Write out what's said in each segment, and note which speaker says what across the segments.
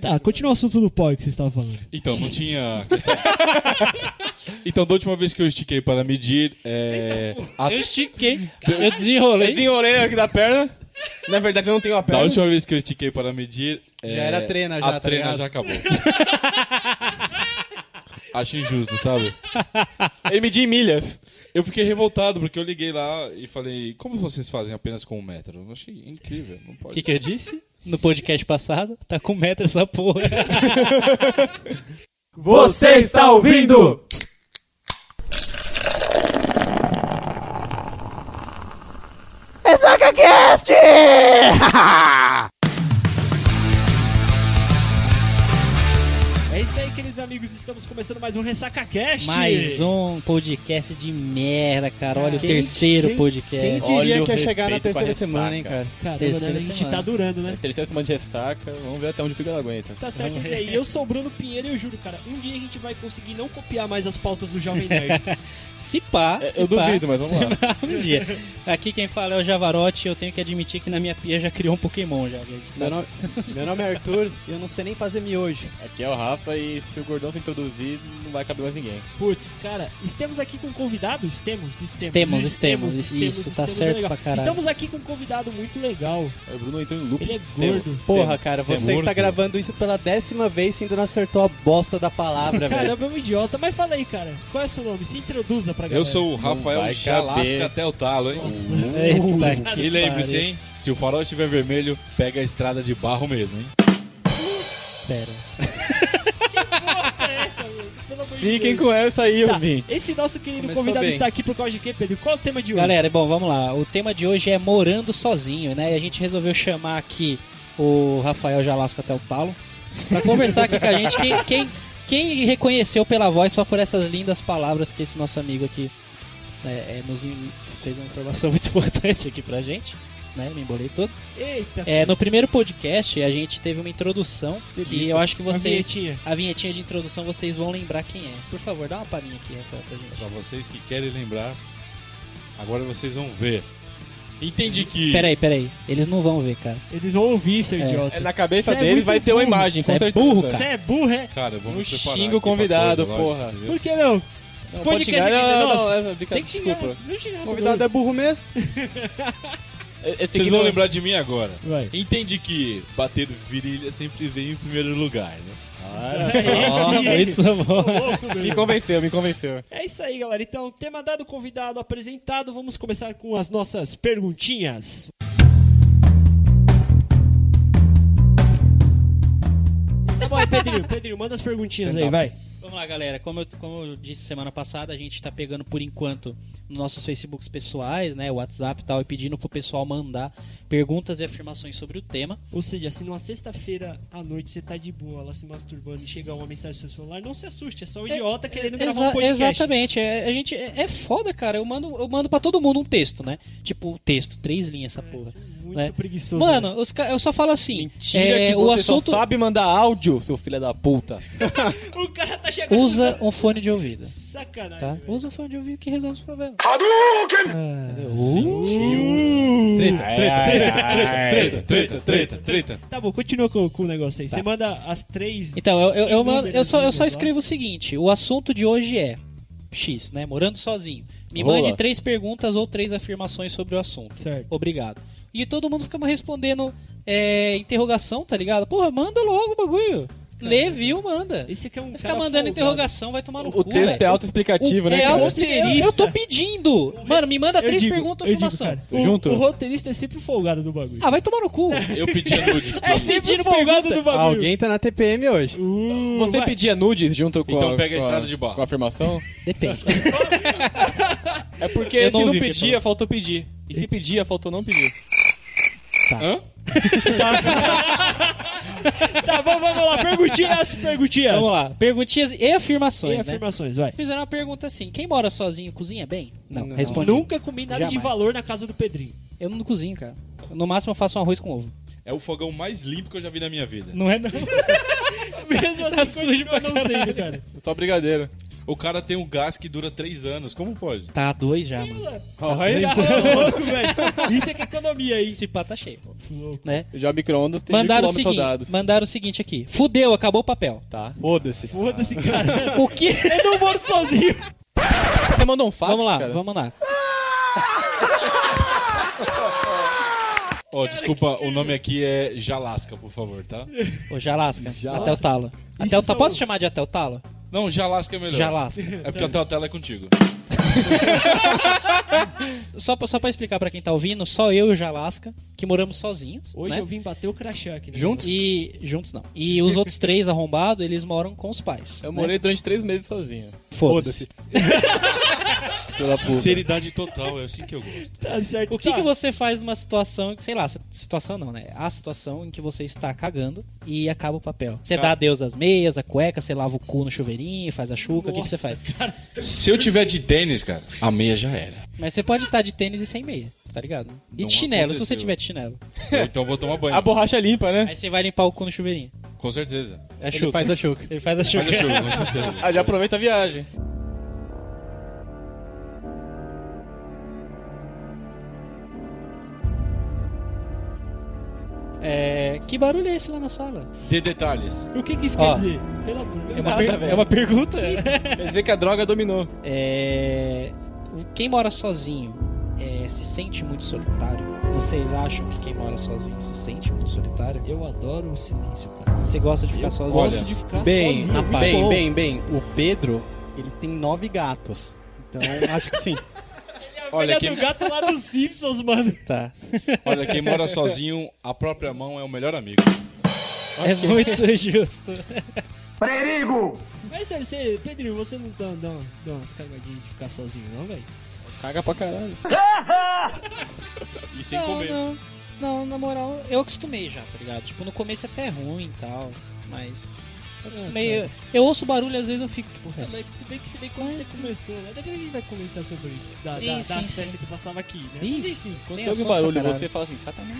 Speaker 1: Tá, continua o assunto do pó que vocês estavam falando.
Speaker 2: Então, não tinha. então, da última vez que eu estiquei para medir. É... a-
Speaker 3: Eu estiquei, eu desenrolei.
Speaker 4: Desenrolei aqui da perna. Na verdade, eu não tenho a
Speaker 2: Da
Speaker 4: perna.
Speaker 2: última vez que eu estiquei para medir. é,
Speaker 5: Já era treina, já,
Speaker 2: A
Speaker 5: tá
Speaker 2: treina
Speaker 5: ligado?
Speaker 2: já acabou. Acho injusto, sabe?
Speaker 4: Ele mediu em milhas.
Speaker 2: Eu fiquei revoltado porque eu liguei lá e falei: Como vocês fazem apenas com um metro? Eu achei incrível. Não
Speaker 3: O
Speaker 2: pode.
Speaker 3: que, que eu disse? No podcast passado, tá com metro essa porra.
Speaker 4: Você está ouvindo?
Speaker 1: É isso aí, queridos amigos, estamos começando mais um Ressaca Cast.
Speaker 3: Mais um podcast de merda, cara. Olha o
Speaker 5: Quem-
Speaker 3: terceiro
Speaker 5: quem- Quem
Speaker 3: podcast.
Speaker 4: É, Olha
Speaker 5: diria
Speaker 4: o
Speaker 5: que ia chegar na
Speaker 4: respeito com a
Speaker 5: terceira semana, hein,
Speaker 4: ressaca.
Speaker 5: cara?
Speaker 1: Caramba,
Speaker 3: terceira
Speaker 1: né? a gente
Speaker 3: semana.
Speaker 1: tá durando, né?
Speaker 4: É, Terceira semana de ressaca, vamos ver até onde o fígado aguenta.
Speaker 1: Tá certo, isso aí. Eu sou o Bruno Pinheiro e eu juro, cara, um dia a gente vai conseguir não copiar mais as pautas do Jovem Nerd.
Speaker 3: Se pá,
Speaker 4: É,
Speaker 3: se
Speaker 4: eu
Speaker 3: pá,
Speaker 4: duvido, mas vamos lá.
Speaker 3: um dia. Aqui quem fala é o Javarote. Eu tenho que admitir que na minha pia já criou um Pokémon já. gente.
Speaker 5: Meu nome, meu nome é Arthur e eu não sei nem fazer miojo.
Speaker 4: Aqui é o Rafa e se o gordão se introduzir, não vai caber mais ninguém.
Speaker 6: Putz, cara, estamos aqui com um convidado? Estemos, estemos.
Speaker 3: Estemos, estemos, isso, tá certo
Speaker 6: legal.
Speaker 3: pra caralho.
Speaker 6: Estamos aqui com um convidado muito legal.
Speaker 4: O Bruno entrou em loop.
Speaker 6: Ele é
Speaker 4: Estemos.
Speaker 6: gordo.
Speaker 5: Porra, cara, você que
Speaker 2: morto.
Speaker 5: tá gravando isso pela décima vez e ainda não acertou a bosta da
Speaker 4: Tá
Speaker 5: palavra, velho.
Speaker 6: Caramba, é um idiota. Mas fala aí, cara, qual é seu nome? Se introduza pra galera.
Speaker 2: Eu sou o Rafael
Speaker 4: vai caber.
Speaker 2: Jalasca até o talo, hein?
Speaker 6: Nossa.
Speaker 3: Eita, que
Speaker 2: E lembre-se,
Speaker 3: pariu.
Speaker 2: hein? Se o farol estiver vermelho, pega a estrada de barro mesmo, hein?
Speaker 3: Pera.
Speaker 6: Nossa, é essa, meu? Pelo amor de
Speaker 4: Fiquem
Speaker 6: Deus.
Speaker 4: com essa aí,
Speaker 6: Tá,
Speaker 4: ouvintes.
Speaker 6: esse nosso querido
Speaker 5: Começou
Speaker 6: convidado
Speaker 5: bem.
Speaker 6: está aqui por causa de quê, Pedro? Qual é o tema de hoje?
Speaker 3: Galera, bom, vamos lá. O tema de hoje é morando sozinho, né? E a gente resolveu chamar aqui o Rafael Jalasco até o talo pra conversar aqui com a gente. Quem, quem, quem reconheceu pela voz só por essas lindas palavras que esse nosso amigo aqui é, é, nos in- fez uma informação muito importante aqui pra gente, né? Me embolei todo.
Speaker 6: Eita,
Speaker 3: É, no primeiro podcast a gente teve uma introdução que
Speaker 6: Delícia.
Speaker 3: eu acho que
Speaker 6: uma
Speaker 3: vocês.
Speaker 6: vinhetinha.
Speaker 3: A vinhetinha de introdução vocês vão lembrar quem é. Por favor, dá uma palhinha aqui, Rafael, pra gente.
Speaker 2: Pra vocês que querem lembrar, agora vocês vão ver. Entendi que.
Speaker 3: Peraí, peraí. Eles não vão ver, cara.
Speaker 6: Eles vão ouvir, seu
Speaker 3: É.
Speaker 6: idiota.
Speaker 4: É, na cabeça
Speaker 6: Você é
Speaker 4: deles
Speaker 6: muito
Speaker 4: vai ter uma
Speaker 6: burro.
Speaker 4: imagem,
Speaker 3: Você
Speaker 4: com
Speaker 3: é
Speaker 4: certeza.
Speaker 3: burro, cara.
Speaker 6: Você é burro, é?
Speaker 2: Cara, vamos
Speaker 4: Não
Speaker 2: preparar.
Speaker 4: xinga o
Speaker 2: aqui pra
Speaker 4: convidado,
Speaker 2: coisa, lógico,
Speaker 4: porra.
Speaker 2: entendeu?
Speaker 6: Por que não?
Speaker 4: Não, pode
Speaker 6: Podcast
Speaker 4: xingar,
Speaker 6: aqui é
Speaker 4: não,
Speaker 6: nosso.
Speaker 4: não, não, não, brinca-
Speaker 6: Tem que xingar.
Speaker 4: Desculpa.
Speaker 6: Não xingar,
Speaker 5: O convidado é burro mesmo?
Speaker 4: Esse
Speaker 2: Vocês
Speaker 4: aqui
Speaker 2: vão
Speaker 4: não-
Speaker 2: lembrar de mim agora.
Speaker 6: Vai.
Speaker 2: Entendi que bater virilha sempre vem em primeiro lugar, né?
Speaker 3: Ó, muito bom.
Speaker 4: Me convenceu, me convenceu.
Speaker 6: É isso aí, galera. Então, tema dado, convidado apresentado, vamos começar com as nossas perguntinhas. Tá bom, aí, Pedrinho, Pedrinho, manda as perguntinhas aí, vai.
Speaker 3: Vamos lá, galera. Como eu, como eu disse semana passada, a gente tá pegando por enquanto nos nossos Facebooks pessoais, né? WhatsApp e tal, e pedindo pro pessoal mandar perguntas e afirmações sobre o tema.
Speaker 6: Ou seja, se numa sexta-feira à noite você tá de boa lá se masturbando e chegar uma mensagem no seu celular, não se assuste, é só um idiota querendo gravar um
Speaker 3: Exa-
Speaker 6: podcast.
Speaker 3: Exatamente. É, a gente, é, é foda, cara. Eu mando, eu mando pra todo mundo um texto, né? Tipo, texto, três linhas
Speaker 4: É,
Speaker 3: essa porra.
Speaker 6: Muito
Speaker 3: né?
Speaker 6: preguiçoso.
Speaker 3: Mano, os ca- eu só falo assim.
Speaker 4: Mentira
Speaker 3: é,
Speaker 4: que
Speaker 3: o
Speaker 4: você
Speaker 3: assunto
Speaker 4: só sabe mandar áudio, seu filho da puta.
Speaker 6: o cara tá chegando.
Speaker 3: usa um fone de ouvido.
Speaker 6: Sacanagem.
Speaker 3: Tá?
Speaker 6: velho.
Speaker 3: Usa o fone de ouvido que resolve os problemas.
Speaker 5: Treta,
Speaker 4: É.
Speaker 5: treta, treta.
Speaker 2: Treta, treta, treta, treta.
Speaker 6: Tá bom, continua com, com o negócio aí. Você manda as três.
Speaker 3: Tá. Então, eu, eu, eu, mando- eu só, eu só
Speaker 6: Números,
Speaker 3: escrevo o seguinte: o assunto de hoje é X, né? Morando sozinho. Me
Speaker 4: Rola.
Speaker 3: mande três perguntas ou três afirmações sobre o assunto.
Speaker 6: Certo.
Speaker 3: Obrigado. E todo mundo fica me respondendo é, interrogação, tá ligado? Porra, manda logo o bagulho. Lê, viu, manda.
Speaker 6: Esse aqui é um
Speaker 3: Vai
Speaker 6: cara
Speaker 3: ficar mandando
Speaker 6: folgado.
Speaker 3: interrogação, vai tomar no cu.
Speaker 4: O texto é
Speaker 3: velho.
Speaker 4: autoexplicativo,
Speaker 3: O-
Speaker 4: né?
Speaker 3: É
Speaker 4: cara?
Speaker 3: autoexplicativo. Eu, eu tô pedindo. Mano, me manda
Speaker 6: Eu
Speaker 3: três
Speaker 6: digo,
Speaker 3: perguntas
Speaker 6: eu
Speaker 3: ou
Speaker 6: digo,
Speaker 3: afirmação.
Speaker 6: cara, o,
Speaker 4: Junto?
Speaker 6: O roteirista é sempre o folgado do bagulho.
Speaker 3: ah, vai tomar no cu.
Speaker 2: Eu pedi a nudes.
Speaker 6: é sempre
Speaker 3: pedindo
Speaker 6: o folgado
Speaker 3: pergunta.
Speaker 6: do bagulho.
Speaker 5: Alguém tá na TPM hoje.
Speaker 6: Uh,
Speaker 4: Você
Speaker 6: vai.
Speaker 4: pedia nudes junto com
Speaker 2: Então
Speaker 4: a,
Speaker 2: pega a
Speaker 4: com
Speaker 2: estrada de barro.
Speaker 4: Com a afirmação?
Speaker 3: Depende.
Speaker 4: É porque
Speaker 3: Eu
Speaker 4: se
Speaker 3: não
Speaker 4: não
Speaker 3: ouvi o que
Speaker 4: pedia, faltou pedir. E se pedia, faltou não pedir.
Speaker 6: Tá bom, vamos lá. Perguntinhas, perguntinhas.
Speaker 3: Então, Vamos lá, perguntinhas e
Speaker 6: E
Speaker 3: afirmações, né?
Speaker 6: afirmações, vai.
Speaker 3: Fizeram uma pergunta assim, quem mora sozinho cozinha bem? Não,
Speaker 4: Não.
Speaker 3: respondi.
Speaker 6: Nunca comi nada de
Speaker 3: Jamais.
Speaker 6: valor na casa do Pedrinho.
Speaker 3: Eu não cozinho, cara. No máximo eu faço um arroz com ovo.
Speaker 2: É o fogão mais limpo que eu já vi na minha vida.
Speaker 3: Não é não?
Speaker 6: Mesmo assim,
Speaker 3: Tá sujo pra
Speaker 6: continua não sendo, cara.
Speaker 4: Só brigadeiro.
Speaker 2: O cara tem um gás que dura três anos. Como pode?
Speaker 3: Tá dois já, mano.
Speaker 4: Olha.
Speaker 6: Tá louco, velho. Isso é que é economia, hein?
Speaker 3: Esse pá tá cheio. Né?
Speaker 4: Já micro-ondas tem
Speaker 3: Mandaram o,
Speaker 4: mil quilômetros
Speaker 3: seguinte,
Speaker 4: rodados.
Speaker 3: mandaram o seguinte aqui. Fudeu, acabou o papel.
Speaker 4: Tá.
Speaker 5: Foda-se.
Speaker 6: Foda-se, cara.
Speaker 3: O que?
Speaker 6: Eu não moro sozinho.
Speaker 4: Você mandou um fax,
Speaker 3: vamos lá,
Speaker 4: cara?
Speaker 3: vamos lá.
Speaker 2: Ó, desculpa, o nome aqui é Jalasca, por favor, tá?
Speaker 3: Ô, Jalasca,
Speaker 4: Jalasca.
Speaker 3: até o talo. Até o
Speaker 6: são-
Speaker 3: talo. Posso chamar de até o talo?
Speaker 2: Não, Jalasca é melhor.
Speaker 3: Jalasca.
Speaker 2: É porque até a tela é contigo.
Speaker 3: Só pra, só pra explicar pra quem tá ouvindo, só eu e o Jalasca, que moramos sozinhos.
Speaker 6: Hoje
Speaker 3: né?
Speaker 6: eu vim bater o crachá aqui. né?
Speaker 3: E juntos não. E os outros três arrombados, eles moram com os pais.
Speaker 4: Eu morei durante três meses sozinho.
Speaker 3: Né? Foda-se.
Speaker 4: Pela puta.
Speaker 2: Sinceridade total, é assim que eu gosto.
Speaker 6: Tá certo.
Speaker 3: O que,
Speaker 6: tá.
Speaker 3: que você faz numa situação, que, sei lá, situação não, né? A situação em que você está cagando e acaba o papel. Você
Speaker 2: Tá.
Speaker 3: dá adeus às meias, a cueca, você lava o cu no chuveirinho, faz a chuca, o que, que você faz?
Speaker 2: Se eu tiver de tênis, cara, a meia já era.
Speaker 3: Mas você pode estar de tênis e sem meia, tá ligado? E
Speaker 2: Não
Speaker 3: de chinelo, se você
Speaker 2: aconteceu.
Speaker 3: tiver de chinelo.
Speaker 2: Ou então eu vou tomar banho.
Speaker 4: A borracha limpa, né?
Speaker 3: Aí você vai limpar o cu no chuveirinho.
Speaker 2: Com certeza.
Speaker 3: É a
Speaker 5: Ele
Speaker 3: chuca.
Speaker 5: faz a chuca.
Speaker 3: Ele faz a chuca.
Speaker 2: Mas eu chulo, com certeza.
Speaker 4: Ah, já aproveita a viagem.
Speaker 3: É, Que barulho é esse lá na sala?
Speaker 2: Dê detalhes.
Speaker 6: O que que isso
Speaker 3: Ó.
Speaker 6: quer dizer? Pelo amor de
Speaker 3: É
Speaker 6: Deus.
Speaker 3: uma,
Speaker 4: Nada,
Speaker 3: per-
Speaker 4: velho.
Speaker 3: é uma pergunta?
Speaker 4: Quer dizer que a droga dominou.
Speaker 3: É, Quem mora sozinho é, se sente muito solitário? Vocês acham que quem mora sozinho se sente muito solitário?
Speaker 6: Eu adoro o silêncio, cara.
Speaker 3: Você gosta de ficar sozinho?
Speaker 2: Olha,
Speaker 6: de ficar
Speaker 5: Bem,
Speaker 6: sozinho.
Speaker 3: Tá rapaz.
Speaker 5: bem,
Speaker 3: Bom.
Speaker 5: bem, bem. O Pedro, ele tem nove gatos. Então, acho que sim.
Speaker 2: Olha,
Speaker 6: Olha
Speaker 2: quem,
Speaker 6: do gato lá dos Simpsons, mano.
Speaker 3: Tá.
Speaker 2: olha, quem mora sozinho, a própria mão é o melhor amigo.
Speaker 3: É muito justo.
Speaker 6: Mas sério, você, Pedrinho, você não dá, dá, dá umas cagadinhas de ficar sozinho, não, velho?
Speaker 4: Caga pra caralho.
Speaker 2: E sem
Speaker 3: não,
Speaker 2: comer.
Speaker 3: não. Não, na moral, eu acostumei já, tá ligado? Tipo, no começo é até ruim e tal, mas. Eu acostumei. eu, eu ouço barulho às vezes eu fico, tipo,
Speaker 6: Ah, Mas
Speaker 3: resto.
Speaker 6: tudo bem que você vê quando
Speaker 3: Mas-
Speaker 6: você começou, né? Depois a gente vai comentar sobre isso. Da,
Speaker 3: Sim,
Speaker 6: da-
Speaker 3: sim,
Speaker 6: das
Speaker 3: sim.
Speaker 6: festas que passava aqui, né?
Speaker 3: Ih,
Speaker 6: Mas enfim.
Speaker 4: Quando
Speaker 3: Tem
Speaker 4: você ouve
Speaker 3: assunto
Speaker 4: um barulho,
Speaker 3: pra caralho.
Speaker 4: você fala assim, satanás.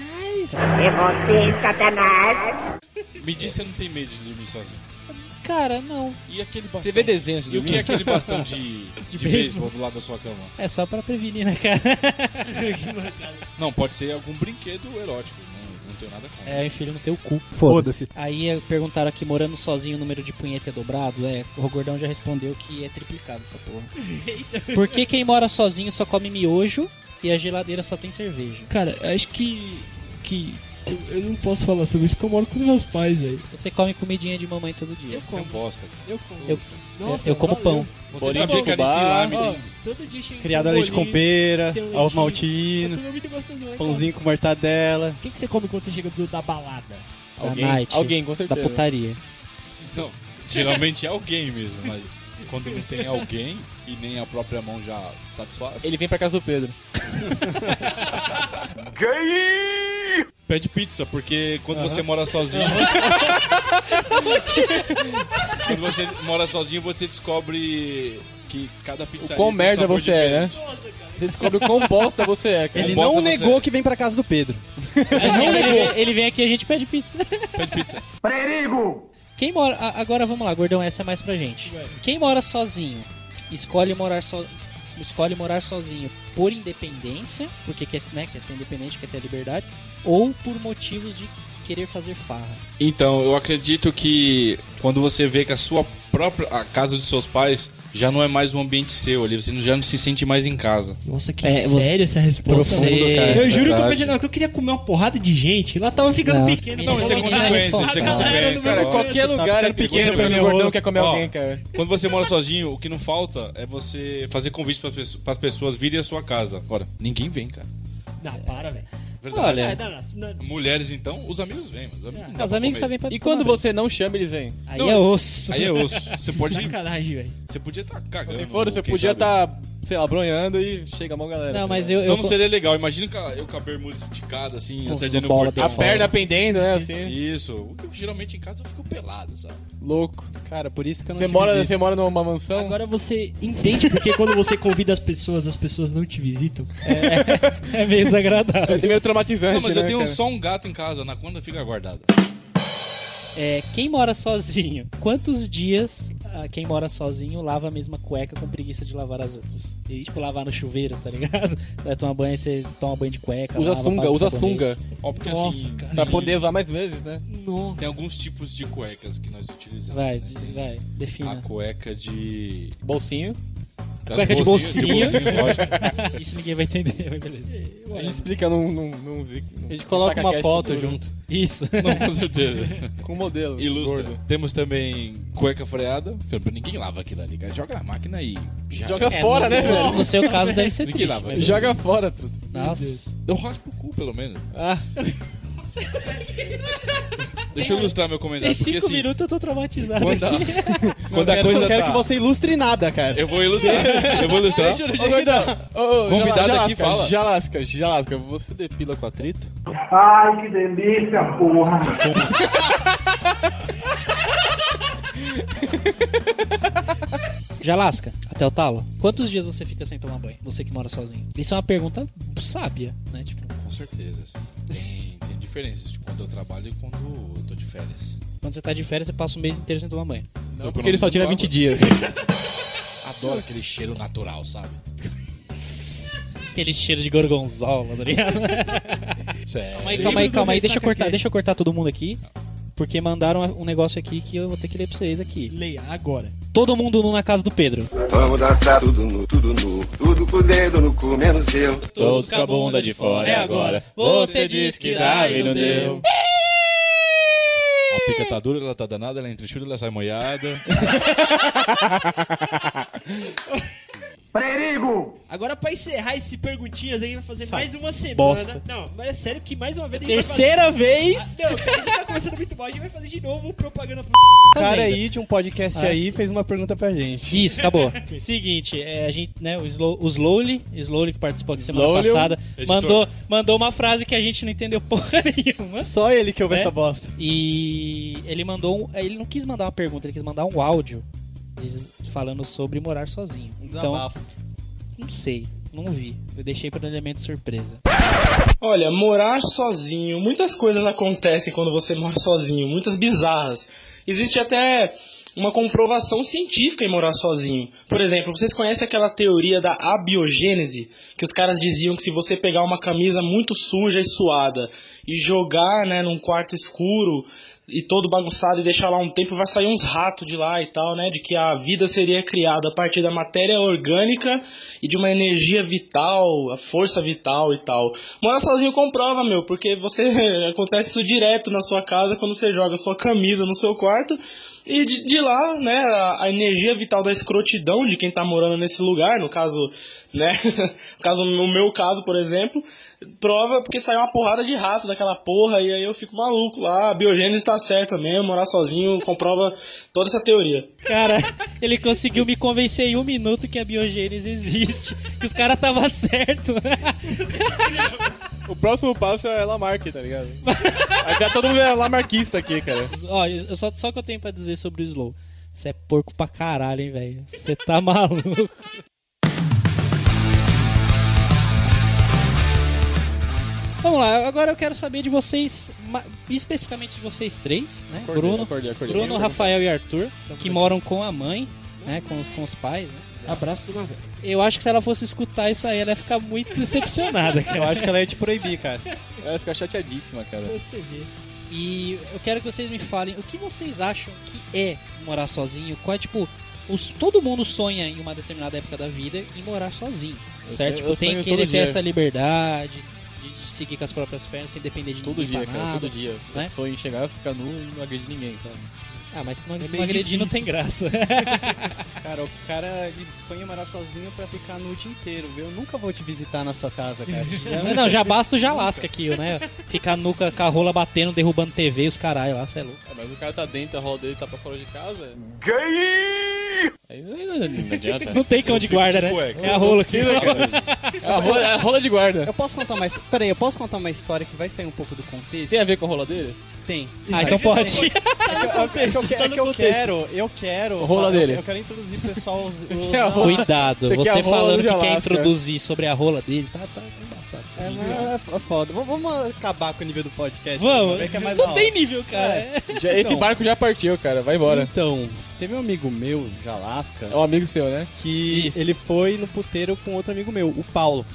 Speaker 7: É você, Satanás!
Speaker 2: Me diz se você não tem medo de dormir sozinho.
Speaker 3: Cara, não.
Speaker 2: E aquele bastão?
Speaker 4: Você vê desenhos
Speaker 2: E
Speaker 4: do
Speaker 2: o que é aquele bastão de, de,
Speaker 3: beisebol?
Speaker 2: beisebol do lado da sua cama?
Speaker 3: É só pra prevenir, né, cara?
Speaker 2: Não, pode ser algum brinquedo erótico. Não, não tenho nada contra.
Speaker 3: É, enfim, no teu cu.
Speaker 5: Foda-se.
Speaker 3: Aí eh, perguntaram aqui, morando sozinho, o número de punheta é dobrado? É, o Gordão já respondeu que é triplicado essa porra. Por que quem mora sozinho só come miojo e a geladeira só tem cerveja?
Speaker 6: Cara, acho que. que eu, eu não posso falar sobre isso porque eu moro com os meus pais, velho.
Speaker 3: Você come comidinha de mamãe todo dia.
Speaker 6: Eu
Speaker 2: Você é um
Speaker 6: como.
Speaker 2: bosta.
Speaker 6: Eu como.
Speaker 3: Eu-
Speaker 6: Nossa,
Speaker 3: eu como
Speaker 6: valeu.
Speaker 3: pão.
Speaker 2: Você
Speaker 4: Bolinha
Speaker 2: sabia
Speaker 4: de
Speaker 2: que a
Speaker 4: fubá.
Speaker 2: Alice Lime...
Speaker 6: Ó, todo dia
Speaker 4: é
Speaker 6: chega com
Speaker 5: Criada a leite
Speaker 6: bolinho.
Speaker 5: com pera,
Speaker 6: tem um leitinho.
Speaker 5: alvo
Speaker 6: Eu
Speaker 5: maltino,
Speaker 6: tô muito gostoso, né, cara?
Speaker 5: pãozinho com mortadela.
Speaker 6: O que, que você come quando você chega do- da balada?
Speaker 3: Da
Speaker 4: Alguém,
Speaker 3: night.
Speaker 4: alguém, com
Speaker 3: Da
Speaker 4: certeza.
Speaker 3: putaria.
Speaker 2: Não, geralmente é alguém mesmo, mas quando não tem alguém e nem a própria mão já satisfaz,
Speaker 4: Ele vem pra casa do Pedro.
Speaker 2: pede pizza, porque quando você mora sozinho... quando você mora sozinho, você descobre que cada um pizza
Speaker 4: O quão merda você é, né?
Speaker 6: Nossa, cara.
Speaker 4: Você descobre o quão bosta você é, cara.
Speaker 5: Ele
Speaker 2: bosta
Speaker 5: não
Speaker 2: você.
Speaker 5: negou que vem pra casa do Pedro.
Speaker 3: ele, vem, ele vem aqui e a gente pede pizza.
Speaker 2: Pede pizza.
Speaker 3: Quem mora. a- Agora vamos lá, Gordão, essa é mais pra gente. Quem mora sozinho, escolhe morar so, escolhe morar sozinho por independência, porque quer, né, quer ser independente, quer ter liberdade, ou por motivos de querer fazer farra.
Speaker 2: Então, eu acredito que quando você vê que a sua própria a casa dos seus pais já não é mais um ambiente seu ali, você não- já não se sente mais em casa.
Speaker 6: Nossa, que
Speaker 3: É, você-
Speaker 6: sério essa resposta.
Speaker 3: Profundo,
Speaker 6: velho.
Speaker 3: cara.
Speaker 6: Eu juro que eu
Speaker 2: Verdade.
Speaker 6: pensei, não, que eu queria comer uma porrada de gente. Lá tava ficando
Speaker 3: Não.
Speaker 6: pequeno.
Speaker 3: Não,
Speaker 6: pra
Speaker 3: isso é
Speaker 6: colocar-
Speaker 3: consequência, isso é
Speaker 6: A galera
Speaker 2: consequência,
Speaker 6: do
Speaker 2: cara,
Speaker 6: meu canto. tá?"
Speaker 4: qualquer
Speaker 5: Tá
Speaker 4: lugar é pequeno pra mim, o gordão quer comer
Speaker 2: Ó.
Speaker 4: alguém, cara.
Speaker 2: Quando você mora sozinho, o que não falta é você fazer convite para as pessoas virem à sua casa. Agora, ninguém vem, cara.
Speaker 6: Não, para, velho.
Speaker 2: Verdade.
Speaker 3: Olha.
Speaker 6: Ah, não, não, não.
Speaker 2: Mulheres, então, os amigos vêm, mas os amigos, não dá
Speaker 3: Os
Speaker 2: pra
Speaker 3: amigos
Speaker 2: comer.
Speaker 5: tá
Speaker 3: sabem pra
Speaker 4: E quando você não chama, eles vêm.
Speaker 3: Aí
Speaker 2: Não,
Speaker 3: é osso.
Speaker 2: Aí é osso. Você pode.
Speaker 6: Sacanagem, velho.
Speaker 2: Você podia estar cagando.
Speaker 4: Se for,
Speaker 2: ou
Speaker 4: você
Speaker 2: quem
Speaker 4: podia tá-
Speaker 2: sabe-
Speaker 4: estar sei lá, bronhando e chega a mão galera.
Speaker 3: Não,
Speaker 4: tá
Speaker 3: mas
Speaker 4: ligado?
Speaker 3: eu. eu
Speaker 2: Não seria legal. Imagina com a- eu com a bermuda esticada, assim,
Speaker 3: Com
Speaker 2: atendendo o
Speaker 3: bola
Speaker 2: portão.
Speaker 4: A
Speaker 3: de
Speaker 4: perna pendendo, né? Assim,
Speaker 2: Isso. O que Geralmente em casa eu fico pelado, sabe?
Speaker 4: louco.
Speaker 5: Cara, por isso que eu não
Speaker 4: Você
Speaker 5: te
Speaker 4: mora,
Speaker 5: visito.
Speaker 4: você mora numa mansão?
Speaker 6: Agora você entende porque quando você convida as pessoas, as pessoas não te visitam.
Speaker 3: É meio desagradável.
Speaker 4: É meio traumatizante,
Speaker 2: Não, mas eu
Speaker 4: né,
Speaker 2: tenho
Speaker 4: cara?
Speaker 2: só um gato em casa, na conta fica guardado.
Speaker 3: É, quem mora sozinho, quantos dias ah, quem mora sozinho lava a mesma cueca com preguiça de lavar as outras? E, tipo, lavar no chuveiro, tá ligado? Vai tomar banho, você toma banho de cueca.
Speaker 4: Usa
Speaker 3: lava,
Speaker 4: sunga,
Speaker 3: passa
Speaker 4: usa
Speaker 3: sabonete.
Speaker 4: sunga.
Speaker 2: Ó, porque
Speaker 6: Nossa,
Speaker 2: assim,
Speaker 6: cara.
Speaker 4: Pra poder usar mais vezes, né?
Speaker 6: Nossa.
Speaker 2: tem alguns tipos de cuecas que nós utilizamos.
Speaker 3: Vai,
Speaker 2: né?
Speaker 3: de- vai,
Speaker 2: A
Speaker 3: defina.
Speaker 2: cueca de.
Speaker 4: Bolsinho.
Speaker 2: das
Speaker 3: Cueca de bolsinha.
Speaker 2: bolsinhas, de bolsinha, lógico.
Speaker 3: Isso ninguém vai entender, mas beleza.
Speaker 4: A gente explica num, num, num zic- num
Speaker 5: A gente coloca uma
Speaker 4: SacaCast
Speaker 5: foto
Speaker 4: futuro.
Speaker 5: junto.
Speaker 3: Isso.
Speaker 2: Não, com certeza.
Speaker 4: Com o modelo.
Speaker 2: Ilustra.
Speaker 4: gordo.
Speaker 2: Temos também cueca freada. Ninguém lava aquilo ali, cara. Joga na máquina e. Já.
Speaker 4: Joga
Speaker 5: É,
Speaker 4: fora, né,
Speaker 3: No,
Speaker 4: velho?
Speaker 3: no seu caso deve ser
Speaker 2: Ninguém
Speaker 3: triste.
Speaker 2: lava.
Speaker 3: mas-
Speaker 4: Joga fora, truta.
Speaker 3: Nossa.
Speaker 2: Eu raspo o cu, pelo menos.
Speaker 4: Ah,
Speaker 2: Deixa eu ilustrar meu
Speaker 3: Tem
Speaker 2: comentário. Porque
Speaker 3: cinco
Speaker 2: assim,
Speaker 3: minutos eu tô traumatizado
Speaker 2: quando a,
Speaker 3: aqui.
Speaker 2: quando a
Speaker 5: Eu
Speaker 2: coisa
Speaker 5: não quero
Speaker 2: tá-
Speaker 5: que você ilustre nada, cara.
Speaker 2: Eu vou ilustrar. Eu vou ilustrar.
Speaker 4: ô, gordão. Ô, ô,
Speaker 2: tá. Convidado
Speaker 4: Jalasca,
Speaker 2: aqui fala.
Speaker 4: Jalasca, Jalasca, você depila com atrito?
Speaker 8: Ai, que delícia, porra!
Speaker 3: Já lasca, até o talo. Quantos dias você fica sem tomar banho? Você que mora sozinho. Isso é uma pergunta sábia, né? Tipo,
Speaker 2: Com certeza, assim. Tem, tem diferenças de quando eu trabalho e quando eu tô de férias.
Speaker 3: quando você tá de férias, você passa um mês inteiro sem tomar banho.
Speaker 2: Então,
Speaker 4: Porque ele só tira 20 dias.
Speaker 2: Adoro aquele cheiro natural, sabe?
Speaker 3: Aquele cheiro de gorgonzola, tá ligado?
Speaker 2: Sério.
Speaker 3: Calma aí, calma aí, calma aí. Deixa eu cortar, deixa eu cortar todo mundo aqui. Porque mandaram um negócio aqui que eu vou ter que ler pra vocês aqui.
Speaker 6: Leia agora.
Speaker 3: Todo mundo no na casa do Pedro.
Speaker 9: Vamos dançar tudo nu, tudo nu, tudo com o dedo no cu, menos eu.
Speaker 4: Todos com a bunda de fora,
Speaker 3: é agora. Você disse que dá e não deu.
Speaker 2: A pica tá dura, ela tá danada, ela entra em chura, ela sai molhada.
Speaker 8: Perigo!
Speaker 6: Agora pra encerrar esse perguntinhas aí, vai fazer mais uma semana.
Speaker 3: bosta.
Speaker 6: Não, mas é sério que mais uma vez a gente
Speaker 3: Terceira
Speaker 6: vai
Speaker 3: vez!
Speaker 6: fazer. Não, a gente tá começando muito mal, a gente vai fazer de novo um propaganda pro
Speaker 5: O
Speaker 3: Fazenda.
Speaker 4: Tá
Speaker 5: cara aí de um podcast
Speaker 4: Ah.
Speaker 5: aí fez uma pergunta pra gente.
Speaker 3: Isso, acabou. Seguinte, é, a gente, né, o, Slow, o Slowly, Slowly que participou aqui semana
Speaker 4: Slowly,
Speaker 3: passada,
Speaker 2: editor.
Speaker 3: mandou, mandou uma frase que a gente não entendeu porra nenhuma.
Speaker 5: Só ele que ouve
Speaker 3: É?
Speaker 5: essa bosta.
Speaker 3: E ele mandou um, ele não quis mandar uma pergunta, ele quis mandar um áudio diz- falando sobre morar sozinho. Então,
Speaker 5: Desabafo.
Speaker 3: não sei, não vi. Eu deixei para elemento surpresa.
Speaker 10: Olha, morar sozinho, muitas coisas acontecem quando você mora sozinho, muitas bizarras. Existe até uma comprovação científica em morar sozinho. Por exemplo, vocês conhecem aquela teoria da abiogênese, que os caras diziam que se você pegar uma camisa muito suja e suada e jogar, né, num quarto escuro e todo bagunçado e deixar lá um tempo, vai sair uns ratos de lá e tal, né, de que a vida seria criada a partir da matéria orgânica e de uma energia vital, a força vital e tal. Morar sozinho comprova, meu, porque você acontece isso direto na sua casa quando você joga sua camisa no seu quarto. E de, de lá, né, a, a energia vital da escrotidão de quem tá morando nesse lugar, no caso, né, no caso, no meu caso, por exemplo, prova porque saiu uma porrada de rato daquela porra e aí eu fico maluco lá, a biogênese tá certa mesmo, morar sozinho comprova toda essa teoria.
Speaker 3: Cara, ele conseguiu me convencer em um minuto que a biogênese existe, que os caras tava certo.
Speaker 4: O próximo passo é Lamarck, tá ligado? Aí já todo mundo é Lamarquista aqui, cara.
Speaker 3: Ó, eu só só que eu tenho pra dizer sobre o Slow. Você é porco pra caralho, hein, velho. Você tá maluco. Vamos lá, agora eu quero saber de vocês, ma- especificamente de vocês três, né? Bruno,
Speaker 4: acordei, acordei.
Speaker 3: Bruno, Rafael e Arthur,
Speaker 6: Estamos
Speaker 3: que
Speaker 6: aqui.
Speaker 3: moram com a mãe, né? Com os, com os pais. né?
Speaker 6: Abraço do Navarro.
Speaker 3: Eu acho que se ela fosse escutar isso aí, ela ia ficar muito decepcionada, cara.
Speaker 5: Eu acho que ela ia te proibir, cara.
Speaker 4: Ela vai ficar chateadíssima, cara.
Speaker 6: Você vê.
Speaker 3: E eu quero que vocês me falem o que vocês acham que é morar sozinho. Qual é, tipo, os, todo mundo sonha em uma determinada época da vida em morar sozinho,
Speaker 4: Eu
Speaker 3: certo?
Speaker 4: sonho-
Speaker 3: Tipo,
Speaker 4: eu
Speaker 3: tem
Speaker 4: sonho
Speaker 3: que ele
Speaker 4: todo
Speaker 3: ter
Speaker 4: dia.
Speaker 3: essa liberdade de, de seguir com as próprias pernas sem depender de
Speaker 4: Todo
Speaker 3: ninguém
Speaker 4: dia,
Speaker 3: pra
Speaker 4: cara,
Speaker 3: nada.
Speaker 4: todo dia.
Speaker 3: né?
Speaker 4: Eu sonho em chegar, ficar nu e não agredir ninguém, cara.
Speaker 3: Ah, mas se não, se não
Speaker 6: meio
Speaker 3: agredir não tem
Speaker 6: difícil.
Speaker 3: graça.
Speaker 5: É Cara, o cara ele sonha em morar sozinho pra ficar no dia inteiro, viu? Eu nunca vou te visitar na sua casa, cara.
Speaker 3: não, não, já basta o Jalasca aqui, né? Ficar nuca com a rola batendo, derrubando TV e os caralho lá, cê é louco.
Speaker 4: É, mas o cara tá dentro, a rola dele tá pra fora de casa. Gay! Não adianta.
Speaker 3: Não tem cão de guarda, né? É a rola aqui.
Speaker 4: É a rola, é a rola de guarda.
Speaker 5: Eu posso contar mais. Peraí, eu posso contar uma história que vai sair um pouco do contexto?
Speaker 4: Tem a ver com a rola dele?
Speaker 5: Tem.
Speaker 3: Ah, então pode.
Speaker 5: É que eu- é que eu- é que eu- é que eu quero, eu quero.
Speaker 4: Rola
Speaker 5: eu-
Speaker 4: dele.
Speaker 5: Eu quero introduzir o pessoal aos. os-
Speaker 4: quer a rola?
Speaker 3: Cuidado,
Speaker 4: Você quer a
Speaker 3: você
Speaker 4: rola
Speaker 3: falando
Speaker 4: do
Speaker 3: que quer
Speaker 4: Jalasca.
Speaker 3: introduzir sobre a rola dele, tá, tá, tá embaçado.
Speaker 5: É, mas é foda. Vamos- Vamos acabar com o nível do podcast.
Speaker 3: Vamos,
Speaker 5: né? Que é mais da
Speaker 3: não
Speaker 5: hora.
Speaker 3: tem nível, cara.
Speaker 5: É.
Speaker 4: Já- esse
Speaker 5: Então.
Speaker 4: barco já partiu, cara. Vai embora.
Speaker 5: Então, teve um amigo meu, Jalasca,
Speaker 4: É um amigo seu, né?
Speaker 5: que
Speaker 3: É Isso.
Speaker 5: ele foi no puteiro com outro amigo meu, o Paulo.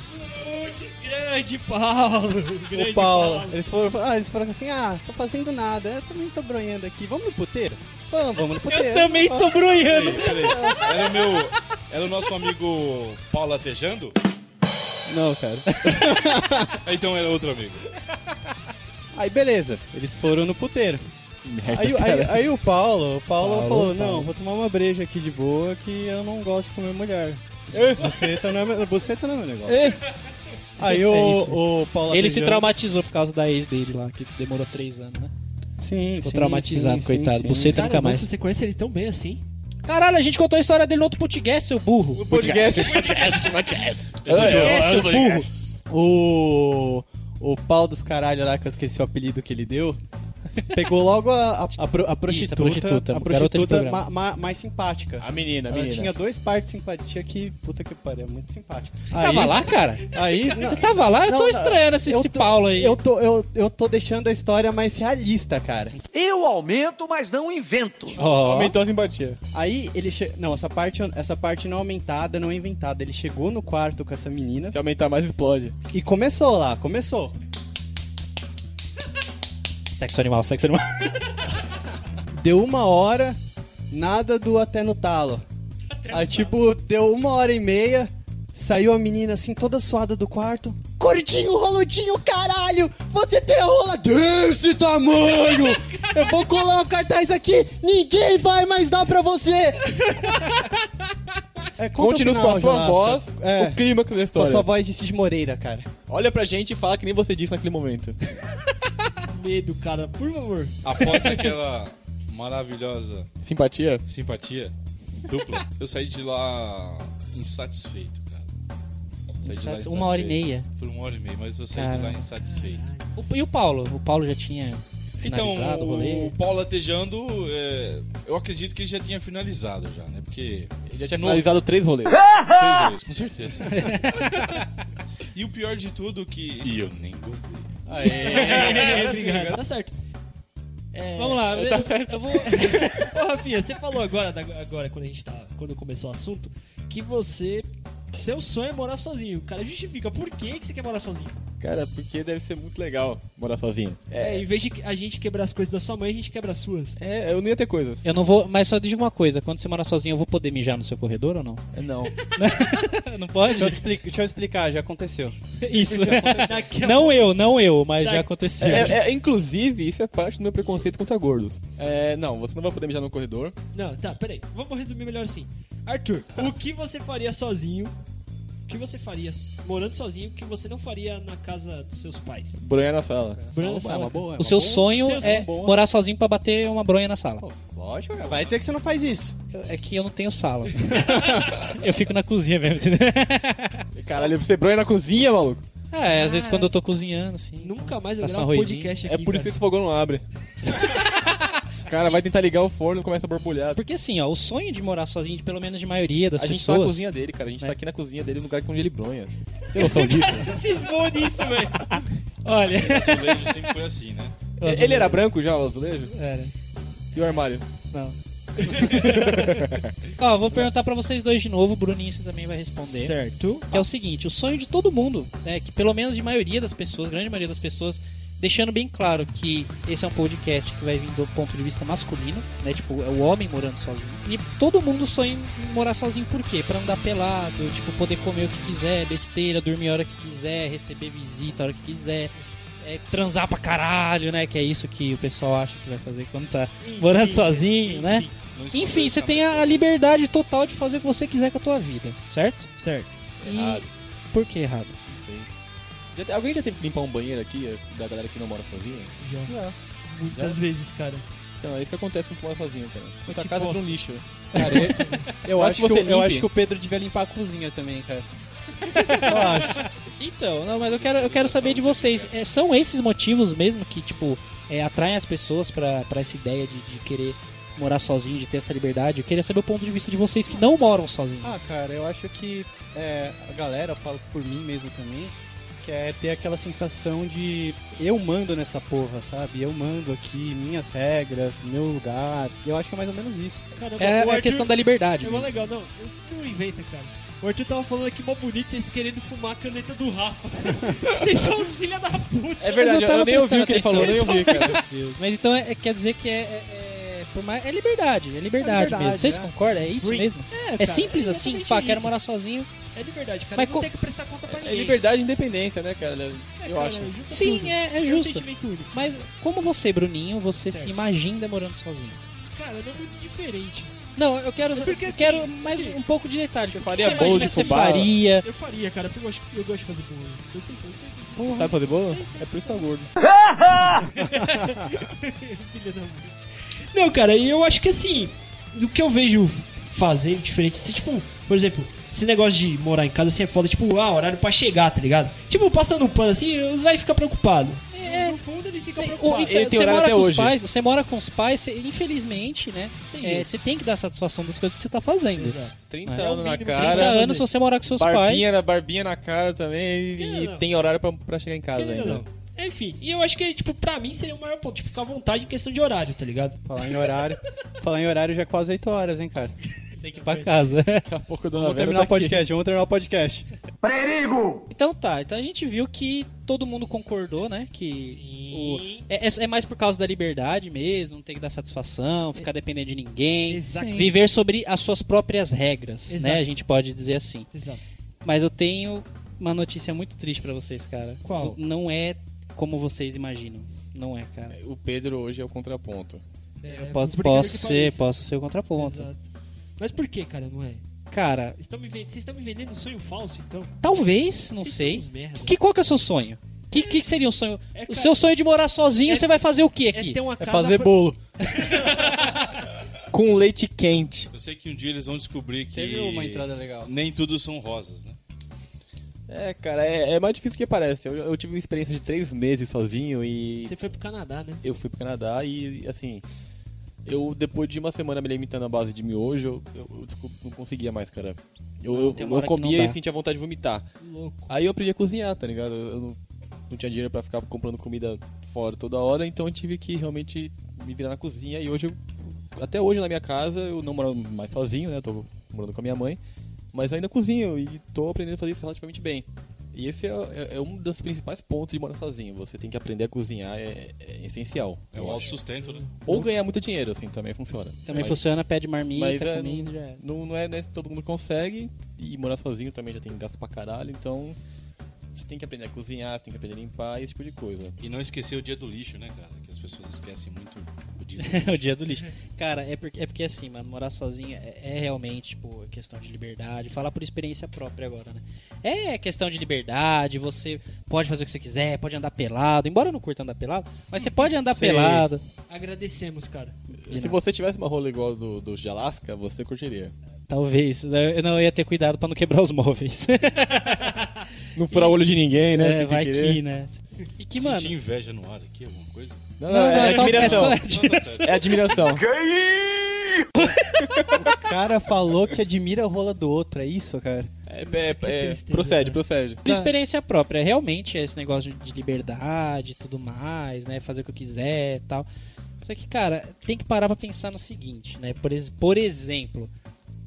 Speaker 6: Putz, grande Paulo. Grande
Speaker 5: o Paulo. Eles foram, ah, eles foram assim, ah, tô fazendo nada, eu também tô bronhando aqui. Vamos no puteiro? Vamos, vamos no puteiro.
Speaker 3: Eu também tô brunhando.
Speaker 2: Peraí, era o meu. Era o nosso amigo Paulo Latejando?
Speaker 5: Não, cara.
Speaker 2: Ah, Então era outro amigo.
Speaker 5: Aí beleza, eles foram no puteiro. Aí, aí- aí o Paulo, o Paulo,
Speaker 3: Paulo, Paulo.
Speaker 5: falou, não, vou tomar uma breja aqui de boa que eu não gosto de comer mulher. Você tá não é meu, buceta não é meu negócio. Aí o,
Speaker 3: É isso, é isso.
Speaker 5: o Paulo
Speaker 3: Ele se
Speaker 5: atendeu-
Speaker 3: traumatizou por causa da ex dele lá, que demorou três anos, né?
Speaker 5: Sim,
Speaker 3: Ficou
Speaker 5: sim,
Speaker 3: traumatizado,
Speaker 5: sim,
Speaker 3: coitado.
Speaker 5: sim, sim.
Speaker 3: Buceta
Speaker 6: Cara,
Speaker 3: nunca mais.
Speaker 6: nossa, você conhece ele tão bem assim?
Speaker 3: Caralho, a gente contou a história dele no outro podcast, seu burro.
Speaker 4: Podcast.
Speaker 3: É, seu burro.
Speaker 5: O. O pau dos caralho lá, que eu esqueci o apelido que ele deu. Pegou logo a, a, a pro- a prostituta.
Speaker 3: prostituta, garota
Speaker 5: a
Speaker 3: de
Speaker 5: prostituta
Speaker 3: programa.
Speaker 5: ma- ma- mais simpática.
Speaker 4: A menina, a
Speaker 5: Ela
Speaker 4: menina.
Speaker 5: tinha dois partes de simpatia que, puta que pariu, é muito simpático. Você
Speaker 3: Tava lá, cara?
Speaker 5: Aí.
Speaker 3: Você tava lá? Eu
Speaker 5: Não,
Speaker 3: tô
Speaker 5: não,
Speaker 3: estranhando esse,
Speaker 5: eu
Speaker 3: esse
Speaker 5: tô-
Speaker 3: Paulo aí.
Speaker 5: Eu tô, eu, eu tô deixando a história mais realista, cara.
Speaker 11: Eu aumento, mas não invento.
Speaker 3: Ó,
Speaker 4: Aumentou a simpatia.
Speaker 5: Aí ele. Che... Não, essa parte, essa parte não é aumentada, não é inventada. Ele chegou no quarto com essa menina
Speaker 4: Se aumentar mais, explode.
Speaker 5: e começou lá, começou.
Speaker 3: Sexo animal, sexo animal.
Speaker 5: Deu uma hora, nada do até no talo. Aí, tipo, deu uma hora e meia, saiu a menina assim, toda suada do quarto. Curtinho, roludinho, caralho! Você tem a rola desse tamanho! Eu vou colar um cartaz aqui, ninguém vai mais dar pra você! É, conta o
Speaker 4: Conte-nos com
Speaker 5: final,
Speaker 4: a sua
Speaker 5: Jolasca.
Speaker 4: voz
Speaker 5: É,
Speaker 4: o clímax da
Speaker 5: com a
Speaker 4: história.
Speaker 5: sua voz de Cid Moreira, cara.
Speaker 4: Olha pra gente e fala que nem você disse naquele momento.
Speaker 6: Medo, cara, por favor.
Speaker 2: Após aquela maravilhosa
Speaker 4: Simpatia?
Speaker 2: simpatia dupla, eu saí de lá insatisfeito, cara. Saí de lá
Speaker 3: Insatis- uma hora e
Speaker 2: insatisfeito.
Speaker 3: meia.
Speaker 2: Por uma hora e meia, mas eu saí de lá
Speaker 3: Caramba.
Speaker 2: insatisfeito.
Speaker 3: O- e o Paulo? O Paulo já tinha
Speaker 2: Então,
Speaker 3: finalizado o rolê?
Speaker 2: o Paulo Latejando, é, eu acredito que ele já tinha finalizado já, né? Porque
Speaker 4: Ele já tinha
Speaker 2: Novo.
Speaker 4: finalizado três rolês.
Speaker 2: Três vezes, com certeza. e o pior de tudo que. E eu nem gozei.
Speaker 6: Tá certo. É...
Speaker 3: Vamos lá. eu-
Speaker 4: Tá certo.
Speaker 3: Eu vou...
Speaker 6: Ô, Rafinha, você falou agora, da- agora quando a gente tá, quando começou o assunto, que você, seu sonho é morar sozinho. Cara, justifica, por que, que você quer morar sozinho?
Speaker 4: Cara, porque deve ser muito legal morar sozinho.
Speaker 6: É, em vez de a gente quebrar as coisas da sua mãe, a gente quebra as suas.
Speaker 4: É, eu não ia ter coisas.
Speaker 3: Eu não vou... Mas só diga uma coisa. Quando você mora sozinho, eu vou poder mijar no seu corredor ou não?
Speaker 4: Não.
Speaker 3: Não pode?
Speaker 5: Deixa eu, te explicar, deixa eu explicar, já aconteceu.
Speaker 3: Isso. não eu, não eu, mas já aconteceu.
Speaker 4: um É, é, inclusive, isso é parte do meu preconceito contra gordos. É, não, você não vai poder mijar no corredor.
Speaker 6: Não, tá, peraí. Vamos resumir melhor assim. Arthur, o que você faria sozinho? O que você faria s- morando sozinho que você não faria na casa dos seus pais?
Speaker 4: Bronha na sala.
Speaker 6: Bruna,
Speaker 5: É
Speaker 6: sala.
Speaker 5: uma boa,
Speaker 3: O
Speaker 5: é uma
Speaker 3: seu
Speaker 4: um
Speaker 5: boa.
Speaker 3: sonho
Speaker 6: Seu
Speaker 3: é
Speaker 6: sonho
Speaker 5: boa.
Speaker 3: morar sozinho pra bater uma bronha na sala.
Speaker 5: Lógico, cara. Vai dizer que você não faz isso.
Speaker 3: Eu- É que eu não tenho sala. eu fico na cozinha mesmo, entendeu?
Speaker 4: Caralho, você bronha na cozinha, maluco?
Speaker 3: Ah, é, às vezes quando eu tô cozinhando, assim.
Speaker 6: Nunca mais eu
Speaker 3: Passa
Speaker 6: gravo
Speaker 3: um arrozinho.
Speaker 6: podcast aqui. né?
Speaker 4: é por isso que
Speaker 6: cara.
Speaker 4: esse fogão não abre. Cara, vai tentar ligar o forno e começa a borbulhar.
Speaker 3: Porque assim, ó, o sonho de morar sozinho, de pelo menos de maioria das
Speaker 4: a gente tá na
Speaker 3: pessoas.
Speaker 4: cozinha dele, cara. A gente
Speaker 3: né?
Speaker 4: tá aqui na cozinha dele, no lugar onde ele bronha. Tem noção disso? né?
Speaker 6: Cismou nisso, velho.
Speaker 3: Olha.
Speaker 2: O azulejo sempre foi assim, né?
Speaker 4: ele era branco já, o azulejo?
Speaker 3: Era.
Speaker 4: E o armário?
Speaker 3: Não. Ó, vou perguntar pra vocês dois de novo, o Bruninho você também vai responder.
Speaker 6: Certo.
Speaker 3: Que é o seguinte, o sonho de todo mundo, né, que pelo menos de maioria das pessoas, grande maioria das pessoas, deixando bem claro que esse é um podcast que vai vir do ponto de vista masculino, né, tipo, é o homem morando sozinho. E todo mundo sonha em morar sozinho por quê? Pra andar pelado, tipo, poder comer o que quiser, besteira, dormir a hora que quiser, receber visita a hora que quiser. é, transar pra caralho, né? Que é isso que o pessoal acha que vai fazer quando tá morando sozinho, né?
Speaker 2: Não escondeu
Speaker 3: Enfim, você
Speaker 2: também.
Speaker 3: tem a a liberdade total de fazer o que você quiser com a tua vida, certo?
Speaker 6: Certo.
Speaker 3: E-
Speaker 4: Errado.
Speaker 3: Por que errado?
Speaker 4: Já te- eh, alguém já teve que limpar um banheiro aqui, é, da galera que não mora sozinha?
Speaker 3: Né?
Speaker 6: Muitas vezes, cara.
Speaker 4: Então, é isso que acontece quando você mora sozinho, cara.
Speaker 6: Mas
Speaker 4: Sua
Speaker 6: que
Speaker 4: casa é um
Speaker 6: bosta.
Speaker 4: lixo. Cara, esse- eu,
Speaker 5: Mas
Speaker 4: acho
Speaker 5: se
Speaker 4: que o,
Speaker 5: você
Speaker 4: eu
Speaker 5: limpe-
Speaker 4: acho que o Pedro devia limpar a cozinha também, cara.
Speaker 5: Só acho.
Speaker 3: Então, não, mas eu quero, eu quero saber de vocês. É, são esses motivos mesmo que, tipo, é, atraem as pessoas pra pra essa ideia de, de querer morar sozinho, de ter essa liberdade? Eu queria saber o ponto de vista de vocês que não moram sozinhos.
Speaker 5: Ah, cara, eu acho que é, a galera, eu falo por mim mesmo também, que é ter aquela sensação de eu mando nessa porra, sabe? Eu mando aqui, minhas regras, meu lugar. Eu acho que é mais ou menos isso.
Speaker 6: Caramba,
Speaker 3: É
Speaker 6: o
Speaker 3: a
Speaker 6: Arthur-
Speaker 3: questão da liberdade.
Speaker 6: É mó legal, não. Não inventa, cara. O Arthur tava falando aqui mó bonito, vocês querendo fumar a caneta do Rafa. vocês são os filha da puta.
Speaker 4: É verdade,
Speaker 3: Mas eu tava
Speaker 4: eu nem ouvi
Speaker 3: prestando
Speaker 4: o que ele falou, eu nem ouvi, cara.
Speaker 3: Deus. Mas então é- é- quer dizer que é, é- é- por mais- é liberdade, é liberdade,
Speaker 4: É liberdade,
Speaker 3: mesmo. Vocês
Speaker 4: é.
Speaker 3: concordam? É isso
Speaker 4: Free.
Speaker 3: mesmo?
Speaker 4: É,
Speaker 3: É,
Speaker 4: cara,
Speaker 3: simples
Speaker 4: é
Speaker 3: assim?
Speaker 4: exatamente
Speaker 3: Pá, quero
Speaker 4: isso.
Speaker 3: morar sozinho.
Speaker 6: É liberdade, cara.
Speaker 3: Mas
Speaker 6: não
Speaker 3: co-
Speaker 6: tem que prestar conta pra
Speaker 4: É
Speaker 6: ninguém.
Speaker 4: liberdade e independência, né, cara? eu
Speaker 6: É, cara,
Speaker 4: acho.
Speaker 6: junta tudo.
Speaker 3: Sim, é, é
Speaker 6: um
Speaker 3: justo.
Speaker 6: sentimento único.
Speaker 3: Mas como você, Bruninho, você
Speaker 6: Certo.
Speaker 3: se imagina morando sozinho?
Speaker 6: Cara, não é muito diferente.
Speaker 3: Não, eu quero,
Speaker 6: É porque,
Speaker 3: eu
Speaker 6: assim,
Speaker 3: quero mais
Speaker 6: assim,
Speaker 3: um pouco de detalhe. Você
Speaker 4: faria
Speaker 3: você
Speaker 4: bolo
Speaker 3: imagina
Speaker 4: de
Speaker 3: que você
Speaker 4: fubá?
Speaker 3: faria?
Speaker 6: Eu faria, cara, porque eu gosto, eu gosto de fazer bolo. Eu sei, eu sei.
Speaker 3: Porra.
Speaker 4: Sabe fazer bolo? É por isso que tá gordo.
Speaker 6: Filha da mãe. Não, cara, e eu acho que assim, do que eu vejo fazer diferente, assim, tipo, por exemplo, esse negócio de morar em casa assim é foda, tipo, ah, horário pra chegar, tá ligado? Tipo, passando um pano assim, os vai ficar preocupado. No fundo eles ficam
Speaker 3: Ou,
Speaker 6: preocupados.
Speaker 3: então,
Speaker 4: Ele tem
Speaker 3: você
Speaker 4: horário
Speaker 3: mora
Speaker 4: até
Speaker 3: com os
Speaker 4: hoje.
Speaker 3: pais, você mora com os pais, você- infelizmente, né?
Speaker 6: Entendi.
Speaker 3: é, você tem que dar satisfação das coisas que você tá fazendo.
Speaker 6: Exato.
Speaker 4: 30
Speaker 3: É o
Speaker 4: anos na
Speaker 6: mínimo,
Speaker 4: cara.
Speaker 3: 30 anos se você morar com seus
Speaker 4: barbinha,
Speaker 3: pais.
Speaker 4: na, barbinha na cara também e,
Speaker 6: Querendo ou não.
Speaker 4: tem horário pra, pra chegar em casa
Speaker 6: Querendo ou
Speaker 4: ainda.
Speaker 6: não. Enfim, e eu acho que, tipo, pra mim seria o maior ponto, tipo, ficar à vontade em questão de horário, tá ligado?
Speaker 5: Falar em horário. falar em horário já é quase 8 horas, hein, cara?
Speaker 3: Tem que ir pra casa.
Speaker 4: Daqui a pouco eu dou
Speaker 5: Vamos terminar o podcast, vamos terminar o podcast.
Speaker 9: Perigo!
Speaker 3: Então tá, então a gente viu que todo mundo concordou, né? Que o- é, é- é mais por causa da liberdade mesmo, não ter que dar satisfação, ficar dependendo de ninguém.
Speaker 6: Exato.
Speaker 3: Viver sobre as suas próprias regras,
Speaker 6: Exato.
Speaker 3: né? A gente pode dizer assim.
Speaker 6: Exato.
Speaker 3: Mas eu tenho uma notícia muito triste pra vocês, cara.
Speaker 6: Qual?
Speaker 3: Não é como vocês imaginam. Não é, cara.
Speaker 4: O Pedro hoje é o contraponto.
Speaker 6: É,
Speaker 3: Posso,
Speaker 6: por incrível
Speaker 3: posso
Speaker 6: que
Speaker 3: ser,
Speaker 6: pareça.
Speaker 3: posso ser o contraponto.
Speaker 6: Exato. Mas por que, cara, não é?
Speaker 3: Cara,
Speaker 6: Estão me vend- Vocês estão me vendendo um sonho falso, então?
Speaker 3: talvez, não
Speaker 6: Vocês
Speaker 3: sei.
Speaker 6: são uns merda.
Speaker 3: Que, qual que é o seu sonho? Que, que que seria o sonho?
Speaker 6: É,
Speaker 3: o
Speaker 6: cara,
Speaker 3: seu sonho de morar sozinho,
Speaker 6: é-
Speaker 3: você vai fazer o que aqui?
Speaker 6: É ter uma
Speaker 5: É
Speaker 6: casa
Speaker 5: fazer
Speaker 6: pra-
Speaker 5: bolo.
Speaker 4: Com leite quente.
Speaker 2: Eu sei que um dia eles vão descobrir que
Speaker 5: Teve uma entrada legal.
Speaker 2: nem tudo são rosas, né?
Speaker 4: É, cara, é, é mais difícil do que parece. Eu, eu tive uma experiência de três meses sozinho e
Speaker 6: Você foi pro Canadá,
Speaker 3: Uhum.
Speaker 6: né?
Speaker 4: eu fui pro Canadá e, assim, eu depois de uma semana me limitando à base de miojo, eu, eu desculpa, não conseguia mais, cara. Eu, eu,
Speaker 3: tem uma
Speaker 4: eu
Speaker 3: hora que não
Speaker 4: comia
Speaker 3: dá.
Speaker 4: e sentia vontade de vomitar.
Speaker 6: Louco.
Speaker 4: Aí eu aprendi a cozinhar, tá ligado? Eu não, não tinha dinheiro pra ficar comprando comida fora toda hora, então eu tive que realmente me virar na cozinha. E hoje, eu- até hoje na minha casa, eu não moro mais sozinho, né? Tô morando com a minha mãe, mas ainda cozinho e tô aprendendo a fazer isso relativamente bem. E esse é, é- é um dos principais pontos de morar sozinho. Você tem que aprender a cozinhar, é, é essencial.
Speaker 2: É o autossustento, né?
Speaker 4: Ou ganhar muito dinheiro, assim, também funciona.
Speaker 3: Também
Speaker 4: Mas-
Speaker 3: funciona, pede marmita,
Speaker 4: mas é,
Speaker 3: comida, já
Speaker 4: não,
Speaker 3: era.
Speaker 4: não, não é, né, todo mundo consegue e morar sozinho também já tem gasto pra caralho, então você tem que aprender a cozinhar, você tem que aprender a limpar, esse tipo de coisa.
Speaker 2: E não esquecer o dia do lixo, né, cara? Que as pessoas esquecem muito o dia
Speaker 3: É
Speaker 2: do
Speaker 3: o dia do lixo. Cara, é porque, é porque assim, mano, morar sozinho é, é realmente, tipo, questão de liberdade. Falar por experiência própria agora, né? É questão de liberdade, você pode fazer o que você quiser, pode andar pelado. Embora eu não curta andar pelado, mas você pode andar
Speaker 4: Sei.
Speaker 3: pelado.
Speaker 6: Agradecemos, cara.
Speaker 4: Se você tivesse uma rola igual do, dos de Alaska, você curtiria.
Speaker 3: Talvez. Eu não eu ia ter cuidado pra não quebrar os móveis.
Speaker 4: Não furar o olho de ninguém, né?
Speaker 3: é, vai que, né? E que, mano.
Speaker 2: Senti inveja no ar aqui, alguma coisa? Tá
Speaker 4: Não,
Speaker 3: Não,
Speaker 4: não,
Speaker 3: não,
Speaker 4: é,
Speaker 3: é só-
Speaker 4: admiração.
Speaker 3: é
Speaker 4: É,
Speaker 3: só-
Speaker 4: admiração.
Speaker 5: O cara falou que admira a rola do outro, é isso, cara?
Speaker 4: É, é, é,
Speaker 6: tristeza,
Speaker 4: procede,
Speaker 6: né?
Speaker 4: procede. É,
Speaker 3: Por experiência própria, é realmente esse negócio de liberdade e tudo mais, né? Fazer o que eu quiser e tal. Só que, cara, tem que parar pra pensar no seguinte, né? Por, ex- por exemplo,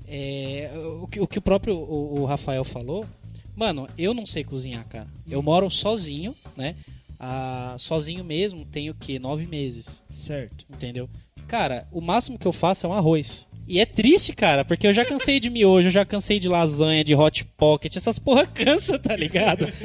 Speaker 3: é, o, que, o que o próprio o, o Rafael falou, mano, eu não sei cozinhar, cara. Eu moro sozinho, né? Ah, sozinho mesmo, tenho o quê? Nove meses,
Speaker 6: Certo.
Speaker 3: entendeu? Cara, o máximo que eu faço é um arroz. E é triste, cara, porque eu já cansei de miojo, eu já cansei de lasanha, de hot pocket, essas porra cansa, tá ligado?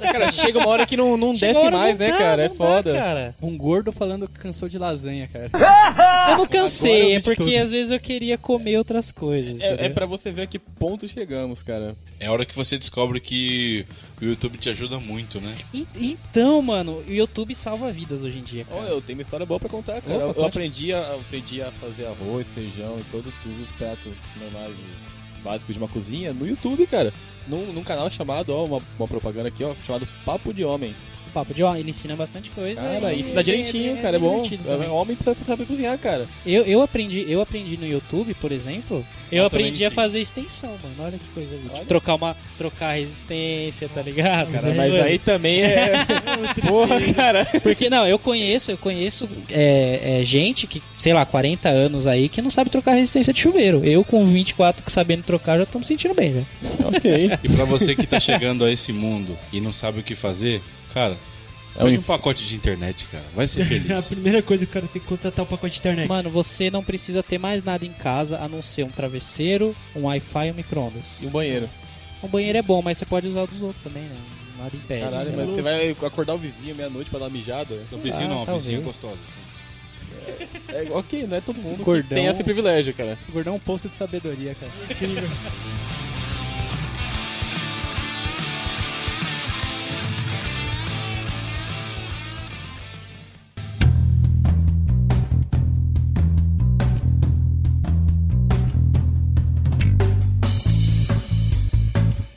Speaker 4: Cara, chega uma hora que não, não
Speaker 3: Chega
Speaker 4: desce
Speaker 3: uma hora
Speaker 4: mais,
Speaker 3: não
Speaker 4: né,
Speaker 3: dá,
Speaker 4: cara? É
Speaker 3: não dá,
Speaker 4: foda.
Speaker 3: cara.
Speaker 5: Um gordo falando que cansou de lasanha, cara.
Speaker 3: Eu não
Speaker 4: Ah, Agora eu vi
Speaker 3: cansei, é
Speaker 4: de
Speaker 3: porque
Speaker 4: tudo.
Speaker 3: às vezes eu queria comer outras coisas.
Speaker 4: É, é
Speaker 3: entendeu?
Speaker 4: pra você ver a que ponto chegamos, cara.
Speaker 2: É a hora que você descobre que o YouTube te ajuda muito, né?
Speaker 3: E- Então, mano, o YouTube salva vidas hoje em dia, cara.
Speaker 4: Olha, eu tenho uma história boa pra contar, cara.
Speaker 3: Opa,
Speaker 4: eu eu
Speaker 3: pode.
Speaker 4: aprendi a, aprendi a fazer arroz, feijão e todo- todos os pratos normais e básicos de uma cozinha no YouTube, cara. Num, num canal chamado, ó, uma, uma propaganda aqui, ó, chamado Papo de Homem.
Speaker 3: O papo de ó, ele ensina bastante coisa.
Speaker 4: Cara,
Speaker 3: e-
Speaker 4: ensina direitinho, cara,
Speaker 3: bem
Speaker 4: é bom.
Speaker 3: divertido
Speaker 4: É,
Speaker 3: também.
Speaker 4: homem precisa saber cozinhar, cara.
Speaker 3: Eu, eu aprendi, eu aprendi no YouTube, por exemplo, eu
Speaker 4: Eu também
Speaker 3: aprendi a
Speaker 4: sim.
Speaker 3: fazer extensão, mano. Olha que coisa útil.
Speaker 4: Olha.
Speaker 3: Trocar uma, trocar a resistência, tá ligado?
Speaker 4: Cara,
Speaker 3: Essas
Speaker 4: mas
Speaker 3: coisas.
Speaker 4: aí também é. Porra, cara.
Speaker 3: Porque não, eu conheço, eu conheço é, é, gente que, sei lá, 40 anos aí que não sabe trocar a resistência de chuveiro. Eu com 24 sabendo trocar já tô me sentindo bem, já.
Speaker 4: Ok.
Speaker 2: E pra você que tá chegando a esse mundo e não sabe o que fazer, cara,
Speaker 4: um
Speaker 2: pede um
Speaker 4: inf-
Speaker 2: pacote de internet, cara. Vai ser
Speaker 6: É A
Speaker 2: feliz.
Speaker 6: primeira coisa que o cara tem que contratar o pacote de
Speaker 4: É.
Speaker 6: internet.
Speaker 3: Mano, você não precisa ter mais nada em casa a não ser um travesseiro, um Wi-Fi e um micro-ondas.
Speaker 4: E um banheiro.
Speaker 3: Um banheiro é bom, mas você pode usar dos outros também, né? Nada impede.
Speaker 4: Caralho,
Speaker 3: né?
Speaker 4: mas você vai acordar o vizinho meia-noite pra dar uma mijada?
Speaker 2: Não, vizinho não,
Speaker 3: Ah,
Speaker 2: vizinho é
Speaker 3: talvez.
Speaker 2: gostosa. Assim.
Speaker 4: É, ok, não é todo mundo que
Speaker 5: cordão-
Speaker 4: tem esse privilégio, cara.
Speaker 5: Esse gordão é um poço de sabedoria, cara.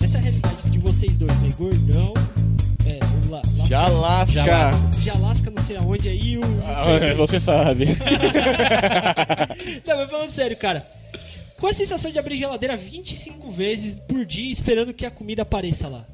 Speaker 6: Essa é realidade de vocês dois aí, gordão. É, vamos lá. Lasca,
Speaker 4: Já lasca.
Speaker 6: Já lasca não sei aonde aí o.
Speaker 4: Ah, você sabe.
Speaker 6: Não, mas falando sério, cara. Qual a sensação de abrir geladeira 25 vezes por dia esperando que a comida apareça lá?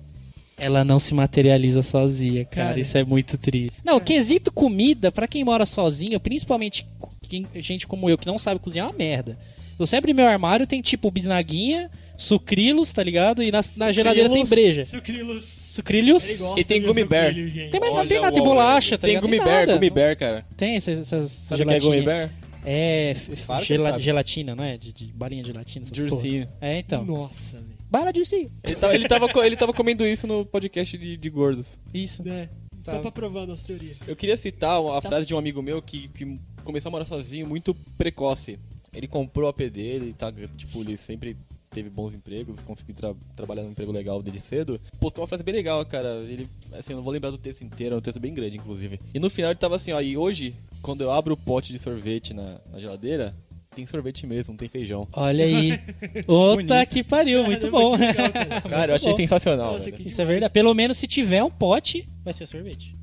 Speaker 3: Ela não se materializa sozinha, cara.
Speaker 6: Cara.
Speaker 3: Isso é muito triste. Não, quesito comida, pra quem mora sozinho, principalmente quem- gente como eu que não sabe cozinhar, é uma merda. Eu sempre meu armário tem tipo bisnaguinha, sucrilos, tá ligado? E na, na geladeira tem breja.
Speaker 6: Sucrilos.
Speaker 3: Sucrilhos.
Speaker 6: Ele gosta
Speaker 4: E tem
Speaker 6: de
Speaker 4: gummy
Speaker 6: sucrilho,
Speaker 4: bear.
Speaker 6: gente.
Speaker 3: Tem, mas não
Speaker 2: Olha
Speaker 3: tem nada de
Speaker 2: o
Speaker 3: bolacha, tá
Speaker 4: Tem
Speaker 3: ligado?
Speaker 4: Tá gummy bear,
Speaker 3: nada.
Speaker 4: gummy bear, cara.
Speaker 3: Tem essas, essas
Speaker 4: Sabe o que é gummy
Speaker 3: gelatinhas.
Speaker 4: bear?
Speaker 3: É, f- f-
Speaker 5: Claro que
Speaker 3: gela-
Speaker 5: sabe.
Speaker 3: gelatina, não é? De, de balinha de gelatina. essas porra.
Speaker 4: Ursinho.
Speaker 3: É, então.
Speaker 6: Nossa, velho.
Speaker 3: Bala de ursinho.
Speaker 4: Ele tava, Tipo, ele, tava, co- ele tava comendo isso no podcast de, de gordos.
Speaker 3: Isso. Tá.
Speaker 6: É, só pra provar a nossa teoria.
Speaker 4: Eu queria citar uma frase de um amigo meu que, que começou a morar sozinho muito precoce. Ele comprou o AP dele, tá, tipo, ele sempre teve bons empregos, conseguiu tra- trabalhar num emprego legal desde cedo. Postou uma frase bem legal, cara. Ele, assim, eu não vou lembrar do texto inteiro, é um texto bem grande, inclusive. E no final ele tava assim, ó, e hoje, quando eu abro o pote de sorvete na, na geladeira, tem sorvete mesmo, não tem feijão.
Speaker 3: Olha aí. Puta que pariu, Tá
Speaker 4: É
Speaker 3: muito
Speaker 6: Caramba,
Speaker 3: bom.
Speaker 6: que legal, cara.
Speaker 4: Cara, eu achei
Speaker 3: bom.
Speaker 4: sensacional.
Speaker 6: Nossa,
Speaker 4: velho.
Speaker 6: que
Speaker 3: Isso é
Speaker 6: demais.
Speaker 3: verdade. Pelo menos se tiver um pote, vai ser sorvete.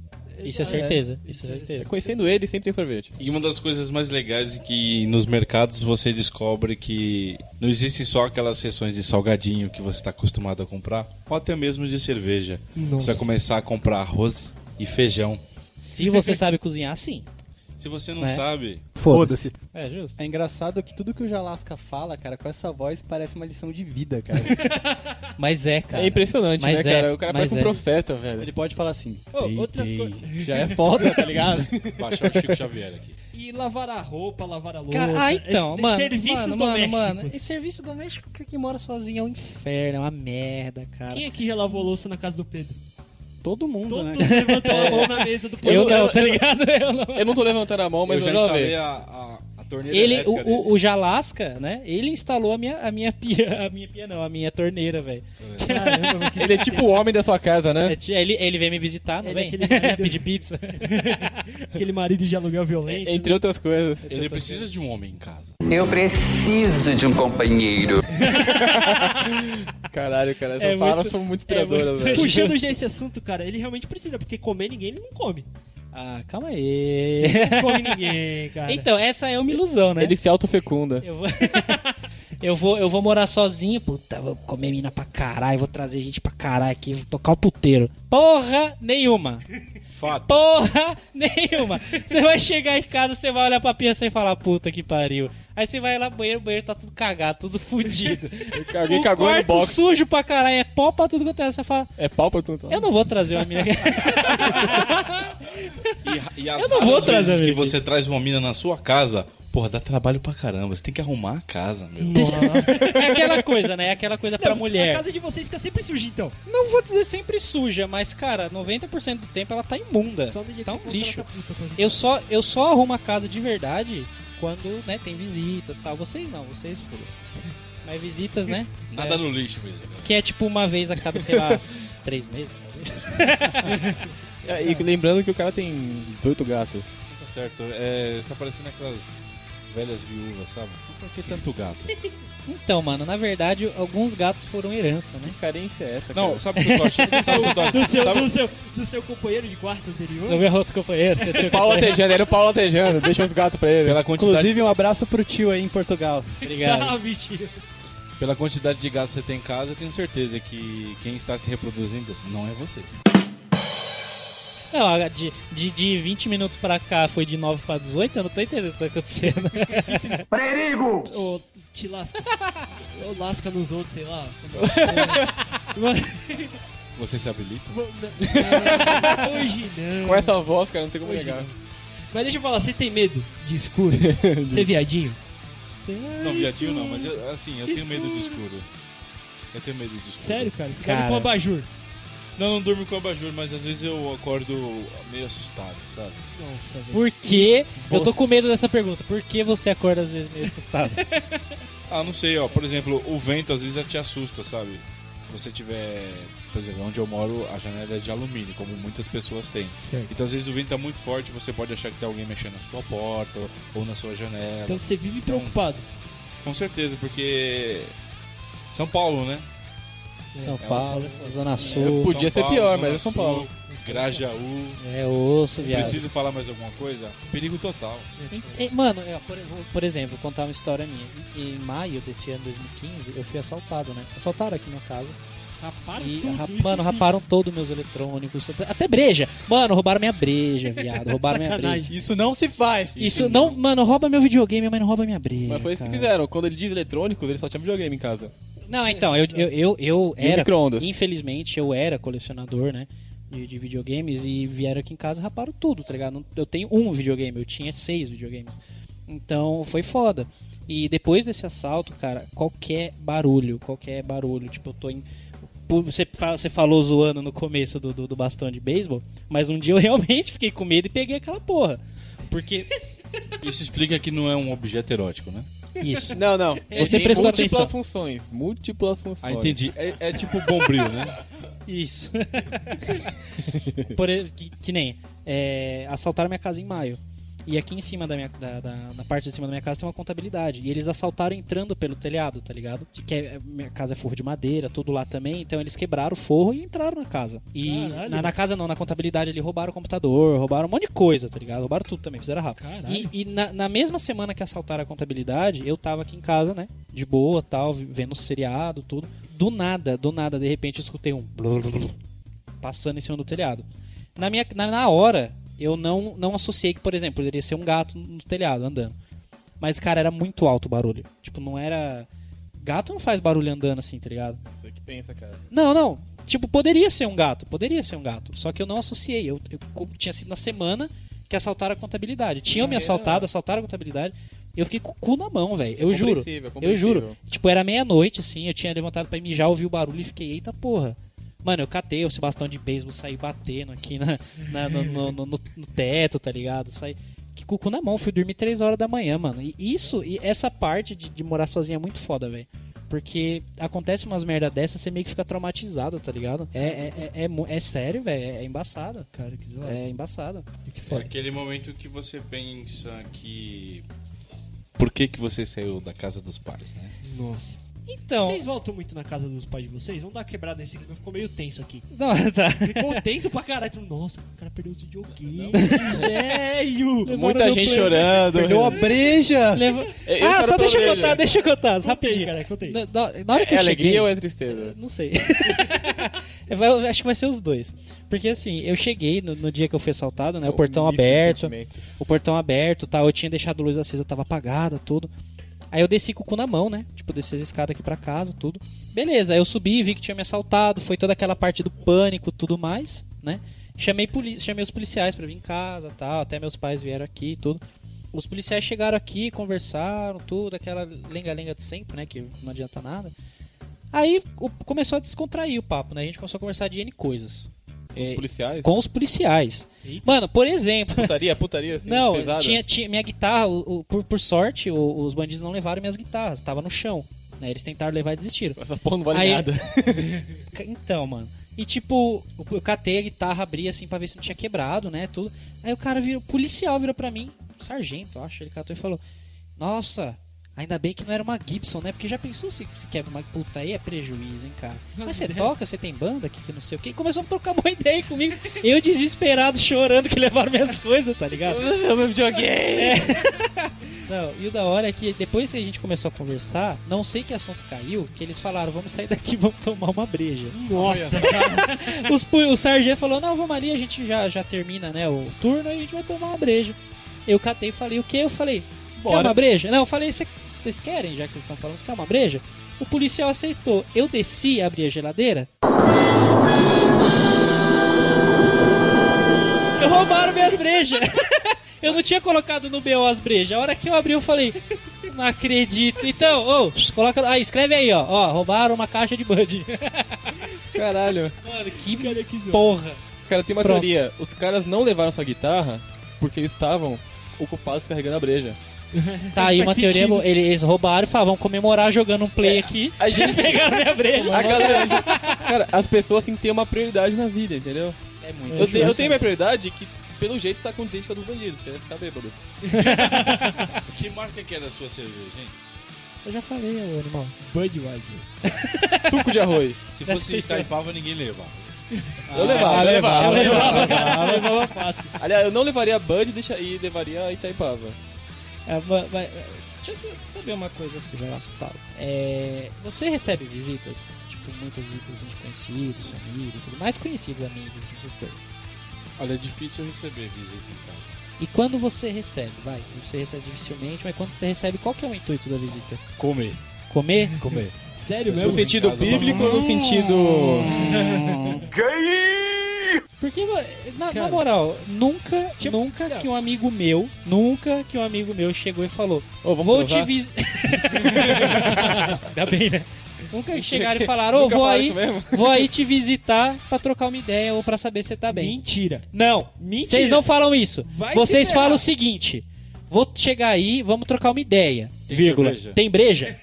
Speaker 3: Isso é certeza. Isso é certeza.
Speaker 4: Conhecendo ele, sempre tem sorvete. É
Speaker 2: E uma das coisas mais legais é que nos mercados você descobre que não existe só aquelas seções de salgadinho que você está acostumado a comprar, ou até mesmo de cerveja. Você vai começar a comprar arroz e feijão.
Speaker 3: Se você sabe cozinhar, assim. sim.
Speaker 2: Se você não
Speaker 3: Né?
Speaker 2: sabe,
Speaker 5: Foda-se.
Speaker 3: É justo.
Speaker 5: É engraçado que tudo que o Jalasca fala, cara, com essa voz parece uma lição de vida, cara.
Speaker 3: Mas é, cara.
Speaker 4: é impressionante,
Speaker 3: mas
Speaker 4: né,
Speaker 3: é,
Speaker 4: cara? O cara
Speaker 3: mas
Speaker 4: parece um
Speaker 3: é.
Speaker 4: profeta, velho.
Speaker 5: Ele pode falar assim,
Speaker 6: Ô,
Speaker 5: "Tei,
Speaker 6: outra
Speaker 5: tei".
Speaker 6: coisa.
Speaker 5: já é foda, tá ligado?
Speaker 2: baixar o Chico Xavier aqui.
Speaker 6: E lavar a roupa, lavar a louça.
Speaker 3: Cara, ah, então,
Speaker 6: esse-
Speaker 3: mano.
Speaker 6: É Serviços
Speaker 3: mano, mano,
Speaker 6: domésticos.
Speaker 3: mano. E serviço doméstico que quem mora sozinho é um inferno, é uma merda, cara.
Speaker 6: Quem aqui já lavou a louça na casa do Pedro?
Speaker 5: Todo mundo, né?
Speaker 6: Todos levantaram a mão na mesa do Pedro.
Speaker 3: Eu não, tá ligado? Eu não.
Speaker 4: Eu não tô levantando a mão, mas
Speaker 2: eu já
Speaker 4: vou ver.
Speaker 2: instalei a, a, a torneira
Speaker 3: Ele,
Speaker 2: elétrica
Speaker 3: o,
Speaker 2: dele.
Speaker 3: o, o Jalasca, né? Ele instalou a minha, a minha pia, a minha pia não, a minha torneira, velho.
Speaker 4: Ele é tipo o homem da sua casa, né?
Speaker 3: É, ti- Ele, ele veio me visitar, não
Speaker 6: Ele é
Speaker 3: vem?
Speaker 6: aquele marido-
Speaker 3: Pedir pizza. É,
Speaker 6: Aquele marido de aluguel violento.
Speaker 4: Entre outras coisas.
Speaker 2: Ele precisa de um homem em casa.
Speaker 11: Eu preciso de um companheiro.
Speaker 4: Caralho, cara, essas
Speaker 3: É muito-
Speaker 4: palavras são tipo- muito inspiradoras,
Speaker 3: é muito-
Speaker 4: velho.
Speaker 6: Puxando já esse assunto, cara, ele realmente precisa, porque comer ninguém ele não come.
Speaker 3: Ah, calma aí.
Speaker 6: Não come ninguém, cara.
Speaker 3: Então, essa é uma ilusão, né?
Speaker 4: Ele se autofecunda.
Speaker 3: Eu, vou... eu, vou, eu vou morar sozinho, puta, vou comer mina pra caralho, vou trazer gente pra caralho aqui, vou tocar o puteiro. Porra nenhuma.
Speaker 2: Fato.
Speaker 3: Porra nenhuma. Você vai chegar em casa, você vai olhar pra pia e falar, puta que pariu. Aí você vai lá no banheiro, o banheiro tá tudo cagado, tudo fudido.
Speaker 4: Alguém
Speaker 3: o
Speaker 4: cagou no
Speaker 3: quarto
Speaker 4: box.
Speaker 3: sujo pra caralho, é pó pra tudo quanto é. Você fala,
Speaker 4: É pau pra tudo.
Speaker 3: eu não vou trazer uma mina aqui.
Speaker 2: E, e as
Speaker 3: Eu não vou
Speaker 2: raras
Speaker 3: trazer
Speaker 2: vezes que
Speaker 3: aqui.
Speaker 2: você traz uma mina na sua casa, porra, dá trabalho pra caramba. Você tem que arrumar a casa, meu.
Speaker 3: Hum, É aquela coisa, né? É aquela coisa pra mulher.
Speaker 6: A casa de vocês fica sempre suja, então.
Speaker 3: Não vou dizer sempre suja, mas, cara, 90% do tempo ela tá imunda.
Speaker 6: Só no dia que
Speaker 3: tá
Speaker 6: você
Speaker 3: um
Speaker 6: conta, ela
Speaker 3: lixo.
Speaker 6: tá puta pra mim.
Speaker 3: Eu só, eu só arrumo a casa de verdade quando, né, tem visitas e tal. Vocês não, vocês foram. Mas visitas, né?
Speaker 2: Nada
Speaker 3: É.
Speaker 2: no lixo mesmo. né?
Speaker 3: Que é tipo uma vez a cada, sei lá, s- três meses. talvez.
Speaker 4: É, e lembrando que o cara tem 18 gatos.
Speaker 2: Tá certo. É, você tá parecendo aquelas velhas viúvas, sabe? Por que tanto gato?
Speaker 3: Então, mano, na verdade, alguns gatos foram herança, né?
Speaker 4: Que carência é essa,
Speaker 2: Não, sabe o que eu tô achando? Sabe o que eu tô achando?
Speaker 6: Do seu,
Speaker 2: Sabe-
Speaker 6: do seu, do seu companheiro de quarto anterior.
Speaker 3: Do meu outro companheiro. seu tio
Speaker 4: Paulo
Speaker 3: companheiro.
Speaker 4: Atejano, era o Paulo Atejano, deixa os gatos pra ele.
Speaker 2: Pela quantidade,
Speaker 5: Inclusive, um abraço pro tio aí em Portugal.
Speaker 3: Obrigado.
Speaker 6: Sabe, tio.
Speaker 2: pela quantidade de gatos que você tem em casa, eu tenho certeza que quem está se reproduzindo não é você.
Speaker 3: Não, a- de, de, de 20 minutos pra cá foi de 9 pra 18, eu não tô entendendo o que tá acontecendo.
Speaker 8: Perigo!
Speaker 6: Ou te lasca. Ou lasca nos outros, sei lá.
Speaker 2: Você se habilita?
Speaker 6: Hoje não.
Speaker 4: Com essa voz, cara, não tem como
Speaker 6: Hoje
Speaker 4: negar.
Speaker 6: não. Mas deixa eu falar, você tem medo de escuro? Você é viadinho? Você-
Speaker 2: Não,
Speaker 6: Ah,
Speaker 2: viadinho não, mas
Speaker 6: escuro.
Speaker 2: eu- assim, eu tenho medo de escuro. Eu tenho medo de escuro.
Speaker 6: Sério, cara? Você
Speaker 3: Cara.
Speaker 6: dorme com abajur?
Speaker 2: Não, não durmo com abajur, mas às vezes eu acordo meio assustado, sabe?
Speaker 6: Nossa, velho.
Speaker 3: Por que? Eu tô
Speaker 6: Você-
Speaker 3: com medo dessa pergunta. Por que você acorda às vezes meio assustado?
Speaker 2: Ah, não sei, ó. Por exemplo, o vento às vezes já te assusta, sabe? Se você tiver. Por exemplo, onde eu moro, a janela é de alumínio, como muitas pessoas têm.
Speaker 6: Certo.
Speaker 2: Então, às vezes o vento tá muito forte, você pode achar que tem alguém mexendo na sua porta ou- ou na sua janela.
Speaker 6: Então você vive preocupado.
Speaker 2: Com certeza, porque. São Paulo, né?
Speaker 3: São
Speaker 6: São
Speaker 3: Paulo,
Speaker 6: Paulo é foda.
Speaker 3: Zona
Speaker 4: Eu
Speaker 3: Sul.
Speaker 4: podia ser pior, mas é São
Speaker 2: Sul,
Speaker 4: Paulo.
Speaker 2: Grajaú.
Speaker 3: É osso, viado.
Speaker 2: Preciso falar mais alguma coisa? Perigo total.
Speaker 3: E- Mano, eu, por, vou- por exemplo, vou contar uma história minha. Em em maio desse ano 2015, eu fui assaltado, né? Assaltaram aqui minha casa.
Speaker 6: Rapaz,
Speaker 3: E,
Speaker 6: tudo
Speaker 3: rap-
Speaker 6: isso assim.
Speaker 3: mano,
Speaker 6: sim.
Speaker 3: raparam todos meus eletrônicos. até- Até breja. Mano, roubaram minha breja, viado. Roubaram minha breja.
Speaker 6: Sacanagem.
Speaker 5: Isso não se faz.
Speaker 3: Isso, não, mano, rouba meu videogame, mas não rouba minha breja.
Speaker 4: Mas foi isso que
Speaker 3: cara.
Speaker 4: fizeram. Quando ele diz eletrônicos, ele só tinha videogame em casa.
Speaker 3: Não, então, eu, eu, eu, eu
Speaker 4: E o
Speaker 3: era.
Speaker 4: micro-ondas.
Speaker 3: Infelizmente, eu era colecionador, né? De, de videogames e vieram aqui em casa e raparam tudo, tá ligado? Não- Eu tenho um videogame, eu tinha seis videogames. Então foi foda. E depois desse assalto, cara, qualquer barulho, qualquer barulho, tipo, eu tô em. pu- Você, fa- você falou zoando no começo do, do, do bastão de beisebol, mas um dia eu realmente fiquei com medo e peguei aquela porra. Porque.
Speaker 2: Isso explica que não é um objeto erótico, né?
Speaker 3: Isso.
Speaker 4: Não, não.
Speaker 3: Você prestou
Speaker 4: múltiplas
Speaker 3: atenção.
Speaker 4: funções. Múltiplas
Speaker 2: Ah,
Speaker 4: funções.
Speaker 2: entendi. É, é tipo bombril, né?
Speaker 3: Isso. Por e- que, que nem é, assaltaram minha casa em maio. E aqui em cima da minha. Da, da- na parte de cima da minha casa tem uma contabilidade. E eles assaltaram entrando pelo telhado, tá ligado? Que é, minha casa é forro de madeira, tudo lá também. Então eles quebraram o forro e entraram na casa. E
Speaker 6: Caralho.
Speaker 3: na, na casa não, na contabilidade ali roubaram o computador, roubaram um monte de coisa, tá ligado? Roubaram tudo também, fizeram rápido.
Speaker 6: Caralho.
Speaker 3: E, e na, na mesma semana que assaltaram a contabilidade, eu tava aqui em casa, né? De boa, tal, vi- vendo seriado, tudo. Do nada, do nada, de repente eu escutei um passando em cima do telhado. Na, minha, na, na hora, eu não, não associei que, por exemplo, poderia ser um gato no telhado andando. Mas, cara, era muito alto o barulho. Tipo, não era. Gato não faz barulho andando assim, tá ligado?
Speaker 4: Você é que pensa, cara.
Speaker 3: Não, não. Tipo, poderia ser um gato, poderia ser um gato. Só que eu não associei. Eu, eu co- tinha sido na semana que assaltaram a contabilidade. Tinham me assaltado, assaltaram a contabilidade. Eu fiquei com o cu na mão, velho. Eu juro.
Speaker 4: É compreensível,
Speaker 3: Eu juro.
Speaker 4: compreensível.
Speaker 3: Tipo, era meia-noite, assim. Eu tinha levantado pra mijar, ouvi o barulho e fiquei, eita porra. Mano, eu catei o Sebastião de beisebol, saí batendo aqui na, na- no, no- no- no- no teto, tá ligado? Saí. Que cucu na mão, fui dormir três horas da manhã, mano. E isso, e essa parte de, de morar sozinha é muito foda, velho. Porque acontece umas merda dessa, você meio que fica traumatizado, tá ligado? É, é, é, é mu- é sério, velho. É embaçado.
Speaker 6: Cara, que zoado.
Speaker 3: É embaçado.
Speaker 6: Que
Speaker 2: É
Speaker 6: foda.
Speaker 2: aquele momento que você pensa que. Por que, que você saiu da casa dos pais, né?
Speaker 6: Nossa.
Speaker 3: Então.
Speaker 6: Vocês voltam muito na casa dos pais de vocês? Vamos dar uma quebrada nesse clima, ficou meio tenso aqui.
Speaker 3: Não, tá.
Speaker 6: Ficou tenso pra caralho. Nossa, o cara perdeu os videogames. Velho!
Speaker 4: Muita gente chorando.
Speaker 5: Perdeu a breja.
Speaker 3: Leva-
Speaker 4: Eu- eu
Speaker 3: ah,
Speaker 4: quero
Speaker 3: só deixa eu
Speaker 4: planejar.
Speaker 3: contar, deixa eu contar,
Speaker 6: Contei,
Speaker 3: rapidinho.
Speaker 6: cara, contei.
Speaker 3: Na, na- na hora que
Speaker 4: É
Speaker 3: eu cheguei,
Speaker 4: alegria ou é tristeza?
Speaker 3: não sei. É, vai- eu acho que vai ser os dois. Porque assim, eu cheguei no, no dia que eu fui assaltado, né? O portão
Speaker 4: Misto de
Speaker 3: aberto,
Speaker 4: sentimentos.
Speaker 3: o portão aberto, tal. Eu tinha deixado a luz acesa, tava apagada, tudo. Aí eu desci com o cu na mão, né? Tipo, desci as escadas aqui pra casa, tudo. Beleza, aí eu subi, vi que tinha me assaltado, foi toda aquela parte do pânico, tudo mais, né? Chamei, poli- chamei os policiais pra vir em casa, tal. Até meus pais vieram aqui, tudo.
Speaker 6: O
Speaker 3: Os policiais chegaram aqui, conversaram, tudo, aquela lenga-lenga de sempre, né? Que não adianta nada. Aí o- começou a descontrair o papo, né? A gente começou a conversar de N coisas.
Speaker 4: Os policiais?
Speaker 3: Com os policiais. Mano, por exemplo.
Speaker 4: Putaria, putaria, assim,
Speaker 3: não,
Speaker 4: pesada.
Speaker 3: tinha, tinha minha guitarra, o- o- por, por sorte, o- os bandidos não levaram minhas guitarras, tava no chão. Né? Eles tentaram levar e desistiram.
Speaker 4: Essa porra não vale nada.
Speaker 3: então, mano. E tipo, eu- eu catei a guitarra, abri assim pra ver se não tinha quebrado, né? Tudo. Aí o cara virou, o policial virou pra mim, sargento, eu acho, ele catou e falou: Nossa, ainda bem que não era uma Gibson, né? Porque já pensou se, se quebra uma puta aí é prejuízo, hein, cara? Mas você toca, você tem banda aqui que não sei o que. Começou a trocar uma ideia comigo. Eu desesperado, chorando que levaram minhas coisas, tá ligado?
Speaker 4: Eu me videogame!
Speaker 3: É. Não, e o da hora é que depois que a gente começou a conversar, não sei que assunto caiu, que eles falaram, vamos sair daqui, vamos tomar uma breja.
Speaker 6: Nossa.
Speaker 3: Os pu- o sargento falou, não, vamos ali, a gente já, já termina, né, o turno e a gente vai tomar uma breja. Eu catei e falei, o quê? Eu falei,
Speaker 4: Bora.
Speaker 3: quer uma breja? Não, eu falei, "Cê- vocês querem, já que vocês estão falando, quer uma breja? O policial aceitou. Eu desci, abri a geladeira, roubaram minhas brejas. Eu não tinha colocado no BO as brejas. A hora que eu abri, eu falei, não acredito. Então, ô, coloca. Ah, escreve aí, ó. Ó, roubaram uma caixa de Bud.
Speaker 4: Caralho.
Speaker 3: Mano, que porra.
Speaker 4: Cara, tem uma
Speaker 3: Pronto.
Speaker 4: teoria. Os caras não levaram sua guitarra porque eles estavam ocupados carregando a breja.
Speaker 3: Tá aí uma
Speaker 4: Faz
Speaker 3: teoria.
Speaker 4: sentido.
Speaker 3: bo- ele- Eles roubaram e falaram, vamos comemorar jogando um play aqui.
Speaker 4: A gente...
Speaker 3: Pegaram minha breja.
Speaker 4: A galera- a gente- Cara, as pessoas têm que ter uma prioridade na vida, entendeu? É
Speaker 3: muito
Speaker 4: Eu, tenho- eu
Speaker 3: difícil,
Speaker 4: tenho
Speaker 3: né?
Speaker 4: minha prioridade que, pelo jeito, tá condizente com a dos bandidos, que é ficar bêbado.
Speaker 3: Ah.
Speaker 2: Que marca que é da sua cerveja, hein?
Speaker 3: Eu já falei, ô animal.
Speaker 6: Budweiser.
Speaker 4: Suco de arroz.
Speaker 2: Se
Speaker 3: Dessa
Speaker 2: fosse
Speaker 3: pessoa.
Speaker 2: Itaipava, ninguém levava.
Speaker 3: Ah,
Speaker 2: é
Speaker 4: Eu levava, eu
Speaker 3: É
Speaker 4: levava, eu levava.
Speaker 3: levava. Levava fácil.
Speaker 4: Aliás, eu não levaria Bud deixa, e levaria Itaipava.
Speaker 3: É, ma- ma- deixa eu saber uma coisa assim, Velasco Paulo. É, você recebe visitas, tipo, muitas visitas assim, de conhecidos, família, e tudo mais conhecidos amigos, essas coisas.
Speaker 2: Olha, é difícil eu receber visita em casa.
Speaker 3: E quando você recebe, vai, você recebe dificilmente, mas quando você recebe, qual que é o intuito da visita?
Speaker 2: Comer.
Speaker 3: Comer?
Speaker 2: Comer.
Speaker 6: Sério
Speaker 4: No
Speaker 6: mesmo?
Speaker 4: sentido bíblico ou no sentido.
Speaker 2: Hum.
Speaker 3: Porque, na, na
Speaker 6: Cara.
Speaker 3: moral, nunca, nunca que um amigo meu, nunca que um amigo meu chegou e falou,
Speaker 4: Ô, vamos
Speaker 3: vou te
Speaker 4: provar?"
Speaker 3: visitar. Ainda bem, né? Nunca
Speaker 4: Mentira,
Speaker 3: chegaram
Speaker 4: que-
Speaker 3: e falaram, ô,
Speaker 4: nunca
Speaker 3: vou
Speaker 4: falaram
Speaker 3: aí,
Speaker 4: isso mesmo?
Speaker 3: vou aí te visitar pra trocar uma ideia ou pra saber se você tá bem.
Speaker 6: Mentira.
Speaker 3: Não,
Speaker 6: Mentira.
Speaker 3: vocês não falam isso.
Speaker 6: Vai
Speaker 3: vocês
Speaker 6: se ferrar.
Speaker 3: falam o seguinte: vou chegar aí, vamos trocar uma ideia.
Speaker 2: Tem
Speaker 3: vírgula.
Speaker 2: cerveja?
Speaker 3: Tem breja?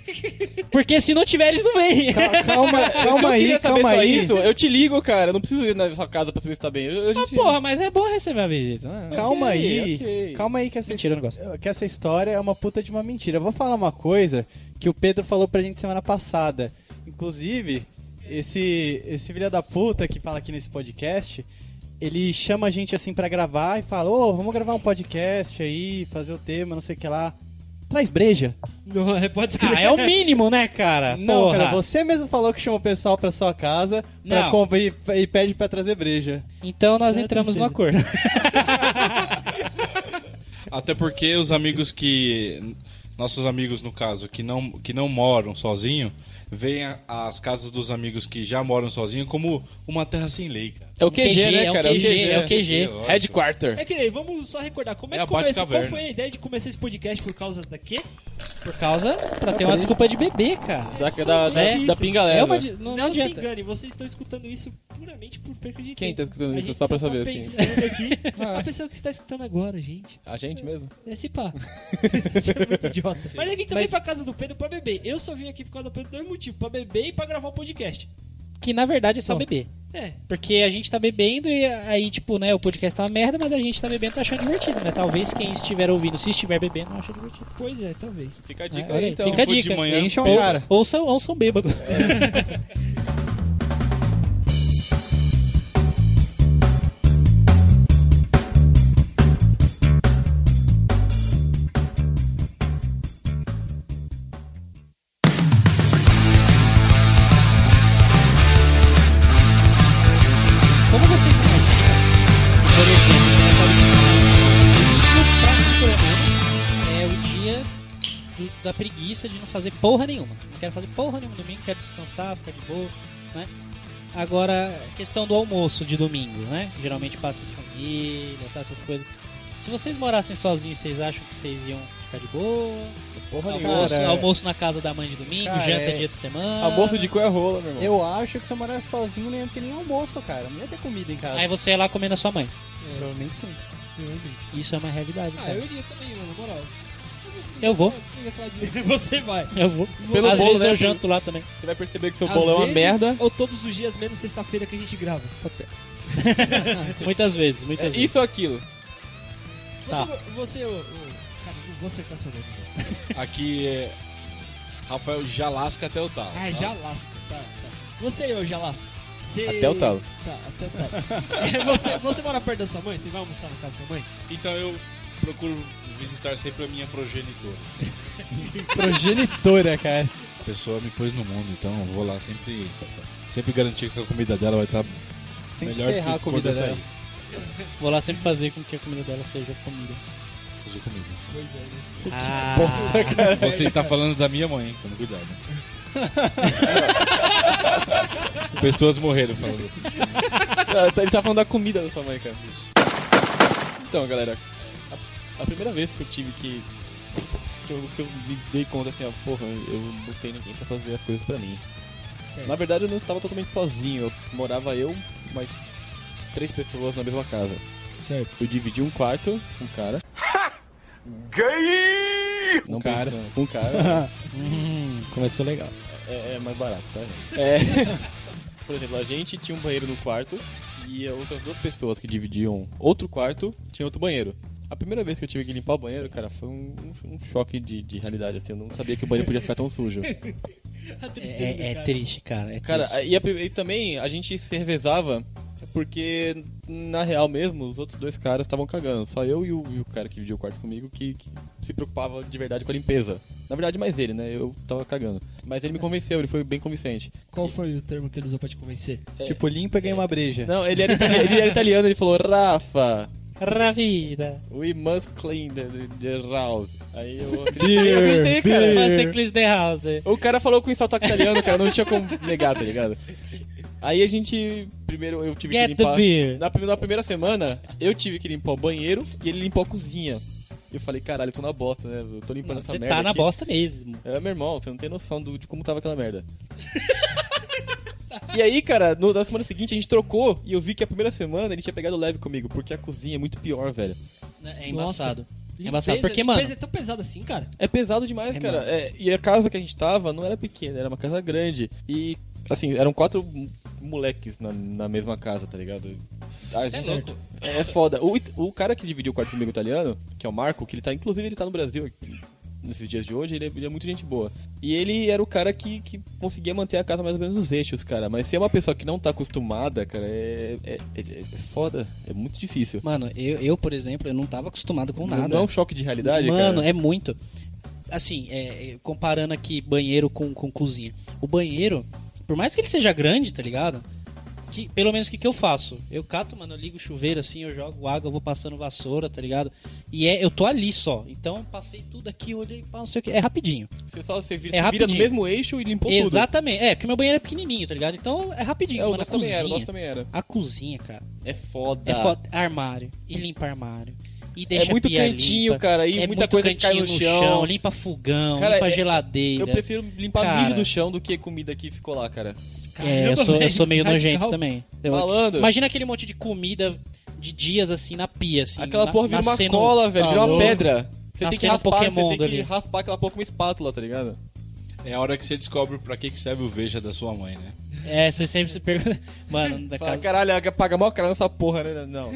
Speaker 3: Porque se não tiver, eles não vêm.
Speaker 5: Calma,
Speaker 4: se eu
Speaker 5: calma
Speaker 4: queria
Speaker 5: aí,
Speaker 4: saber
Speaker 5: calma
Speaker 4: só
Speaker 5: aí.
Speaker 4: isso, eu te ligo, cara. Eu não preciso ir na sua casa pra saber se tá bem. Eu, eu,
Speaker 3: Ah,
Speaker 4: gente-
Speaker 3: porra, mas é bom receber uma visita. né?
Speaker 5: Calma
Speaker 4: Ok,
Speaker 5: aí.
Speaker 4: ok.
Speaker 5: Calma aí que essa,
Speaker 3: Mentira, eu não
Speaker 5: his- que essa história é uma puta de uma mentira. Eu vou falar uma coisa que o Pedro falou pra gente semana passada. Inclusive, esse, esse filho da puta que fala aqui nesse podcast, ele chama a gente assim pra gravar e fala, ô, vamos gravar um podcast aí, fazer o tema, não sei o que lá. Traz breja.
Speaker 6: Não, é, pode ser.
Speaker 3: Ah, é o mínimo, né, cara?
Speaker 5: Não,
Speaker 3: porra.
Speaker 5: cara, você mesmo falou que chama o pessoal pra sua casa pra
Speaker 3: Não.
Speaker 5: compra- e, e pede pra trazer breja.
Speaker 3: Então nós
Speaker 6: É uma
Speaker 3: entramos no
Speaker 6: tristeza.
Speaker 3: acordo.
Speaker 2: Até porque os amigos que. Nossos amigos, no caso, que não, que não moram sozinho, veem a- as casas dos amigos que já moram sozinho como uma terra sem lei, cara.
Speaker 4: É o QG, né,
Speaker 3: é o
Speaker 4: cara?
Speaker 3: QG, é o QG.
Speaker 2: Lógico.
Speaker 4: Headquarter.
Speaker 6: É que nem, vamos só recordar. Como é,
Speaker 2: É a
Speaker 6: que começou? Qual
Speaker 2: Batcaverna.
Speaker 6: foi a ideia de começar esse podcast por causa da quê?
Speaker 3: Por causa. pra
Speaker 4: Tá
Speaker 3: ter uma desculpa de beber, cara.
Speaker 4: Da, da, da,
Speaker 3: É
Speaker 4: da
Speaker 6: isso.
Speaker 4: pingalera.
Speaker 3: É uma. de- Não,
Speaker 6: Não,
Speaker 3: não
Speaker 6: se
Speaker 3: adianta.
Speaker 6: engane, vocês estão escutando isso puramente por perca de tempo.
Speaker 4: Quem tá escutando
Speaker 6: A
Speaker 4: isso?
Speaker 6: gente
Speaker 4: Só pra saber,
Speaker 6: tá
Speaker 4: assim.
Speaker 6: pensando aqui. A pessoa que está tá escutando agora, gente.
Speaker 4: A gente mesmo?
Speaker 6: É se pá. Você é muito idiota. Mas ninguém também
Speaker 3: Mas-
Speaker 6: pra casa do Pedro pra beber. Eu só vim aqui por causa do Pedro por dois motivos. Pra beber e pra gravar o podcast.
Speaker 3: Que na verdade é só
Speaker 6: Só.
Speaker 3: beber.
Speaker 6: É.
Speaker 3: Porque a gente tá bebendo e aí, tipo, né, o podcast tá uma merda, mas a gente tá bebendo e tá achando divertido, né? Talvez quem estiver ouvindo, se estiver bebendo, não acha divertido.
Speaker 6: Pois é, talvez.
Speaker 4: Fica a
Speaker 3: dica
Speaker 4: dica
Speaker 3: aí,
Speaker 4: aí,
Speaker 3: olha aí,
Speaker 4: então.
Speaker 3: fica a
Speaker 2: for de
Speaker 3: dica.
Speaker 2: manhã,
Speaker 5: Encham
Speaker 3: Ou-
Speaker 5: o um cara.
Speaker 3: Ouçam, ouçam bêbado. Como você Por exemplo, né, para o domingo, pra mim, pelo menos, é o dia do- da preguiça de não fazer porra nenhuma. Não quero fazer porra nenhuma domingo, quero descansar, ficar de boa, né? Agora, questão do almoço de domingo, né? Geralmente passa em família, tá, essas coisas. Se vocês morassem sozinhos, vocês acham que vocês iam ficar de boa?
Speaker 4: Porra
Speaker 3: almoço,
Speaker 4: nenhuma.
Speaker 3: almoço na casa da mãe de domingo,
Speaker 5: Cara,
Speaker 3: janta
Speaker 5: é.
Speaker 3: dia de semana.
Speaker 4: Almoço de cu é rola, meu irmão.
Speaker 5: Eu acho que se eu morasse sozinho, não ia ter nem almoço, cara. Não ia ter comida em casa.
Speaker 3: Aí você ia lá comer na sua mãe.
Speaker 5: Provavelmente sim.
Speaker 3: Isso é uma realidade,
Speaker 6: Ah,
Speaker 3: cara.
Speaker 6: eu iria também, mano, na moral.
Speaker 3: Eu vou.
Speaker 6: Você vai.
Speaker 3: Eu vou.
Speaker 4: Pelo
Speaker 3: Às
Speaker 4: bolo,
Speaker 3: vezes
Speaker 4: né?
Speaker 3: eu janto lá também.
Speaker 4: Você vai perceber que seu
Speaker 6: Às
Speaker 4: bolo é uma
Speaker 6: vezes,
Speaker 4: merda.
Speaker 6: Ou todos os dias, menos sexta-feira que a gente grava.
Speaker 4: Pode ser.
Speaker 3: Muitas vezes, muitas
Speaker 4: É
Speaker 3: vezes.
Speaker 4: isso ou aquilo?
Speaker 2: Tá.
Speaker 6: Você, você ô, ô, cara, não vou acertar seu nome. né?
Speaker 2: Aqui é Rafael Jalasca até o talo.
Speaker 6: Ah, Jalasca, tá, tá. Você, ô Jalasca. Você...
Speaker 4: Até o talo.
Speaker 6: Tá, até o talo. você, você mora perto da sua mãe? Você vai almoçar na casa da sua mãe?
Speaker 2: Então eu procuro visitar sempre a minha progenitora. assim.
Speaker 5: Progenitora, cara.
Speaker 2: A pessoa me pôs no mundo, então eu vou lá sempre, sempre garantir que a comida dela vai estar
Speaker 5: Sempre
Speaker 2: melhor
Speaker 5: serrar
Speaker 2: que
Speaker 5: a comida
Speaker 2: quando eu
Speaker 5: dela.
Speaker 2: sair.
Speaker 3: Vou lá sempre fazer com que a comida dela seja comida.
Speaker 2: Fazer comida.
Speaker 6: Pois é, né?
Speaker 3: Ah,
Speaker 5: Bosta, cara.
Speaker 2: Você está falando da minha mãe, hein? Toma cuidado. Pessoas morreram falando isso.
Speaker 4: Não, ele tá falando da comida da sua mãe, cara. Então, galera, a, a primeira vez que eu tive que. Que eu, que eu me dei conta assim, ó, porra, eu não tenho ninguém pra fazer as coisas pra mim.
Speaker 6: Certo.
Speaker 4: Na verdade, eu não tava totalmente sozinho, eu morava eu, mais três pessoas na mesma casa.
Speaker 6: Certo.
Speaker 4: Eu dividi um quarto com um cara. Gay! Não
Speaker 5: cara.
Speaker 4: pensando, com um cara.
Speaker 3: hum, começou legal.
Speaker 4: É, é mais barato, tá? É. Por exemplo, a gente tinha um banheiro no quarto e outras duas pessoas que dividiam outro quarto tinham outro banheiro. A primeira vez que eu tive que limpar o banheiro, cara, foi um, um choque de, de realidade, assim. Eu não sabia que o banheiro podia ficar tão sujo.
Speaker 6: A tristeza do
Speaker 3: É, é
Speaker 6: cara.
Speaker 3: triste, cara. É
Speaker 4: Cara,
Speaker 3: triste.
Speaker 4: e, a- e também a gente se revezava porque, na real mesmo, os outros dois caras estavam cagando. Só eu e o, e o cara que dividiu o quarto comigo que, que se preocupava de verdade com a limpeza. Na verdade, mais ele, né? Eu tava cagando. Mas ele me convenceu, ele foi bem convincente.
Speaker 6: Qual foi o termo que ele usou pra te convencer?
Speaker 5: Tipo, limpa e ganha uma breja.
Speaker 4: Não, ele era, itali- ele era italiano, ele falou, Rafa,
Speaker 3: Ravida.
Speaker 4: we must clean the, the, the house. Aí eu acreditei, eu acreditei,
Speaker 3: Beer,
Speaker 4: cara.
Speaker 3: beer. Mas tem Clis The House.
Speaker 4: O cara falou com sotaque italiano, cara, não tinha como negar, tá ligado? Aí a gente, primeiro eu tive
Speaker 3: Get
Speaker 4: que
Speaker 3: the
Speaker 4: limpar...
Speaker 3: beer.
Speaker 4: Na, prime- na primeira semana, eu tive que limpar o banheiro e ele limpou a cozinha. Eu falei, caralho, eu tô na bosta, né? Eu tô limpando essa
Speaker 3: Você
Speaker 4: merda
Speaker 3: tá na
Speaker 4: aqui.
Speaker 3: bosta mesmo.
Speaker 4: É, meu irmão, você não tem noção do- de como tava aquela merda. e aí, cara, no- na semana seguinte a gente trocou e eu vi que a primeira semana ele tinha pegado leve comigo, porque a cozinha é muito pior, velho.
Speaker 3: É
Speaker 6: embaçado.
Speaker 3: embaçado. é embaçado. Porque, mano,
Speaker 6: Limpeza é tão pesada assim, cara.
Speaker 4: É pesado demais,
Speaker 3: É,
Speaker 4: cara.
Speaker 3: mano.
Speaker 4: É, e a casa que a gente tava não era pequena, era uma casa grande. E, assim, eram quatro m- moleques na, na mesma casa, tá ligado? Ah,
Speaker 3: é
Speaker 4: gente-
Speaker 3: louco.
Speaker 4: É foda. O, it- o cara que dividiu o quarto comigo, o italiano, que é o Marco, que ele tá, inclusive, ele tá no Brasil nesses dias de hoje, ele é, ele é muito gente boa. E ele era o cara que, que conseguia manter a casa mais ou menos nos eixos, cara. Mas se é uma pessoa que não tá acostumada, cara, é, é, é- é foda. É muito difícil.
Speaker 3: Mano, eu, eu, por exemplo, eu não tava acostumado com
Speaker 4: Não-
Speaker 3: nada.
Speaker 4: Não é um choque de realidade,
Speaker 3: Mano,
Speaker 4: cara?
Speaker 3: é muito. Assim, é, é, comparando aqui banheiro com, com cozinha. O banheiro, por mais que ele seja grande, tá ligado? Que, pelo menos o que, que eu faço? Eu cato, mano, eu ligo o chuveiro assim, eu jogo água, eu vou passando vassoura, tá ligado? E é, eu tô ali só. Então passei tudo aqui, olhei, pá, não sei o que. É rapidinho.
Speaker 4: Você só você vira,
Speaker 3: é
Speaker 4: você vira no
Speaker 3: rapidinho.
Speaker 4: mesmo eixo e limpou tudo.
Speaker 3: Exatamente. É, porque meu banheiro é pequenininho, tá ligado? Então é rapidinho.
Speaker 4: É, o
Speaker 3: mano, a
Speaker 4: nosso também
Speaker 3: cozinha.
Speaker 4: era, o nosso também era.
Speaker 3: A cozinha, cara.
Speaker 4: É foda.
Speaker 3: É foto, armário. E limpa armário. E
Speaker 4: É
Speaker 3: deixa
Speaker 4: muito
Speaker 3: a pia
Speaker 4: cantinho,
Speaker 3: limpa.
Speaker 4: cara, e
Speaker 3: é
Speaker 4: muita
Speaker 3: muito
Speaker 4: coisa que
Speaker 3: cantinho
Speaker 4: cai no chão.
Speaker 3: Limpa fogão,
Speaker 4: Cara,
Speaker 3: limpa
Speaker 4: é-
Speaker 3: geladeira.
Speaker 4: Eu prefiro limpar
Speaker 3: Cara.
Speaker 4: mijo do chão do que comida que ficou lá, cara.
Speaker 3: é, eu sou, eu
Speaker 6: velho,
Speaker 3: sou meio
Speaker 6: que
Speaker 3: nojento
Speaker 6: radical.
Speaker 3: também. Eu-
Speaker 4: Malandro.
Speaker 3: Imagina aquele monte de comida de dias assim na pia, assim.
Speaker 4: Aquela
Speaker 3: na-
Speaker 4: porra vira uma
Speaker 3: nascendo-
Speaker 4: cola, velho, vira uma
Speaker 3: Falou.
Speaker 4: pedra. Você tem que
Speaker 3: Nascendo
Speaker 4: raspar,
Speaker 3: Pokémon
Speaker 4: você tem que
Speaker 3: dali.
Speaker 4: raspar aquela porra com uma espátula, tá ligado?
Speaker 2: É a hora que você descobre pra que que serve o Veja da sua mãe, né?
Speaker 3: É, você sempre se pergunta. Mano, da
Speaker 4: Fala,
Speaker 3: É casa.
Speaker 4: caralho, paga mó cara nessa porra, né? Não.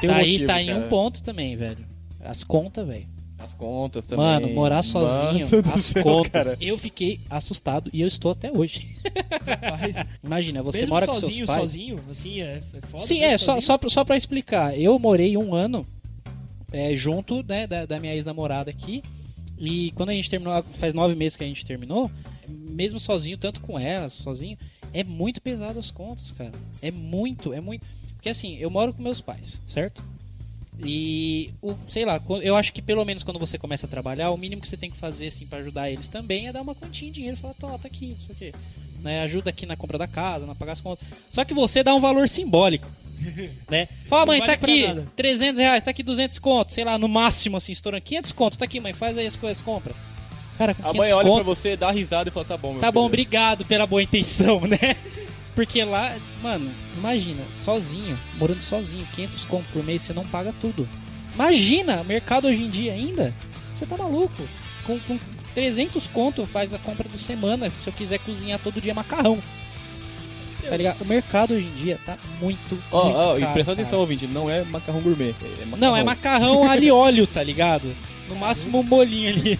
Speaker 4: Tem um
Speaker 3: tá aí,
Speaker 4: motivo,
Speaker 3: tá aí um
Speaker 4: cara.
Speaker 3: ponto também, velho. As contas, velho.
Speaker 4: As contas também.
Speaker 3: Mano, morar sozinho,
Speaker 4: Mano do
Speaker 3: as
Speaker 4: céu,
Speaker 3: contas.
Speaker 4: cara.
Speaker 3: Eu fiquei assustado e eu estou até hoje.
Speaker 6: Rapaz,
Speaker 3: Imagina, você
Speaker 6: mesmo
Speaker 3: mora com
Speaker 6: sozinho,
Speaker 3: seus pais.
Speaker 6: sozinho, assim, é, é foda.
Speaker 3: Sim,
Speaker 6: mesmo
Speaker 3: é, só,
Speaker 6: sozinho.
Speaker 3: só, pra- só pra explicar. Eu morei um ano é, junto né, da, da minha ex-namorada aqui. E quando a gente terminou, faz nove meses que a gente terminou, mesmo sozinho, tanto com ela, sozinho, é muito pesado as contas, cara. É muito, é muito. Porque assim, eu moro com meus pais, certo? E, o, sei lá, co- eu acho que pelo menos quando você começa a trabalhar, o mínimo que você tem que fazer, assim, pra ajudar eles também é dar uma continha de dinheiro e falar, "Tó, tá aqui, não sei o quê. Né, ajuda aqui na compra da casa, na pagar as contas. Só que você dá um valor simbólico. né? Fala, mãe,
Speaker 6: Não
Speaker 3: tá
Speaker 6: vale pra
Speaker 3: aqui
Speaker 6: nada.
Speaker 3: 300 reais, tá aqui 200 conto, sei lá, no máximo assim, estourando 500 conto, tá aqui, mãe, faz aí as coisas, compra. Cara, com
Speaker 4: A
Speaker 3: 500
Speaker 4: mãe olha
Speaker 3: conto,
Speaker 4: pra você, dá risada e fala, tá bom, meu
Speaker 3: tá bom,
Speaker 4: filho.
Speaker 3: obrigado pela boa intenção, né? Porque lá, mano, imagina, sozinho, morando sozinho, 500 conto por mês, você não paga tudo. Imagina, mercado hoje em dia ainda, você tá maluco. Com, com 300 conto faz a compra do semana, se eu quiser cozinhar todo dia macarrão. Tá ligado? O mercado hoje em dia tá muito,
Speaker 4: Ó,
Speaker 3: muito
Speaker 4: ó, e
Speaker 3: caro,
Speaker 4: presta
Speaker 3: cara.
Speaker 4: atenção, ouvinte, não é macarrão gourmet. É macarrão.
Speaker 3: Não, é macarrão ali óleo, tá ligado? No máximo um bolinho ali.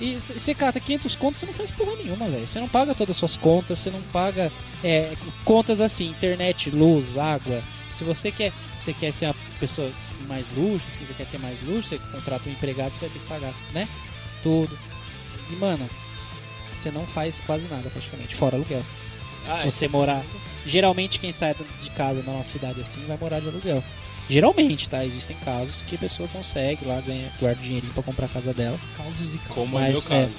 Speaker 3: E c- você cata 500 contos, você não faz porra nenhuma, velho. Você não paga todas as suas contas, você não paga é, contas assim, internet, luz, água. Se você quer, você quer ser uma pessoa com mais luxo, se você quer ter mais luxo, você contrata um empregado, você vai ter que pagar, né? Tudo. E, mano, você não faz quase nada praticamente, fora aluguel.
Speaker 4: Ah,
Speaker 3: se
Speaker 4: é.
Speaker 3: você morar. Geralmente quem sai de casa na nossa cidade assim vai morar de aluguel. Geralmente, tá? Existem casos que a pessoa consegue lá, ganha, guarda o dinheirinho pra comprar a casa dela.
Speaker 6: Causos e causos.
Speaker 2: Como é meu caso.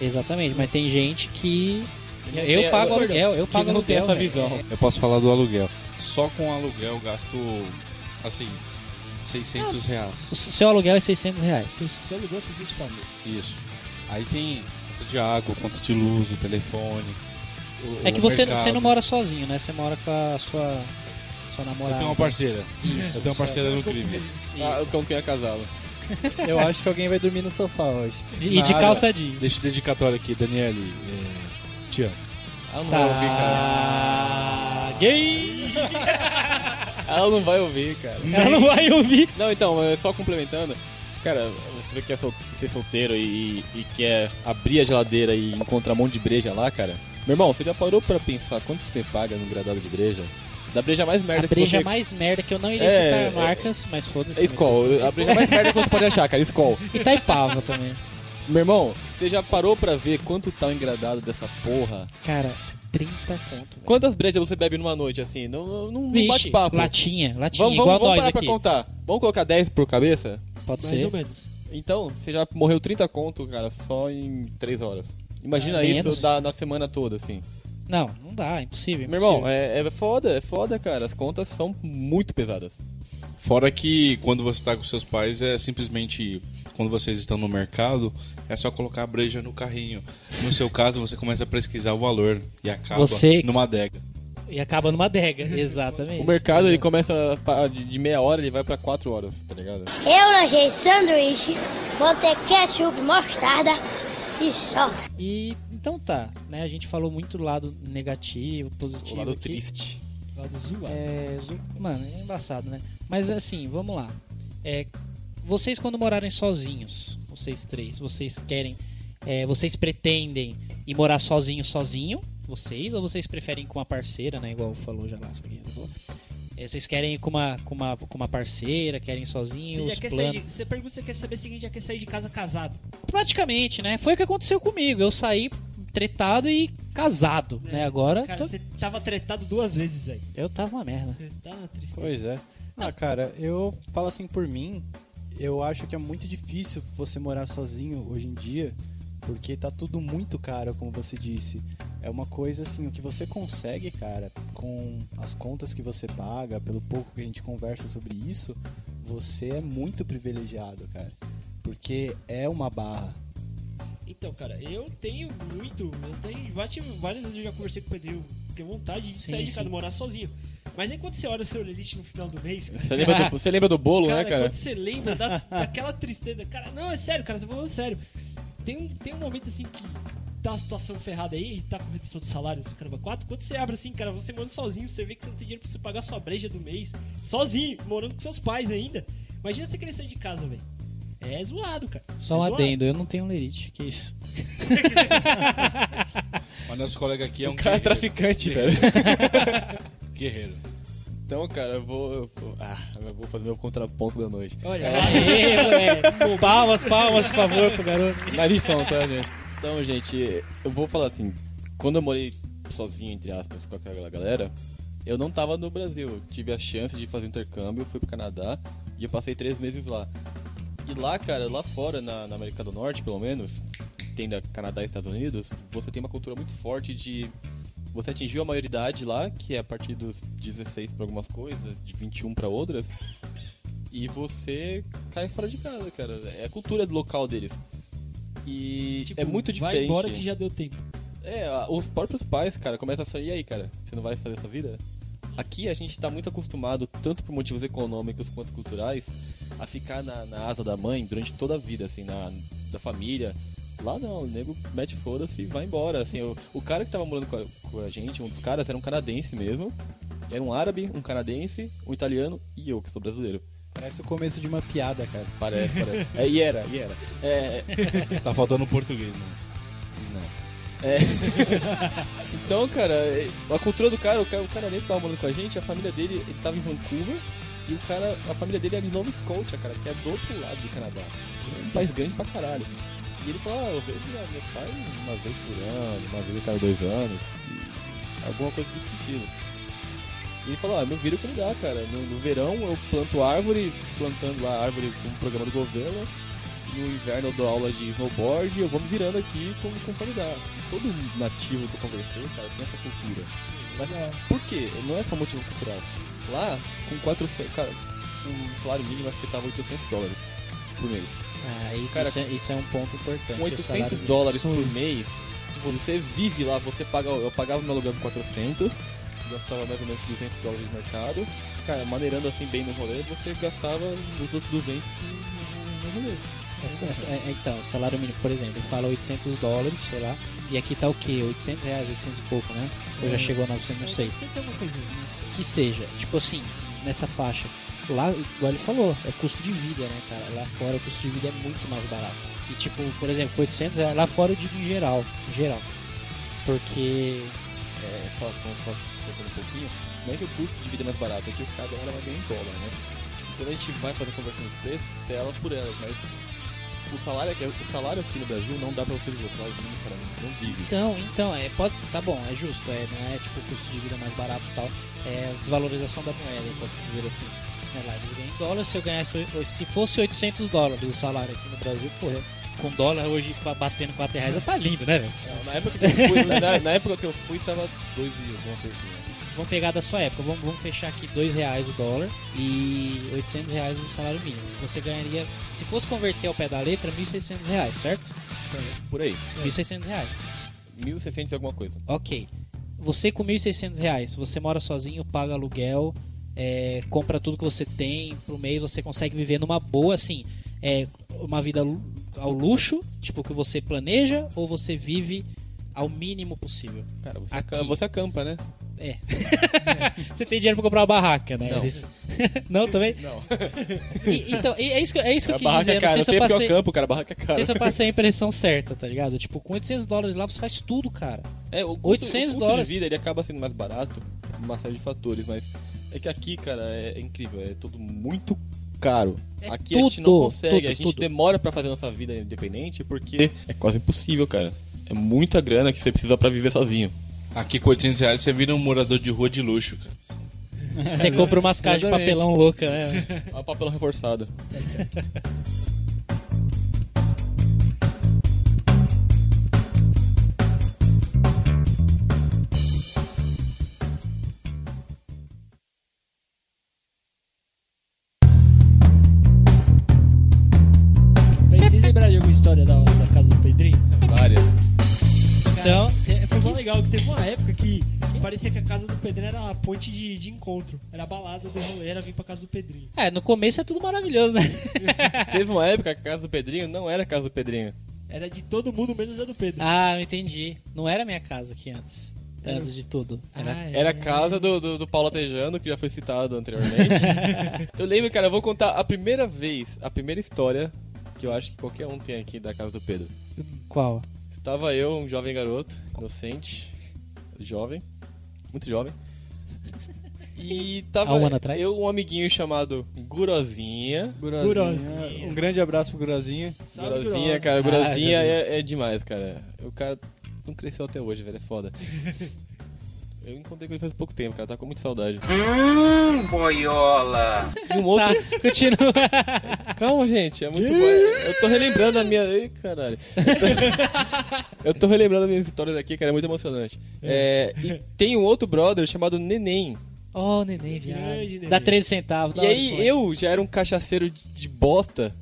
Speaker 3: exatamente, mas tem gente que.
Speaker 4: Não
Speaker 3: Eu,
Speaker 4: tem-
Speaker 3: pago
Speaker 4: eu-
Speaker 3: aluguel, eu
Speaker 4: que
Speaker 3: pago
Speaker 4: não tem
Speaker 3: aluguel,
Speaker 4: essa
Speaker 3: velho.
Speaker 4: visão.
Speaker 3: É,
Speaker 2: Eu posso falar do aluguel. Só com o aluguel eu gasto, assim, 600
Speaker 3: Ah, O
Speaker 2: reais.
Speaker 3: seu aluguel é 600 reais.
Speaker 6: Se você alugou, você sente fome.
Speaker 2: Isso. Aí tem conta de água, conta de luz, o telefone. o-
Speaker 3: É que
Speaker 2: o
Speaker 3: você,
Speaker 2: mercado.
Speaker 3: você não mora sozinho, né? Você mora com a sua, sua namorada.
Speaker 2: Eu tenho uma parceira. eu tenho uma
Speaker 3: é.
Speaker 2: parceira no crime.
Speaker 4: Ah, eu quero casá-lo.
Speaker 5: Eu acho que alguém vai dormir no sofá hoje.
Speaker 3: E de
Speaker 2: Nada.
Speaker 3: calça jeans.
Speaker 2: Deixa o dedicatório aqui, Daniele. É... Te amo.
Speaker 4: Ela não vai ouvir,
Speaker 3: Tá.
Speaker 4: cara.
Speaker 3: Gay!
Speaker 4: Ela não vai ouvir, cara.
Speaker 3: Ela não vai ouvir.
Speaker 4: Não, então, é só complementando. Cara, você que é sol- ser solteiro e, e quer abrir a geladeira e encontrar um monte de breja lá, cara. Meu irmão, você já parou pra pensar quanto você paga num gradado de breja? Da breja mais merda
Speaker 3: A breja é
Speaker 4: que você...
Speaker 3: mais merda que eu não iria
Speaker 4: É,
Speaker 3: citar
Speaker 4: é,
Speaker 3: marcas, mas foda-se.
Speaker 4: É Skol, a breja mais merda que você pode achar, cara, Skol.
Speaker 3: E Taipava também.
Speaker 4: Meu irmão, você já parou pra ver quanto tá o engradado dessa porra?
Speaker 3: Cara, 30 conto. velho.
Speaker 4: Quantas brejas você bebe numa noite, assim? Não, não, não
Speaker 3: Vixe,
Speaker 4: bate papo.
Speaker 3: Latinha, latinha,
Speaker 4: Vamos,
Speaker 3: igual
Speaker 4: vamos, vamos
Speaker 3: nós
Speaker 4: parar pra
Speaker 3: aqui.
Speaker 4: contar. Vamos colocar 10 por cabeça?
Speaker 3: Pode
Speaker 6: Mais ou
Speaker 3: ser.
Speaker 6: menos.
Speaker 4: Então, você já morreu 30 conto, cara, só em 3 horas. Imagina
Speaker 3: Ah, menos.
Speaker 4: isso da, na semana toda, assim.
Speaker 3: Não, não dá, é impossível.
Speaker 4: Meu irmão, é, é foda, é foda, cara. As contas são muito pesadas.
Speaker 2: Fora que quando você tá com seus pais, é simplesmente quando vocês estão no mercado, é só colocar a breja no carrinho. No seu caso, você começa a pesquisar o valor e acaba
Speaker 3: Você-
Speaker 2: numa adega.
Speaker 3: E acaba numa adega, exatamente.
Speaker 4: é. O mercado, ele começa a- de de meia hora, ele vai pra 4 horas, tá ligado?
Speaker 7: Eu lanchei sanduíche, botei ketchup, mostarda e só.
Speaker 3: E então tá, né? A gente falou muito do lado negativo,
Speaker 4: O
Speaker 3: positivo.
Speaker 4: lado
Speaker 3: aqui.
Speaker 4: triste.
Speaker 6: Lá do zoado.
Speaker 3: É, zo- mano, é embaçado, né? Mas assim, vamos lá. É, vocês quando morarem sozinhos, vocês três, vocês querem, é, vocês pretendem ir morar sozinho, sozinho, vocês, ou vocês preferem ir com uma parceira, né? Igual falou já lá, sabe? É, vocês querem ir com uma, com uma, com uma parceira, querem ir sozinhos,
Speaker 6: Você, já
Speaker 3: os
Speaker 6: quer sair
Speaker 3: planos...
Speaker 6: de, você pergunta se você quer saber se alguém já quer sair de casa casado.
Speaker 3: Praticamente, né? Foi o que aconteceu comigo. Eu saí tretado e casado,
Speaker 6: É,
Speaker 3: né? Agora
Speaker 6: Cara,
Speaker 3: tô-
Speaker 6: você tava tretado duas vezes, velho.
Speaker 3: eu tava uma merda.
Speaker 6: Você tá na tristeza.
Speaker 5: Pois é. Ah, cara, eu falo assim por mim, eu acho que é muito difícil você morar sozinho hoje em dia, porque tá tudo muito caro, como você disse. É uma coisa assim, o que você consegue, cara, com as contas que você paga, pelo pouco que a gente conversa sobre isso, você é muito privilegiado, cara. Porque é uma barra.
Speaker 6: Então, cara, eu tenho muito. Eu tenho várias, várias vezes eu já conversei com o Pedrinho. Tenho vontade de
Speaker 3: Sim,
Speaker 6: sair de
Speaker 3: sim.
Speaker 6: casa morar sozinho. Mas aí quando você olha o seu limite no final do mês, cara,
Speaker 4: Você lembra do, você lembra do bolo,
Speaker 6: cara,
Speaker 4: né, cara?
Speaker 6: quando você lembra da, daquela tristeza. Cara, não, é sério, cara, você falando sério. Tem um, tem um momento assim que tá a situação ferrada aí e tá com redução de salário, os caramba, quatro. Quando você abre assim, cara, você mora sozinho, você vê que você não tem dinheiro pra você pagar sua breja do mês, sozinho, morando com seus pais ainda. Imagina você querer sair de casa, velho. É zoado, cara.
Speaker 3: Só
Speaker 6: é
Speaker 3: um
Speaker 6: zoado.
Speaker 3: adendo, eu não tenho lerite, que isso.
Speaker 2: Mas nosso colega aqui é um
Speaker 4: O cara é
Speaker 2: guerreiro.
Speaker 3: né?
Speaker 4: traficante, velho.
Speaker 2: guerreiro.
Speaker 4: Então, cara, eu vou. Eu vou, ah, eu vou fazer meu contraponto da noite.
Speaker 6: Olha,
Speaker 3: Aê, moleque. né? palmas, palmas, por favor, pro garoto.
Speaker 4: Na lição, tá, gente? Então, gente, eu vou falar assim: quando eu morei sozinho, entre aspas, com aquela galera, eu não tava no Brasil. Eu tive a chance de fazer intercâmbio, fui pro Canadá e eu passei três meses lá. E lá, cara, lá fora, na, na América do Norte, pelo menos, tendo a Canadá e Estados Unidos, você tem uma cultura muito forte de você atingiu a maioridade lá, que é a partir dos 16 para algumas coisas, de 21 para outras, e você cai fora de casa, cara. É a cultura do local deles. E é muito diferente.
Speaker 6: Tipo, Vai embora que já deu tempo.
Speaker 4: É, a- os próprios pais, cara, começam a falar, e aí, cara, você não vai fazer essa vida? Aqui a gente tá muito acostumado, tanto por motivos econômicos quanto culturais, a ficar na, na asa da mãe durante toda a vida, assim, na, da família. Lá não, o nego mete foda-se e vai embora. Assim, o, o cara que tava morando com a, com a gente, um dos caras, era um canadense mesmo. Era um árabe, um canadense, um italiano e eu, que sou brasileiro.
Speaker 5: Parece o começo de uma piada, cara.
Speaker 4: Parece, parece. É, e era, e era. É,
Speaker 2: Tá faltando português, né? não.
Speaker 4: Não. É. então, cara, a cultura do cara, o cara, o canadense tava morando com a gente, a família dele, ele tava em Vancouver, e o cara, a família dele é de Nova Scotia, cara, que é do outro lado do Canadá. É um país grande pra caralho. E ele falou, ah, eu vejo ah, meu pai uma vez por ano, uma vez a cada dois anos, e alguma coisa desse sentido. E ele falou, ah, meu viro que dá, cara. No, no verão eu planto árvore, fico plantando lá árvore com um programa do governo. No inverno eu dou aula de snowboard e eu vou me virando aqui com, conforme dá. E Todo nativo que eu conversei, cara, tem essa cultura. Mas por quê? Não é só motivo cultural. Lá, com 400, cara, um salário mínimo acho que tava 800 dólares por mês.
Speaker 3: Ah, e
Speaker 4: Cara,
Speaker 3: isso, é, isso é um ponto importante.
Speaker 4: Com
Speaker 3: o salário
Speaker 4: 800
Speaker 3: mínimo.
Speaker 4: dólares por mês, você vive lá, você paga, eu pagava meu aluguel por 400, gastava mais ou menos 200 dólares de mercado. Cara, maneirando assim bem no rolê, você gastava os outros 200 no no rolê.
Speaker 3: Essa- essa- é- então, o salário mínimo, por exemplo, ele fala 800 dólares, sei lá, e aqui tá o quê? 800 reais, 800 e pouco, né? Ou já
Speaker 6: É.
Speaker 3: chegou a 900, não sei.
Speaker 6: Sente alguma coisa, não sei.
Speaker 3: que seja, tipo assim, nessa faixa. Lá, igual ele falou, é custo de vida, né, cara? Lá fora o custo de vida é muito mais barato. E tipo, por exemplo, 800 reais, lá fora eu digo em geral, em geral. Porque
Speaker 4: É, só só- só cortando um pouquinho, não é que o custo de vida é mais barato, é que cada hora vai ganhar em dólar, né? Quando a gente vai fazer a conversão dos preços, tem elas por elas, mas o salário, aqui- o salário aqui no Brasil não dá pra você viver, o salário mínimo, cara, você não vive.
Speaker 3: Então, então, é, pode, tá bom, é justo, é, não é tipo custo de vida mais barato e tal, é desvalorização da moeda, pode-se dizer assim. É lá, eles ganham em dólar, se eu ganhasse, o- se fosse 800 dólares o salário aqui no Brasil, porra, com dólar hoje pa- batendo 4 reais, tá lindo, né, velho?
Speaker 4: É, na, época que eu fui, na, na época que eu fui, tava 2 e alguma assim, né? coisinha.
Speaker 3: Vamos pegar da sua época, vamos, vamos fechar aqui 2 reais o dólar e 800 reais o salário mínimo. Você ganharia, se fosse converter ao pé da letra, 1.600 reais, certo?
Speaker 4: Por aí,
Speaker 3: 1.600 reais.
Speaker 4: 1.600 e alguma coisa.
Speaker 3: Ok. Você com 1.600 reais, você mora sozinho, paga aluguel, é, compra tudo que você tem pro mês, você consegue viver numa boa, assim, é, uma vida lu- ao luxo, tipo, que você planeja, ou você vive ao mínimo possível?
Speaker 4: Cara, você,
Speaker 3: Aqui.
Speaker 4: acampa, você acampa, né?
Speaker 3: É. você tem dinheiro pra comprar uma barraca, né?
Speaker 4: Não.
Speaker 3: Eles- Não, também?
Speaker 4: Não.
Speaker 3: E- então, e é isso que, é isso que eu
Speaker 4: a
Speaker 3: quis
Speaker 4: barraca
Speaker 3: dizer.
Speaker 4: é
Speaker 3: eu não
Speaker 4: cara,
Speaker 3: sei
Speaker 4: eu
Speaker 3: se eu
Speaker 4: sempre
Speaker 3: passei,
Speaker 4: eu acampo, cara, a barraca é
Speaker 3: não
Speaker 4: cara.
Speaker 3: sei se eu passei a impressão certa, tá ligado? Tipo, com 800 dólares lá você faz tudo, cara.
Speaker 4: É, o custo,
Speaker 3: 800
Speaker 4: o custo
Speaker 3: dólares.
Speaker 4: de vida ele acaba sendo mais barato por uma série de fatores, mas é que aqui, cara, é, é incrível, é tudo muito caro. aqui a gente não
Speaker 3: É tudo,
Speaker 4: consegue,
Speaker 3: tudo,
Speaker 4: a gente
Speaker 3: tudo.
Speaker 4: demora pra fazer nossa vida independente porque é quase impossível, cara. É muita grana que você precisa pra viver sozinho.
Speaker 2: Aqui com 800 reais você vira um morador de rua de luxo, cara.
Speaker 3: Você compra umas caixas de
Speaker 4: Exatamente.
Speaker 3: papelão louca, né?
Speaker 4: Olha o É um papelão reforçado.
Speaker 6: Peraí, vocês lembraram de alguma história da hora da casa do Pedrinho?
Speaker 4: Várias.
Speaker 3: Então,
Speaker 6: É, Foi mó legal que teve uma época que parecia que a casa do Pedrinho era a ponte de, de encontro. Era a balada do rolê, era vir pra casa do Pedrinho.
Speaker 3: é, no começo é tudo maravilhoso, né?
Speaker 4: Teve uma época que a casa do Pedrinho não era a casa do Pedrinho.
Speaker 6: Era de todo mundo, menos a do Pedro.
Speaker 3: Ah, eu entendi. Não era minha casa aqui antes. Antes de tudo.
Speaker 4: Era,
Speaker 3: Ah, é.
Speaker 4: era a casa do, do, do Paulo Atejano, que já foi citado anteriormente. eu lembro, cara, eu vou contar a primeira vez, a primeira história que eu acho que qualquer um tem aqui da casa do Pedro.
Speaker 3: Qual?
Speaker 4: Estava eu, um jovem garoto, inocente, jovem, muito jovem. E tava
Speaker 3: Há um ano atrás?
Speaker 4: eu um amiguinho chamado Gurozinha.
Speaker 5: Gurozinha. Um grande abraço pro Gurozinha.
Speaker 4: Gurozinha,
Speaker 3: Ah,
Speaker 4: cara, Gurozinha é, é demais, cara. O cara não cresceu até hoje, velho, é foda. Eu encontrei com ele faz pouco tempo, cara. Tá com muita saudade.
Speaker 11: Hum, boiola.
Speaker 4: E um outro.
Speaker 3: continua.
Speaker 4: Calma, gente. É muito bom. Eu tô relembrando a minha. Ei, caralho. Eu tô relembrando as minhas histórias aqui, cara, é muito emocionante. É, e tem um outro brother chamado Neném.
Speaker 3: Ó, oh, neném, viado.
Speaker 6: Grande neném.
Speaker 3: Dá 13 centavos. dá
Speaker 4: E
Speaker 3: uma
Speaker 4: aí
Speaker 3: desconto.
Speaker 4: eu já era um cachaceiro de de bosta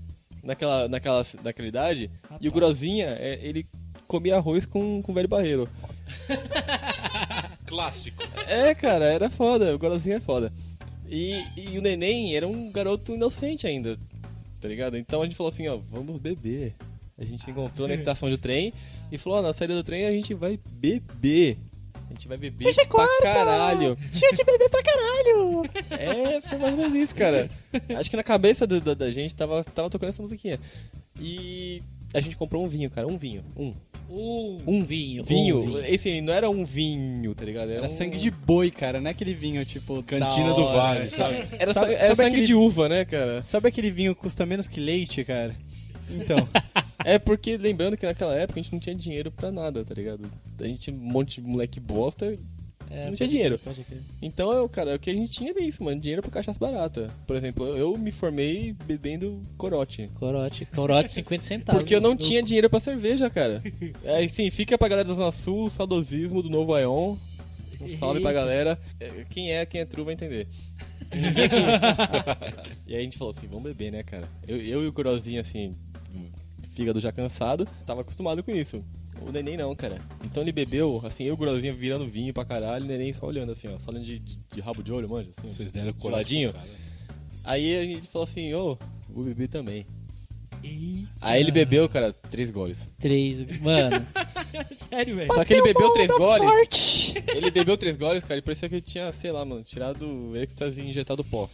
Speaker 4: naquela, naquela, naquela idade. E o Grozinha, é, ele comia arroz com, com velho barreiro.
Speaker 2: Clássico.
Speaker 4: É, cara, era foda. O Golozinho é foda. E, e o neném era um garoto inocente ainda, tá ligado? Então a gente falou assim, ó, vamos beber. A gente se encontrou na estação de trem e falou, ó, na saída do trem a gente vai beber. A gente vai beber pra caralho.
Speaker 5: Gente, bebê pra caralho!
Speaker 4: É, foi mais ou menos isso, cara. Acho que na cabeça da, da- da gente tava, tava tocando essa musiquinha. E a gente comprou um vinho, cara. Um vinho. Um.
Speaker 6: Uh,
Speaker 3: Um vinho. um
Speaker 4: Vinho. Esse não era um vinho, tá ligado? Era,
Speaker 5: Era
Speaker 4: um-
Speaker 5: sangue de boi, cara, não é aquele vinho, tipo.
Speaker 2: Cantina
Speaker 5: da
Speaker 2: do
Speaker 5: hora,
Speaker 2: Vale,
Speaker 5: né?
Speaker 2: sabe?
Speaker 4: Era,
Speaker 5: Sabe-
Speaker 4: sa- era
Speaker 5: sabe
Speaker 4: é sangue
Speaker 5: aquele-
Speaker 4: de uva, né, cara?
Speaker 5: Sabe aquele vinho que custa menos que leite, cara? Então,
Speaker 4: É porque, lembrando que naquela época a gente não tinha dinheiro pra nada, tá ligado? A gente tinha um monte de moleque bosta.
Speaker 3: É,
Speaker 4: Não tinha
Speaker 3: pode-
Speaker 4: dinheiro.
Speaker 3: pode crer.
Speaker 4: Então, eu, cara, o que a gente tinha era isso, mano. Dinheiro pra cachaça barata. Por exemplo, eu- eu me formei bebendo corote.
Speaker 3: Corote. Corote 50 centavos.
Speaker 4: Porque eu não tinha dinheiro pra cerveja, cara. É, assim, fica pra galera da Zona Sul, saudosismo do Novo Aion. Um salve pra galera. É, Quem é, quem é true vai entender. Ninguém aqui. e aí a gente falou assim, vamos beber, né, cara? Eu, eu e o Corozinho, assim, fígado já cansado, tava acostumado com isso. O neném não, cara. Então ele bebeu, assim, eu e o Grozinho virando vinho pra caralho, o neném só olhando assim, ó, só olhando de, de- de rabo de olho, manja, assim.
Speaker 2: Vocês deram
Speaker 4: coladinho.
Speaker 2: coladinho?
Speaker 4: Aí a gente falou assim, ô, vou beber também.
Speaker 6: Ah.
Speaker 4: Aí ele bebeu, cara, três goles.
Speaker 3: Três. Mano,
Speaker 6: Sério, velho.
Speaker 4: Só que ele Então bebeu três goles. Ele bebeu três goles, cara, e parecia que ele tinha, sei lá, mano, tirado o êxtase e injetado pó.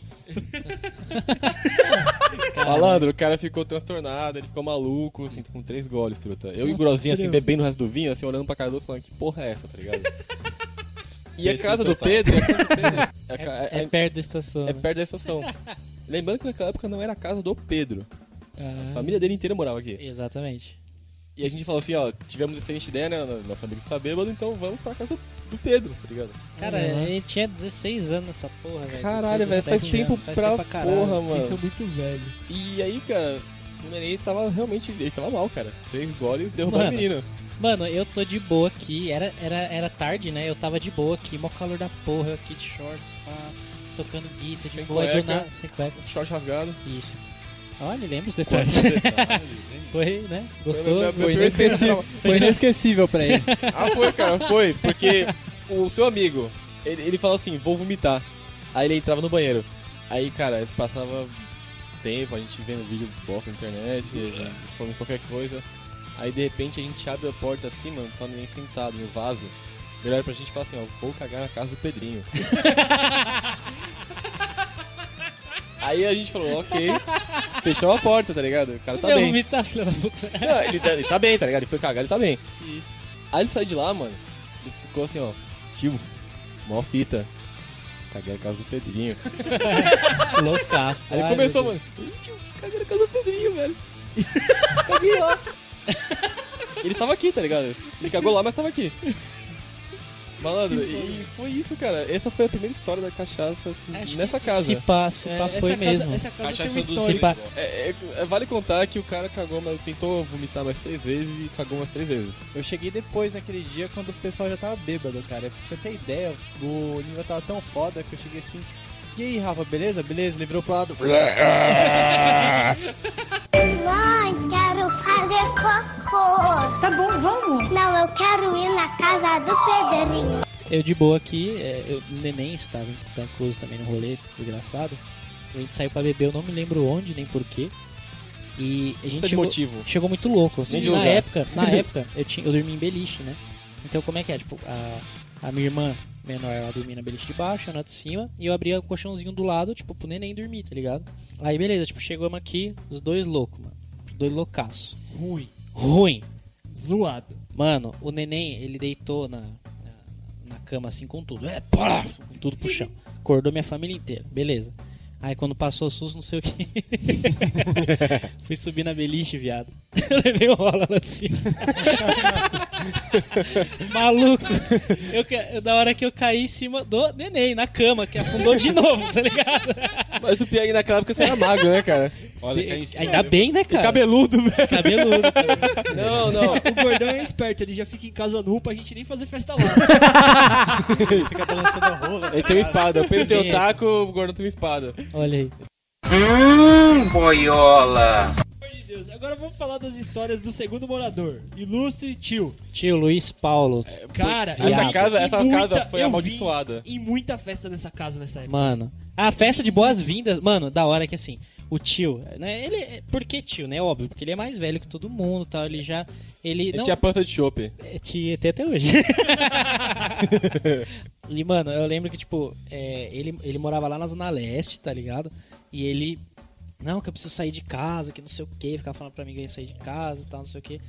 Speaker 4: Malandro, o cara ficou transtornado, ele ficou maluco, assim, com três goles, truta. Eu e o Grozinho, assim, bebendo o resto do vinho, assim, olhando pra cara do outro, falando, que porra é essa, tá ligado? E a
Speaker 2: Pedro
Speaker 4: casa do
Speaker 2: total.
Speaker 4: Pedro, a casa do Pedro é, ca-
Speaker 3: é,
Speaker 4: é-
Speaker 3: perto da estação.
Speaker 4: é
Speaker 3: né?
Speaker 4: perto da estação. Lembrando que naquela época não era a casa do Pedro. A família dele inteira morava aqui.
Speaker 3: Exatamente.
Speaker 4: E a gente falou assim, ó, tivemos excelente ideia, né? Nosso amigo está bêbado, então vamos pra casa do Pedro, tá ligado?
Speaker 3: Cara, ele tinha 16 anos nessa porra, velho.
Speaker 4: Caralho,
Speaker 3: 16,
Speaker 4: velho, faz
Speaker 3: 17
Speaker 4: tempo
Speaker 3: anos, faz
Speaker 4: pra,
Speaker 3: tempo pra caralho.
Speaker 4: porra, mano.
Speaker 6: Vocês são muito velhos.
Speaker 4: E aí, cara, o neném tava realmente, ele tava mal, cara. Três goles, derrubou
Speaker 3: Mano.
Speaker 4: o menino.
Speaker 3: Mano, eu tô de boa aqui. Era, era, era tarde, né? Eu tava de boa aqui, mó calor da porra, eu aqui de shorts, pá, tocando guitarra, de
Speaker 4: Sem
Speaker 3: boa, aí do
Speaker 4: cueca.
Speaker 3: nada, sem cueca.
Speaker 4: Short rasgado.
Speaker 3: Isso. Olha, lembra os detalhes. Foi, né? Gostou?
Speaker 4: Foi, meu- meu
Speaker 3: Foi,
Speaker 4: primeiro
Speaker 3: né?
Speaker 4: esquecível.
Speaker 5: foi inesquecível pra ele.
Speaker 4: Ah, foi, cara, foi. Porque o seu amigo, ele, ele falou assim, vou vomitar. Aí ele entrava no banheiro. Aí, cara, passava tempo, a gente vendo vídeo bosta na internet, falando qualquer coisa. Aí, de repente, a gente abre a porta assim, mano, tá nem sentado no vaso. Ele olha pra gente e fala assim, ó, vou cagar na casa do Pedrinho. Aí a gente falou, ok. Fechou a porta, tá ligado? O cara tá
Speaker 3: Meu,
Speaker 4: bem.
Speaker 3: me tá, filho da puta.
Speaker 4: Não, ele, tá, ele tá bem, tá ligado? Ele foi cagar, ele tá bem.
Speaker 3: Isso.
Speaker 4: Aí ele saiu de lá, mano. Ele ficou assim, ó. Tio, mó fita. Caguei a casa do Pedrinho.
Speaker 3: Loucaço.
Speaker 4: Aí ele
Speaker 3: Ai,
Speaker 4: começou,
Speaker 3: meu
Speaker 4: mano. "Ih, Tio, caguei na casa do Pedrinho, velho. Caguei lá. ele tava aqui, tá ligado? Ele cagou lá, mas tava aqui. Malandro, e foi isso, cara. Essa foi a primeira história da cachaça assim,
Speaker 3: Acho
Speaker 4: nessa
Speaker 3: que
Speaker 4: casa.
Speaker 3: Se pá, se
Speaker 6: É,
Speaker 3: pá
Speaker 6: essa
Speaker 3: foi
Speaker 6: casa-
Speaker 3: mesmo.
Speaker 6: Essa casa
Speaker 2: Cachaça
Speaker 6: tem um
Speaker 2: dos
Speaker 6: uma
Speaker 2: três
Speaker 6: história.
Speaker 3: pá.
Speaker 2: goles.
Speaker 4: É, é- é- vale contar que o cara cagou, mas tentou vomitar mais três vezes e cagou mais três vezes.
Speaker 5: Eu cheguei depois naquele dia quando o pessoal já tava bêbado, cara. Pra você ter ideia, o nível tava tão foda que eu cheguei assim. E aí, Rafa, beleza? Beleza, ele virou pro lado.
Speaker 7: Mãe, quero fazer cocô.
Speaker 12: Tá bom, vamos.
Speaker 7: Não, eu quero ir na casa do Pedrinho.
Speaker 3: Eu de boa aqui, é, eu, o neném estava incluso também no rolê, esse desgraçado. A gente saiu pra beber, eu não me lembro onde nem porquê. E a gente
Speaker 4: Precisa Tá de
Speaker 3: chegou,
Speaker 4: motivo.
Speaker 3: chegou muito louco.
Speaker 4: Sim, de
Speaker 3: na
Speaker 4: lugar.
Speaker 3: época, na época eu, tinha, eu dormi em beliche, né? Então como é que é? Tipo, a, a minha irmã menor, ela dormia na beliche de baixo, eu na de cima, e eu abria o colchãozinho do lado, tipo, pro neném dormir, tá ligado? Aí beleza, tipo, chegamos aqui, os dois loucos, mano. Os dois loucaços.
Speaker 6: Ruim.
Speaker 3: Ruim.
Speaker 6: Zoado.
Speaker 3: Mano, o neném, ele deitou na, na, na cama assim com tudo. É, pá, com tudo pro chão. Acordou minha família inteira, beleza. Aí quando passou o susto, não sei o que. Fui subir na beliche, viado. Levei o rola lá de cima. Maluco. Eu, ca- da hora que eu caí em cima do neném, na cama, que afundou de novo, tá ligado?
Speaker 4: Mas o Piang naquela época você era magro, né, cara?
Speaker 2: Olha, cá em cima.
Speaker 3: Ainda bem, né,
Speaker 4: E
Speaker 3: cara?
Speaker 4: cabeludo, velho.
Speaker 3: Cabeludo. tá
Speaker 4: Não, não.
Speaker 6: O gordão é esperto, ele já fica em casa nu pra gente nem fazer festa lá.
Speaker 5: Fica balançando a rola.
Speaker 4: Ele tem uma espada. Eu perguntei
Speaker 3: Sim.
Speaker 4: o taco, o Gordon tem uma espada.
Speaker 3: Olha aí.
Speaker 11: Hum, boiola.
Speaker 6: Pelo amor de Deus. Agora vamos falar das histórias do segundo morador. Ilustre tio.
Speaker 3: Tio Luiz Paulo.
Speaker 6: Cara,
Speaker 3: Essa
Speaker 6: eu vi
Speaker 4: casa-
Speaker 6: em
Speaker 4: É, essa
Speaker 6: muita-
Speaker 4: casa foi
Speaker 6: eu vi
Speaker 4: amaldiçoada.
Speaker 6: Em muita festa nessa casa nessa época.
Speaker 3: Mano, a festa de boas-vindas, mano, da hora que assim, o tio, né? Ele, por que tio, né? Óbvio, porque ele é mais velho que todo mundo, tal, ele já ele
Speaker 4: Ele
Speaker 3: não
Speaker 4: tinha pança de chope.
Speaker 3: é, tinha até até hoje. e mano, eu lembro que tipo, é, ele ele morava lá na zona leste, tá ligado? E ele não, que eu preciso sair de casa, que não sei o que, ficava falando pra mim que eu ia sair de casa e tal, não sei o que.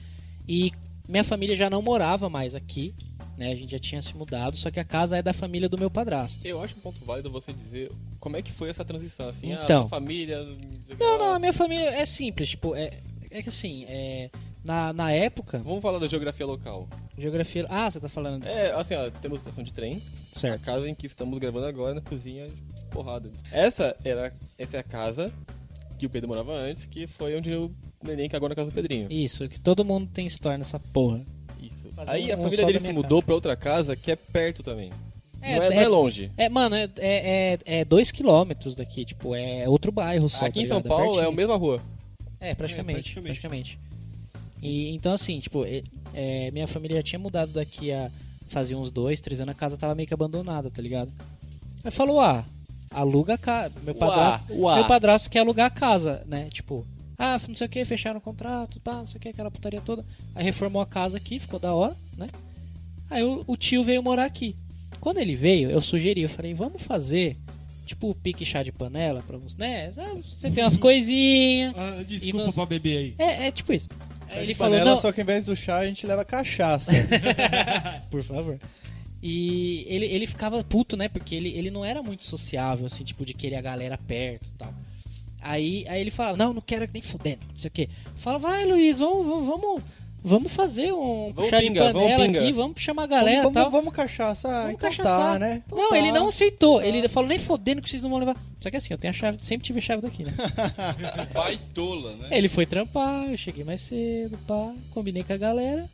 Speaker 3: E minha família já não morava mais aqui, né? A gente já tinha se mudado, só que a casa é da família do meu padrasto.
Speaker 4: Eu acho um ponto válido você dizer como é que foi essa transição, assim,
Speaker 3: Então.
Speaker 4: a sua família... sei lá.
Speaker 3: Não, não, a minha família é simples, tipo, é, é que assim, é, na, na época,
Speaker 4: Vamos falar da geografia local.
Speaker 3: geografia. Ah, você tá falando disso.
Speaker 4: É, assim, ó, temos estação de trem, É, a
Speaker 3: certo.
Speaker 4: casa em que estamos gravando agora na cozinha, porrada. Essa era, essa é a casa que o Pedro morava antes, que foi onde o neném cagou na casa do Pedrinho.
Speaker 3: Isso, que todo mundo tem história nessa porra.
Speaker 4: Isso.
Speaker 3: Fazer
Speaker 4: Aí a
Speaker 3: um
Speaker 4: família
Speaker 3: só da
Speaker 4: dele se
Speaker 3: minha
Speaker 4: mudou pra outra casa que é perto também.
Speaker 3: É,
Speaker 4: não, é,
Speaker 3: é-
Speaker 4: não é longe.
Speaker 3: É, mano, é, é, é, é dois quilômetros daqui, tipo, é outro bairro só.
Speaker 4: Aqui
Speaker 3: tá
Speaker 4: em São
Speaker 3: ligado?
Speaker 4: Paulo é a
Speaker 3: pertinho.
Speaker 4: mesma rua.
Speaker 3: É, praticamente.
Speaker 6: É, praticamente.
Speaker 3: praticamente. E, então, assim, tipo, e- é, minha família já tinha mudado daqui a. Fazia uns dois, três anos, a casa tava meio que abandonada, tá ligado? Aí falou, ah, aluga a casa. Meu
Speaker 4: Uá,
Speaker 3: padrasto.
Speaker 4: uá.
Speaker 3: Meu padrasto quer alugar a casa, né? Tipo, ah, não sei o que, fecharam o contrato, pá, não sei o que, aquela putaria toda. Aí reformou a casa aqui, ficou da hora, né? Aí o, o tio veio morar aqui. Quando ele veio, eu sugeri, eu falei, vamos fazer. Tipo, pique chá de panela pra você, né? Ah, Você tem umas coisinhas.
Speaker 6: Ah,
Speaker 3: E
Speaker 6: desculpa
Speaker 3: nós-
Speaker 6: pra beber aí.
Speaker 3: É, é tipo isso. Aí ele
Speaker 5: Ele
Speaker 3: falou,
Speaker 5: panela,
Speaker 3: não,
Speaker 5: só que ao invés do chá, a gente leva cachaça.
Speaker 3: por favor. E ele, ele ficava puto, né? Porque ele, ele não era muito sociável, assim, tipo, de querer a galera perto e tal. Aí, aí ele falava, não, não quero nem fudendo, não sei o quê. Fala, vai, Luiz, vamos, vamos, vamos, vamos fazer um
Speaker 4: Vamos
Speaker 3: chá
Speaker 4: pinga,
Speaker 3: de
Speaker 4: vamos
Speaker 3: panela
Speaker 4: pinga.
Speaker 3: aqui, vamos chamar a galera e
Speaker 5: vamos,
Speaker 3: né, tal.
Speaker 5: vamos, vamos cachaça, ah, então tá,
Speaker 3: cachaçar.
Speaker 5: né? Então
Speaker 3: não,
Speaker 5: tá.
Speaker 3: ele não aceitou.
Speaker 5: Ah.
Speaker 3: Ele falou, nem fodendo que vocês não vão levar. Só que assim, eu tenho a chave, sempre tive a chave daqui, né?
Speaker 2: Baitola, né?
Speaker 3: Ele foi trampar, eu cheguei mais cedo, pá, combinei com a galera.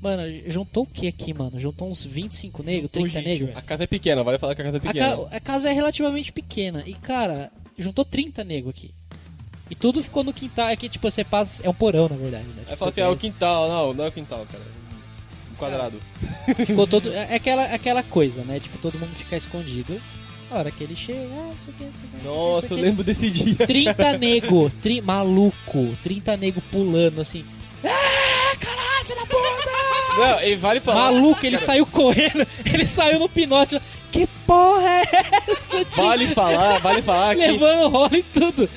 Speaker 3: Mano, juntou o que aqui, mano? Juntou uns 25 negros, 30
Speaker 6: gente,
Speaker 3: negros?
Speaker 4: A casa é pequena, vale falar que a casa é
Speaker 3: A,
Speaker 4: pequena.
Speaker 3: ca- a casa é relativamente pequena. E, cara, juntou 30 nego aqui. E tudo ficou no quintal. É que, tipo, você passa. É um porão, na verdade. Né?
Speaker 4: Aí
Speaker 3: Tipo,
Speaker 4: fala assim,
Speaker 3: você
Speaker 4: ah, o
Speaker 3: faz-
Speaker 4: quintal. Não, não é o quintal, cara. Um quadrado.
Speaker 3: ficou todo. É aquela, aquela coisa, né? Tipo, todo mundo ficar escondido. A hora que ele chega, ah, isso aqui, isso aqui.
Speaker 4: Nossa,
Speaker 3: isso
Speaker 4: eu
Speaker 3: aqui. é
Speaker 4: lembro desse dia.
Speaker 3: 30 nego, tri, maluco, 30 nego pulando assim. Ah, caralho, filho da puta!
Speaker 4: Não, e vale falar.
Speaker 3: Maluco, ele saiu correndo, ele saiu no pinote. Que porra é essa, tio?
Speaker 4: Vale falar, vale falar que
Speaker 3: Levando rola e tudo.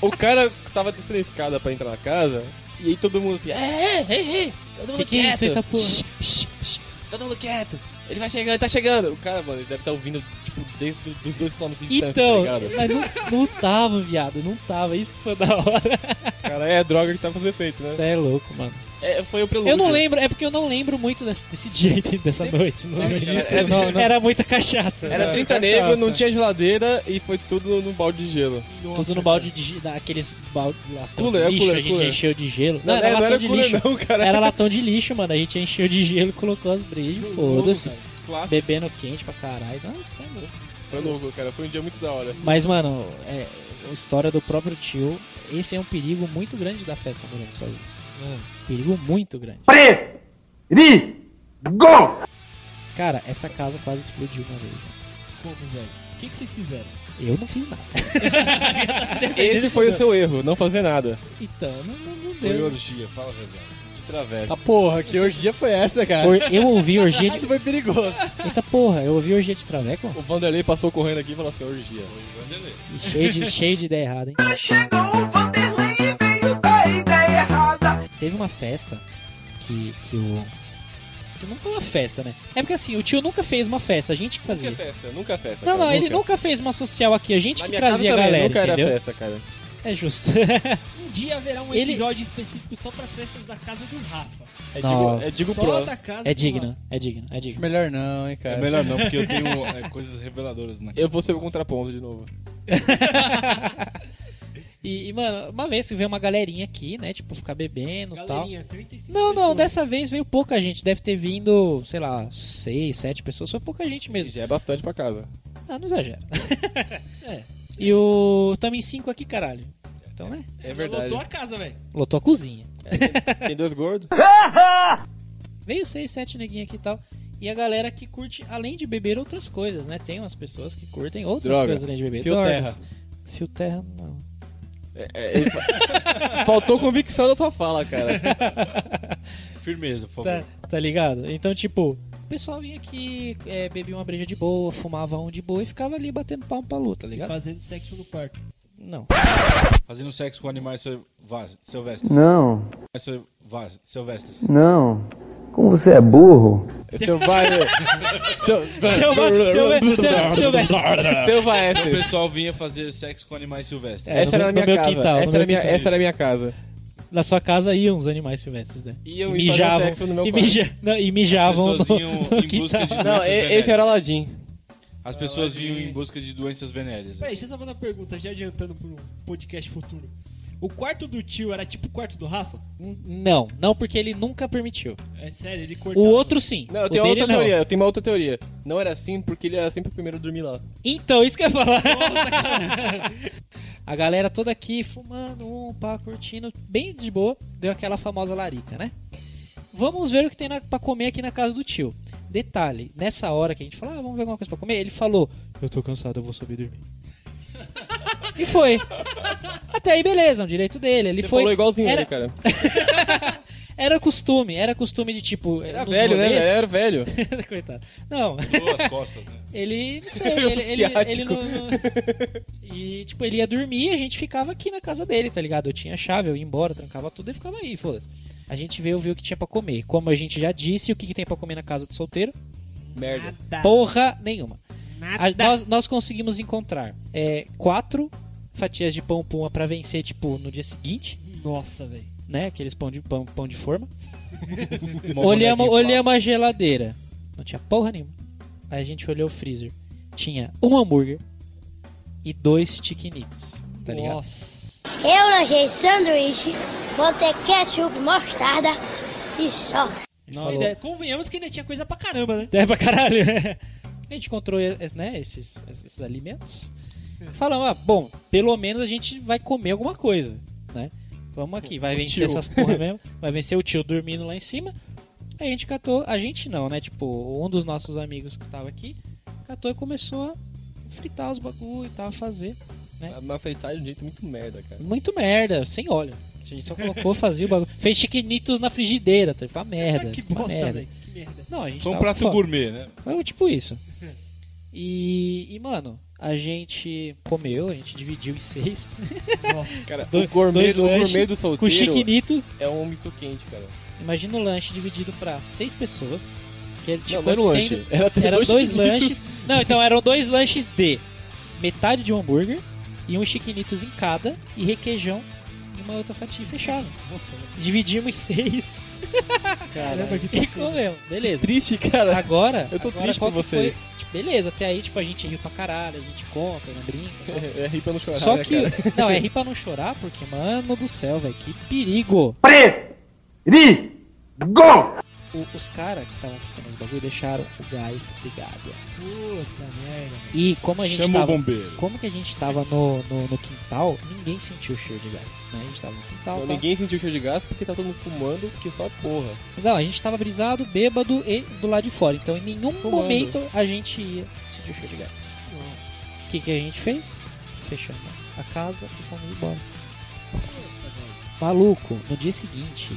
Speaker 4: o cara tava descendo a escada pra entrar na casa e aí todo mundo assim, é, é, é, é, todo mundo
Speaker 3: Que que é
Speaker 4: quieto.
Speaker 3: isso aí, tá porra?
Speaker 4: Shh, shh, shh, todo mundo quieto. Ele vai chegando, ele tá chegando. O cara, mano, ele deve estar ouvindo, tipo, desde do- dos dois quilômetros de distância,
Speaker 3: Então,
Speaker 4: tá ligado?
Speaker 3: mas não, não tava, viado, não tava. Isso que foi da hora.
Speaker 4: Cara, é a droga que tá fazendo efeito, né?
Speaker 3: Você é louco, mano.
Speaker 4: É, foi o prelúdio.
Speaker 3: Eu não lembro, é porque eu não lembro muito desse, desse dia, entendeu? dessa noite. Não lembro.
Speaker 4: Era-
Speaker 3: É Não, não. Era muita cachaça.
Speaker 4: Era
Speaker 5: É,
Speaker 4: 30
Speaker 5: cachaça.
Speaker 4: negros, não tinha geladeira e foi tudo no balde de gelo.
Speaker 3: tudo no balde de gelo. Aqueles balde latão
Speaker 4: Cooler, é
Speaker 3: de lixo,
Speaker 4: cooler,
Speaker 3: a gente
Speaker 4: cooler.
Speaker 3: encheu de gelo. Não,
Speaker 4: Não,
Speaker 3: era
Speaker 4: é, não
Speaker 3: latão
Speaker 4: era
Speaker 3: de
Speaker 4: cooler
Speaker 3: lixo.
Speaker 4: não, cara.
Speaker 3: Era latão de lixo, mano. A gente encheu de gelo, colocou as brejas, foda-se.
Speaker 2: Clássico.
Speaker 3: Bebendo quente pra caralho. Nossa, é louco.
Speaker 4: Foi louco, cara. Foi um dia muito da hora.
Speaker 3: Mas, mano, é, a história do próprio tio, esse é um perigo muito grande da festa morando sozinho. Perigo muito grande.
Speaker 8: Perigo!
Speaker 3: Cara, essa casa quase explodiu uma vez, mano.
Speaker 6: Como, velho? O que, que vocês fizeram?
Speaker 3: Eu não fiz nada.
Speaker 4: Esse foi o seu erro, não fazer nada.
Speaker 3: Então, não, não, não
Speaker 2: Foi
Speaker 3: deu.
Speaker 2: orgia, fala a verdade.
Speaker 4: De travessa.
Speaker 5: Tá porra, que orgia foi essa, cara?
Speaker 3: Or- eu ouvi orgia de.
Speaker 5: Isso foi perigoso.
Speaker 3: Eita porra, eu ouvi orgia de traveco?
Speaker 4: O Vanderlei passou correndo aqui e falou assim, orgia.
Speaker 3: E Cheio de, cheio de ideia errada, hein? Teve uma festa que, que o. que Não foi uma festa, né? É porque assim, o tio nunca fez uma festa, a gente que
Speaker 4: Nunca é
Speaker 3: fazia.
Speaker 4: festa, nunca é festa.
Speaker 3: Não,
Speaker 4: cara,
Speaker 3: não, ele nunca fez uma social aqui, a gente
Speaker 4: Na
Speaker 3: que
Speaker 4: minha casa
Speaker 3: trazia a
Speaker 4: também,
Speaker 3: galera,
Speaker 4: nunca era
Speaker 3: entendeu?
Speaker 4: festa, cara.
Speaker 3: É justo.
Speaker 6: dia haverá um
Speaker 3: Ele-
Speaker 6: episódio específico só pras festas da casa do Rafa.
Speaker 4: É
Speaker 3: Nossa.
Speaker 4: digo
Speaker 6: Só
Speaker 4: pro.
Speaker 6: da casa
Speaker 3: É
Speaker 6: do
Speaker 3: digno,
Speaker 6: Rafa.
Speaker 3: é digno, é digno.
Speaker 4: Melhor não, hein, cara.
Speaker 2: É melhor não, porque eu tenho é, coisas reveladoras na
Speaker 4: Eu vou ser o contraponto de novo.
Speaker 3: E, e, mano, uma vez que veio uma galerinha aqui, né? Tipo, ficar bebendo e tal.
Speaker 6: Galerinha, 35
Speaker 3: Não, não,
Speaker 6: pessoas.
Speaker 3: dessa vez veio pouca gente. Deve ter vindo, sei lá, seis, sete pessoas. Foi pouca gente mesmo.
Speaker 4: Já é bastante pra casa.
Speaker 3: Ah, não exagera.
Speaker 6: É.
Speaker 3: E o. Tamo em cinco aqui, caralho. Então, né?
Speaker 4: É verdade.
Speaker 6: Lotou a casa, velho.
Speaker 3: Lotou a cozinha.
Speaker 4: Tem dois gordos.
Speaker 3: Veio seis, sete neguinhos aqui e tal. E a galera que curte, além de beber, outras coisas, né? Tem umas pessoas que curtem outras
Speaker 4: Droga.
Speaker 3: coisas além de beber.
Speaker 5: Fio
Speaker 3: Drogas. Fio terra, não.
Speaker 4: Faltou convicção da sua fala, cara.
Speaker 2: Firmeza, por favor.
Speaker 3: Tá, tá ligado? Então, tipo, o pessoal vinha aqui, é, bebia uma breja de boa, fumava um de boa e ficava ali batendo palmo pra luta, tá ligado?
Speaker 6: Fazendo sexo no quarto.
Speaker 3: Não.
Speaker 2: Fazendo sexo com animais sil- vas- silvestres.
Speaker 12: Não,
Speaker 2: Animais sil- vas- Silvestres.
Speaker 12: não. Como você é burro.
Speaker 4: Seu vai. né? Seu
Speaker 3: Seu va- seu- seu- seu vai-
Speaker 4: Seu vai.
Speaker 2: O pessoal vinha fazer sexo com animais silvestres.
Speaker 3: É,
Speaker 4: Essa
Speaker 3: no
Speaker 4: era a minha
Speaker 3: meu
Speaker 4: casa.
Speaker 3: quintal, no
Speaker 4: Essa era a
Speaker 3: meu
Speaker 4: minha-
Speaker 3: quintal.
Speaker 4: essa era a minha casa.
Speaker 3: Na sua casa iam os animais silvestres, né?
Speaker 4: Iam
Speaker 3: E
Speaker 4: e faziam
Speaker 3: mijavam.
Speaker 4: sexo no meu
Speaker 3: e,
Speaker 4: quarto.
Speaker 3: mija- não, e mijavam.
Speaker 2: As
Speaker 3: no-
Speaker 2: pessoas iam
Speaker 3: no
Speaker 2: em busca
Speaker 3: quintal.
Speaker 2: de
Speaker 4: Não,
Speaker 2: doenças
Speaker 4: e- esse
Speaker 2: venéreas.
Speaker 4: era o Aladdin.
Speaker 2: As pessoas vinham em busca de doenças venéreas.
Speaker 6: Peraí, deixa eu só fazer uma pergunta, já adiantando pro podcast futuro. O quarto do tio era tipo o quarto do Rafa?
Speaker 3: Não, não, porque ele nunca permitiu.
Speaker 6: É sério, ele
Speaker 3: O
Speaker 6: cortava.
Speaker 3: outro sim.
Speaker 4: Não, eu
Speaker 3: o
Speaker 4: tenho uma
Speaker 3: dele
Speaker 4: outra
Speaker 3: não.
Speaker 4: teoria. Eu tenho uma outra teoria. Não era assim porque ele era sempre o primeiro a dormir lá.
Speaker 3: Então, isso que eu ia falar. a galera toda aqui fumando, um pá, curtindo, bem de boa. Deu aquela famosa larica, né? Vamos ver o que tem na, pra comer aqui na casa do tio. Detalhe, nessa hora que a gente falou, ah, vamos ver alguma coisa pra comer, ele falou, eu tô cansado, eu vou subir dormir. e foi. Até aí, beleza, é um direito dele. Ele
Speaker 4: Você
Speaker 3: foi.
Speaker 4: falou igualzinho
Speaker 3: era,
Speaker 4: ele, cara.
Speaker 3: era costume, era costume de tipo.
Speaker 4: Era velho, né? Ele era velho.
Speaker 3: Coitado. Não.
Speaker 2: Duas costas, né?
Speaker 3: Ele, não sei,
Speaker 4: Um
Speaker 3: ele, ele, ele
Speaker 4: ciático.
Speaker 3: não, não- E, tipo, ele ia dormir e a gente ficava aqui na casa dele, tá ligado? Eu tinha chave, eu ia embora, trancava tudo e ficava aí, foda-se. A gente veio ver o que tinha pra comer. Como a gente já disse, o que, que tem pra comer na casa do solteiro?
Speaker 4: Merda.
Speaker 6: Nada,
Speaker 3: Porra nenhuma.
Speaker 6: nada.
Speaker 3: A- nós, nós conseguimos encontrar é, quatro fatias de pão puma pra vencer, tipo, no dia seguinte,
Speaker 6: Nossa, velho.
Speaker 3: né? Aqueles pão de, pão, pão de forma.
Speaker 2: Uma
Speaker 3: Olhamos,
Speaker 2: boneca inflável.
Speaker 3: olhamos a geladeira. Não tinha porra nenhuma. Aí a gente olhou o freezer. Tinha um hambúrguer e dois tiquinitos. Tá ligado?
Speaker 6: Nossa.
Speaker 7: Eu lanchei sanduíche, botei ketchup, mostarda e só.
Speaker 3: Falou.
Speaker 6: Ainda- É, convenhamos que ainda tinha coisa pra caramba, né?
Speaker 3: É pra caralho. a gente encontrou es- né, esses, esses alimentos. Falamos, ah, bom, pelo menos a gente vai comer alguma coisa, né? Vamos aqui, vai vencer
Speaker 4: tio.
Speaker 3: essas porra mesmo. Vai vencer o tio dormindo lá em cima. Aí a gente catou, a gente não, né? Tipo, um dos nossos amigos que tava aqui, catou e começou a fritar os bagulho e tal, a fazer. tá.
Speaker 4: Mas fritar de um jeito muito merda, cara.
Speaker 3: Muito merda, sem óleo. A gente só colocou, fazia o bagulho. Fez chiquinitos na frigideira, tá? Uma merda.
Speaker 6: Ah, que
Speaker 3: uma
Speaker 6: bosta,
Speaker 3: merda.
Speaker 6: velho. Que merda.
Speaker 3: Não, a gente
Speaker 2: Foi um
Speaker 3: tava
Speaker 2: prato
Speaker 3: foda.
Speaker 2: gourmet, né?
Speaker 3: Mas tipo isso. E, e, mano, a gente comeu, a gente dividiu em seis.
Speaker 6: Nossa.
Speaker 4: Cara,
Speaker 3: Do-
Speaker 4: o gourmet,
Speaker 3: dois
Speaker 4: do, o
Speaker 3: lanche
Speaker 4: gourmet do
Speaker 3: com
Speaker 4: solteiro
Speaker 3: chiquinitos.
Speaker 4: é um misto quente, cara.
Speaker 3: Imagina o lanche dividido pra seis pessoas. Que era, tipo,
Speaker 4: não, não era um lanche.
Speaker 3: tendo-
Speaker 4: Era,
Speaker 3: eram dois,
Speaker 4: chiquinitos.
Speaker 3: lanches. Não, então eram dois lanches de metade de um hambúrguer e um chiquinitos em cada e requeijão e uma outra fatia fechada.
Speaker 6: Nossa,
Speaker 4: né?
Speaker 6: velho.
Speaker 3: Dividimos em seis
Speaker 6: Caramba, que
Speaker 3: e comemos. Beleza.
Speaker 4: Triste, cara.
Speaker 3: Agora.
Speaker 4: Eu tô
Speaker 3: agora,
Speaker 4: triste
Speaker 3: qual
Speaker 4: por
Speaker 3: que foi-
Speaker 4: vocês.
Speaker 3: tipo, beleza, até aí, tipo, a gente riu pra caralho, a gente conta, não brinca. tal.
Speaker 4: É, é rir pra não chorar,
Speaker 3: Só
Speaker 4: né,
Speaker 3: que.
Speaker 4: cara?
Speaker 3: Não, é rir pra não chorar, porque, mano do céu, velho, que perigo!
Speaker 8: Perigo!
Speaker 3: O- os caras que estavam fritando os bagulho deixaram o gás ligado.
Speaker 6: puta merda.
Speaker 3: E como a gente
Speaker 2: Chama o
Speaker 3: tava.
Speaker 2: bombeiro.
Speaker 3: Como que a gente tava no, no, no quintal, ninguém sentiu o cheiro de gás. Né? A gente tava no quintal.
Speaker 4: Então,
Speaker 3: tal.
Speaker 4: ninguém sentiu cheiro de gato porque tá todo mundo fumando, porque só porra.
Speaker 3: Não, a gente tava brisado, bêbado e do lado de fora. Então em nenhum
Speaker 4: Fumando.
Speaker 3: momento a gente ia sentir o cheiro de gás. O que, que a gente fez? Fechamos a casa e fomos embora. Maluco, no dia seguinte,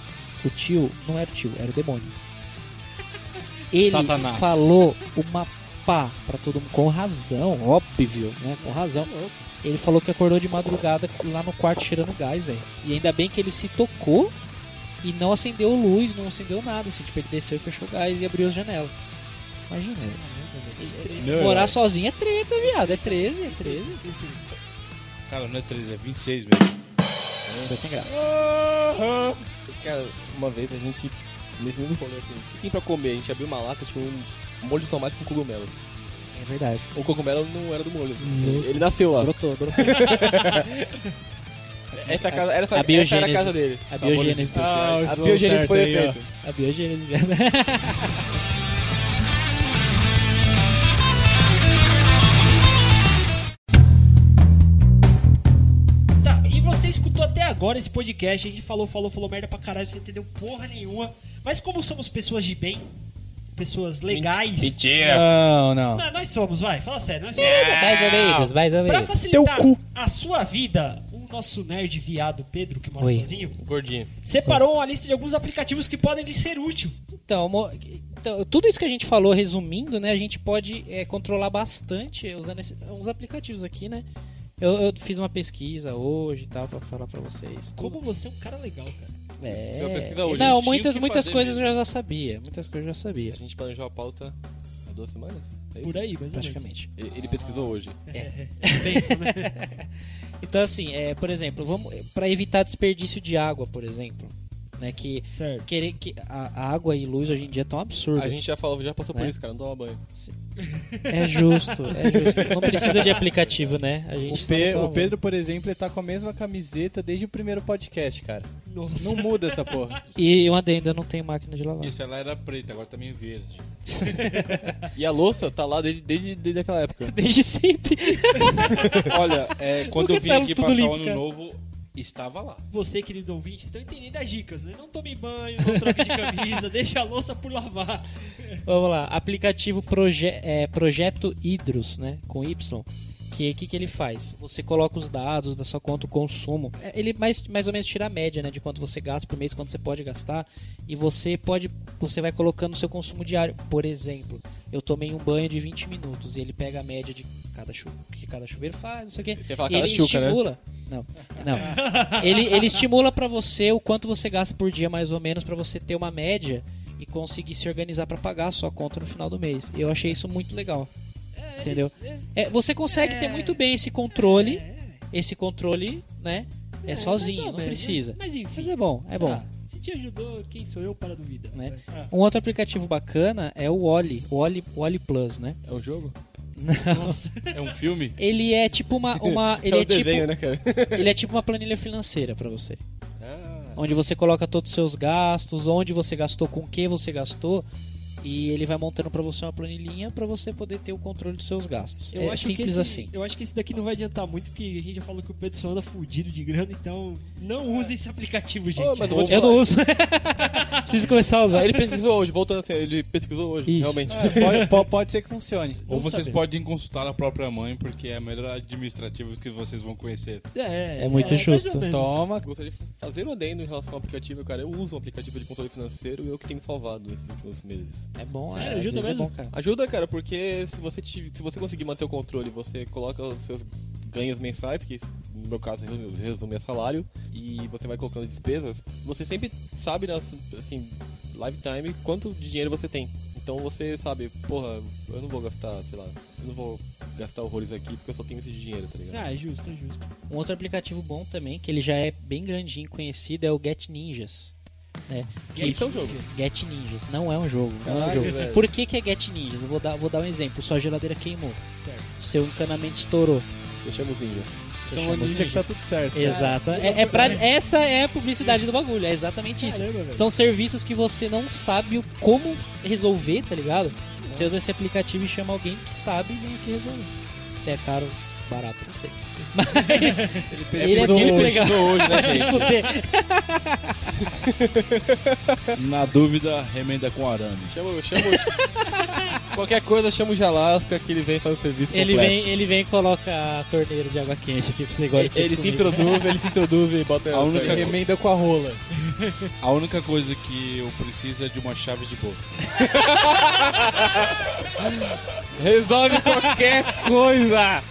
Speaker 3: o tio não era o tio, era o demônio. Ele
Speaker 2: Satanás.
Speaker 3: falou uma pá pra todo mundo, com razão, óbvio, né? Com razão. Ele falou que acordou de madrugada lá no quarto cheirando gás, velho. E ainda bem que ele se tocou e não acendeu luz, não acendeu nada. Assim, tipo, ele desceu e fechou o gás e abriu as janelas. Imagina.
Speaker 2: Meu
Speaker 3: Morar
Speaker 2: herói.
Speaker 3: sozinho é treta, viado. É 13, é 13.
Speaker 2: Cara, não é 13, é 26 mesmo. É
Speaker 3: Foi sem graça.
Speaker 4: Cara, uma vez a gente, nesse mesmo rolê, assim, o que tem pra comer? A gente abriu uma lata, tipo, um molho de tomate com cogumelo.
Speaker 3: É verdade.
Speaker 4: O cogumelo não era do molho. assim,
Speaker 3: Não.
Speaker 4: Ele nasceu lá.
Speaker 3: Brotou, brotou.
Speaker 4: essa, é casa, era
Speaker 3: A
Speaker 4: essa, essa era
Speaker 3: biogênese.
Speaker 4: a casa dele.
Speaker 3: A biogênese.
Speaker 4: Ah, a biogênese foi efeito.
Speaker 3: A biogênese, verdade.
Speaker 6: Tá, e você escutou até agora esse podcast, a gente falou, falou, falou merda pra caralho, você entendeu porra nenhuma. Mas como somos pessoas de bem, pessoas legais.
Speaker 3: Não, não.
Speaker 6: Não, nós somos, vai, fala sério, nós
Speaker 3: Mais ou menos,
Speaker 6: somos.
Speaker 3: mais ou
Speaker 6: Pra
Speaker 3: menos.
Speaker 6: facilitar a sua vida, o nosso nerd viado Pedro, que mora
Speaker 3: Oi.
Speaker 6: sozinho,
Speaker 4: Gordinho.
Speaker 6: separou uma lista de alguns aplicativos que podem lhe ser útil.
Speaker 3: Então, mo- então, tudo isso que a gente falou, resumindo, né, a gente pode é, controlar bastante é, usando esse- uns aplicativos aqui, né? Eu, eu fiz uma pesquisa hoje e tal pra falar pra vocês.
Speaker 6: Como você é um cara legal, cara.
Speaker 3: É.
Speaker 4: Fiz uma pesquisa hoje, a gente
Speaker 3: Não,
Speaker 4: tinha
Speaker 3: muitas
Speaker 4: o que
Speaker 3: muitas
Speaker 4: fazer
Speaker 3: coisas
Speaker 4: mesmo.
Speaker 3: eu já sabia, muitas coisas eu já sabia,
Speaker 4: A gente planejou a pauta há duas semanas? É isso?
Speaker 6: Por aí, mais ou menos.
Speaker 3: praticamente.
Speaker 4: E- Ele pesquisou hoje.
Speaker 6: É. Pensa, né?
Speaker 3: Então assim, é, por exemplo, vamos para evitar desperdício de água, por exemplo, né, que
Speaker 6: Certo.
Speaker 3: querer que a a água e luz hoje em dia estão absurdas.
Speaker 4: A gente já falou, já passou por
Speaker 3: Né?
Speaker 4: isso, cara. Não toma banho.
Speaker 3: É justo, é justo. Não precisa de aplicativo, né? A gente
Speaker 5: O,
Speaker 3: só não
Speaker 5: Pe-
Speaker 3: toma
Speaker 5: o Pedro, por exemplo, ele tá com a mesma camiseta desde o primeiro podcast, cara.
Speaker 6: Nossa.
Speaker 5: Não muda essa porra.
Speaker 3: E eu ainda não tenho máquina de lavar.
Speaker 2: Isso, ela era preta, agora tá meio verde.
Speaker 4: E a louça tá lá desde, desde, desde aquela época.
Speaker 3: Desde sempre.
Speaker 2: Olha, é, quando
Speaker 3: Nunca
Speaker 2: eu vim
Speaker 3: tava
Speaker 2: aqui
Speaker 3: tá tudo
Speaker 2: passar
Speaker 3: limpo,
Speaker 2: o ano
Speaker 3: cara.
Speaker 2: novo, estava lá.
Speaker 6: Você, querido ouvinte, estão entendendo as dicas, né? Não tome banho, não troque de camisa, deixa a louça por lavar.
Speaker 3: Vamos lá, aplicativo proje é, Projeto Hidros, né? Com Y. Que que, que ele faz? Você coloca os dados da sua conta, o consumo. É, Ele mais, mais ou menos tira a média, né? De quanto você gasta por mês, quanto você pode gastar. E você pode. Você vai colocando o seu consumo diário. Por exemplo, eu tomei um banho de 20 minutos e ele pega a média de cada chuveiro, que cada chuveiro faz, não sei o quê.
Speaker 4: Quer falar
Speaker 3: E
Speaker 4: cada
Speaker 3: ele
Speaker 4: chuca, né?
Speaker 3: estimula. Não, não. Ele, ele estimula pra você o quanto você gasta por dia, mais ou menos, pra você ter uma média e conseguir se organizar pra pagar a sua conta no final do mês. Eu achei isso muito legal. Entendeu? É, você consegue ter muito bem esse controle,
Speaker 6: é.
Speaker 3: esse controle, né? É, sozinho, não precisa.
Speaker 6: né? Mas enfim.
Speaker 3: Mas é bom, é bom.
Speaker 6: Ah, se te ajudou, quem sou eu para duvidar?
Speaker 3: Né? Um outro aplicativo bacana é o Oli, o Oli, o Oli Plus, né?
Speaker 4: É o jogo?
Speaker 2: É um filme?
Speaker 3: Ele é tipo uma, uma ele
Speaker 4: é o
Speaker 3: é tipo,
Speaker 4: desenho, né, cara?
Speaker 3: ele é tipo uma planilha financeira pra você. Onde você coloca todos os seus gastos, onde você gastou, com o que você gastou. E ele vai montando pra você uma planilhinha pra você poder ter o controle dos seus gastos. é simples
Speaker 6: esse,
Speaker 3: assim.
Speaker 6: Eu acho que esse daqui não vai adiantar muito, porque a gente já falou que o Pedro só anda fudido de grana, então não use esse aplicativo, gente.
Speaker 4: mas eu vou te
Speaker 3: Ah. Eu não uso. Preciso começar a usar.
Speaker 4: Ele pesquisou hoje, voltando assim, ele pesquisou hoje,
Speaker 3: Isso.
Speaker 4: realmente.
Speaker 5: É, pode, po- pode ser que funcione.
Speaker 2: Ou vocês
Speaker 3: saber.
Speaker 2: podem consultar a própria mãe, porque é a melhor administrativa que vocês vão conhecer.
Speaker 6: É,
Speaker 3: É muito
Speaker 6: mais ou
Speaker 3: justo.
Speaker 6: menos.
Speaker 5: Toma.
Speaker 4: Eu Gostaria de fazer um adendo em relação ao aplicativo, cara. Eu uso um aplicativo de controle financeiro e eu que tenho salvado nesses últimos meses.
Speaker 3: É bom,
Speaker 6: Sério,
Speaker 3: é, às
Speaker 6: ajuda
Speaker 3: vezes é
Speaker 6: mesmo?
Speaker 3: bom, cara.
Speaker 4: Ajuda, cara, porque se você, te- se você conseguir manter o controle, você coloca os seus ganhos mensais, que no meu caso resume resume a salário, e você vai colocando despesas, você sempre sabe, na su- assim, lifetime, quanto de dinheiro você tem. Então você sabe, porra, eu não vou gastar, sei lá, eu não vou gastar horrores aqui porque eu só tenho esse dinheiro, tá ligado?
Speaker 6: Ah, é justo, é justo.
Speaker 3: Um outro aplicativo bom também, que ele já é bem grandinho conhecido, é o Get Ninjas. Né?
Speaker 4: E isso é um jogo.
Speaker 3: Get Ninjas não é um jogo. Não é um
Speaker 4: Caralho,
Speaker 3: jogo.
Speaker 4: velho.
Speaker 3: Por que, que é Get Ninjas? Eu vou dar, vou dar um exemplo. Sua geladeira queimou,
Speaker 6: Certo.
Speaker 3: seu encanamento estourou.
Speaker 4: Fechamos ninjas.
Speaker 3: Você
Speaker 5: São
Speaker 3: chama os
Speaker 5: ninja que tá
Speaker 3: ninjas.
Speaker 5: tudo certo.
Speaker 3: Exato. É, é pra- essa é a publicidade do bagulho, é exatamente isso.
Speaker 6: Caramba, velho.
Speaker 3: São serviços que você não sabe o- como resolver, tá ligado? Você usa esse aplicativo e chama alguém que sabe e vem aqui resolver. Se é caro, barato, não sei. Mas ele é
Speaker 5: pesquisou
Speaker 3: muito
Speaker 5: hoje.
Speaker 3: legal. Tipo,
Speaker 4: hoje, né,
Speaker 3: Se fuder.
Speaker 2: Na dúvida, remenda com arame.
Speaker 4: Chama, chama o... Qualquer coisa, chama o Jalasca que ele vem e faz o serviço
Speaker 3: Ele
Speaker 4: completo.
Speaker 3: vem, ele vem e coloca a torneira de água quente aqui pra você igual
Speaker 4: Ele,
Speaker 3: ele fez
Speaker 4: se
Speaker 3: comigo.
Speaker 4: introduz, ele se introduz e bota...
Speaker 2: A única-
Speaker 5: Emenda com a rola.
Speaker 2: A única coisa que eu preciso é de uma chave de boca.
Speaker 4: Resolve qualquer coisa!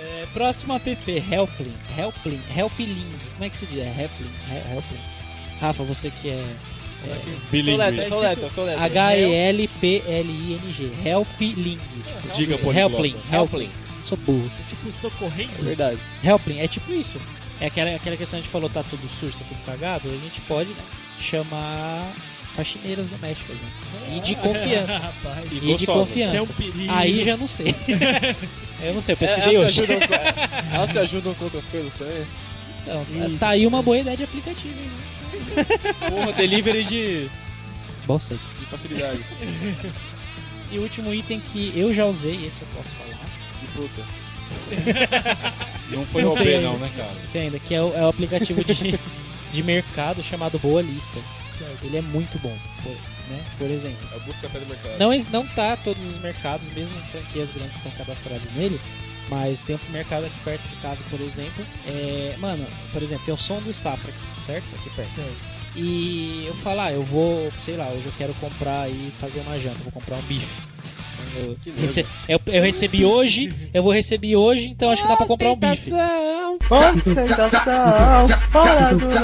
Speaker 3: É, próximo app, Helpling. Helpling, Helpling. Como é que se diz? É Helpling, He- Helpling. Rafa, você que é... é
Speaker 4: Soleta,
Speaker 2: Bilíngue.
Speaker 4: soleta, soleta.
Speaker 3: H-E-L-P-L-I-N-G. Helpling. Tipo,
Speaker 2: Diga, poliglota.
Speaker 3: Helpling, Helpling. Sou burro.
Speaker 6: É Tipo, socorrendo.
Speaker 4: Verdade.
Speaker 3: Helpling, é tipo isso. É aquela, aquela questão que a gente falou, tá tudo sujo, tá tudo cagado, a gente pode né, chamar faxineiras domésticas, né? E de confiança.
Speaker 6: Rapaz.
Speaker 3: e,
Speaker 6: E
Speaker 3: de
Speaker 6: gostosas.
Speaker 3: confiança.
Speaker 6: Isso é um perigo.
Speaker 3: Aí já não sei. eu não sei, eu pesquisei
Speaker 4: elas
Speaker 3: hoje.
Speaker 4: Te ajudam, com- elas te ajudam com outras coisas também?
Speaker 3: Então, tá aí uma boa ideia de aplicativo, hein?
Speaker 4: Porra, delivery de,
Speaker 3: Bom sei.
Speaker 4: de facilidades.
Speaker 3: E o último item que eu já usei, esse eu posso falar.
Speaker 4: De puta.
Speaker 2: Não foi
Speaker 3: Não
Speaker 2: OP
Speaker 3: tem
Speaker 2: não,
Speaker 3: ainda.
Speaker 2: né, cara?
Speaker 3: Tem ainda, que é o, é o aplicativo de, de mercado chamado Boa Lista. Ele é muito bom, por, né? por exemplo.
Speaker 4: É o busca pé do mercado.
Speaker 3: Não, es- não tá todos os mercados, mesmo franquias grandes estão cadastradas nele, mas tem um mercado aqui perto de casa, por exemplo. É, mano, por exemplo, tem o som do Safra aqui, certo? Aqui perto. E eu falo, ah, eu vou, sei lá, hoje eu quero comprar e fazer uma janta, vou comprar um bife. Eu, rece- eu, eu recebi hoje, eu vou receber hoje, então acho que dá pra comprar um bife.
Speaker 13: Ostentação, fora do tá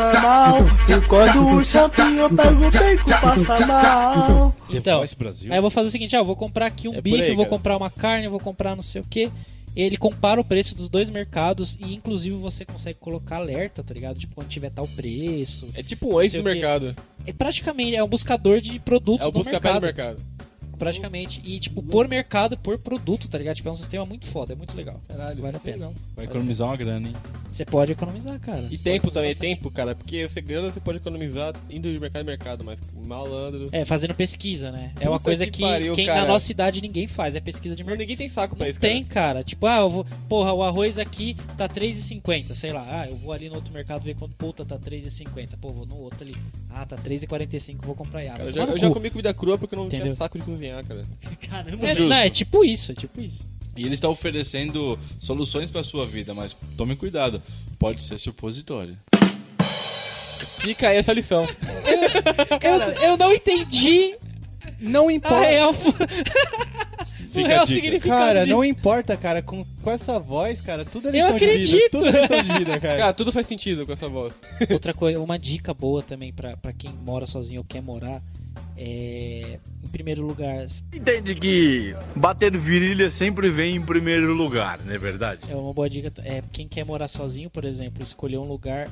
Speaker 13: normal. E quando o champinho pega o bacon, passa mal.
Speaker 3: Então,
Speaker 2: Voice Brasil.
Speaker 3: aí eu vou fazer o seguinte, ah, eu vou comprar
Speaker 4: É
Speaker 3: aqui um
Speaker 2: por
Speaker 3: bife,
Speaker 2: aí,
Speaker 3: eu vou
Speaker 2: cara.
Speaker 3: comprar uma carne, eu vou comprar não sei o que. Ele compara o preço dos dois mercados e inclusive você consegue colocar alerta, tá ligado? Tipo, quando tiver tal preço.
Speaker 4: É tipo um ex do mercado.
Speaker 3: É praticamente, é um buscador de produtos
Speaker 4: É o
Speaker 3: do
Speaker 4: busca pé do mercado.
Speaker 3: Praticamente. E tipo, por mercado, por produto, tá ligado? Tipo, é um sistema muito foda, é muito legal. Caralho, vale a pena.
Speaker 2: Vai economizar uma grana, hein?
Speaker 3: Você pode economizar, cara.
Speaker 4: E tempo também, tempo, cara. Porque você grana, você pode economizar indo de mercado em mercado, mas malandro.
Speaker 3: É, fazendo pesquisa, né? É uma
Speaker 4: Puta
Speaker 3: coisa que,
Speaker 4: que pariu,
Speaker 3: quem
Speaker 4: cara.
Speaker 3: na nossa idade ninguém faz, é pesquisa de mercado.
Speaker 4: Ninguém tem saco pra
Speaker 3: Não
Speaker 4: isso, cara.
Speaker 3: tem, cara. Tipo, ah, eu vou. Porra, o arroz aqui tá 3,50, sei lá. Ah, eu vou ali no outro mercado ver quanto. Puta, tá 3,50. Pô, vou no outro ali. Ah, tá 3,45, vou comprar aí. Ah,
Speaker 4: Cara,
Speaker 3: vai
Speaker 4: eu já,
Speaker 3: tomar no
Speaker 4: eu já
Speaker 3: cu.
Speaker 4: comi comida crua porque eu não tinha
Speaker 3: Entendeu?
Speaker 4: saco de cozinhar, cara.
Speaker 6: Caramba.
Speaker 3: É,
Speaker 2: Justo.
Speaker 3: não, é tipo isso, é tipo isso.
Speaker 2: E ele está oferecendo soluções para sua vida, mas tome cuidado, pode ser supositório.
Speaker 4: Fica aí essa lição.
Speaker 3: Eu, eu não entendi
Speaker 5: Não
Speaker 3: a
Speaker 5: importa.
Speaker 3: real. o real significado.
Speaker 5: Cara,
Speaker 3: disso.
Speaker 5: não importa, cara. Com, com essa voz, cara, tudo é
Speaker 3: Eu
Speaker 5: lição de vida.
Speaker 3: acredito.
Speaker 5: Tudo é lição de vida, cara.
Speaker 4: Cara, tudo faz sentido com essa voz.
Speaker 3: Outra coisa, uma dica boa também pra, pra quem mora sozinho ou quer morar é. Em primeiro lugar,
Speaker 14: Entende que bater virilha sempre vem em primeiro lugar, não é verdade?
Speaker 3: É uma boa dica. É, quem quer morar sozinho, por exemplo, escolher um lugar,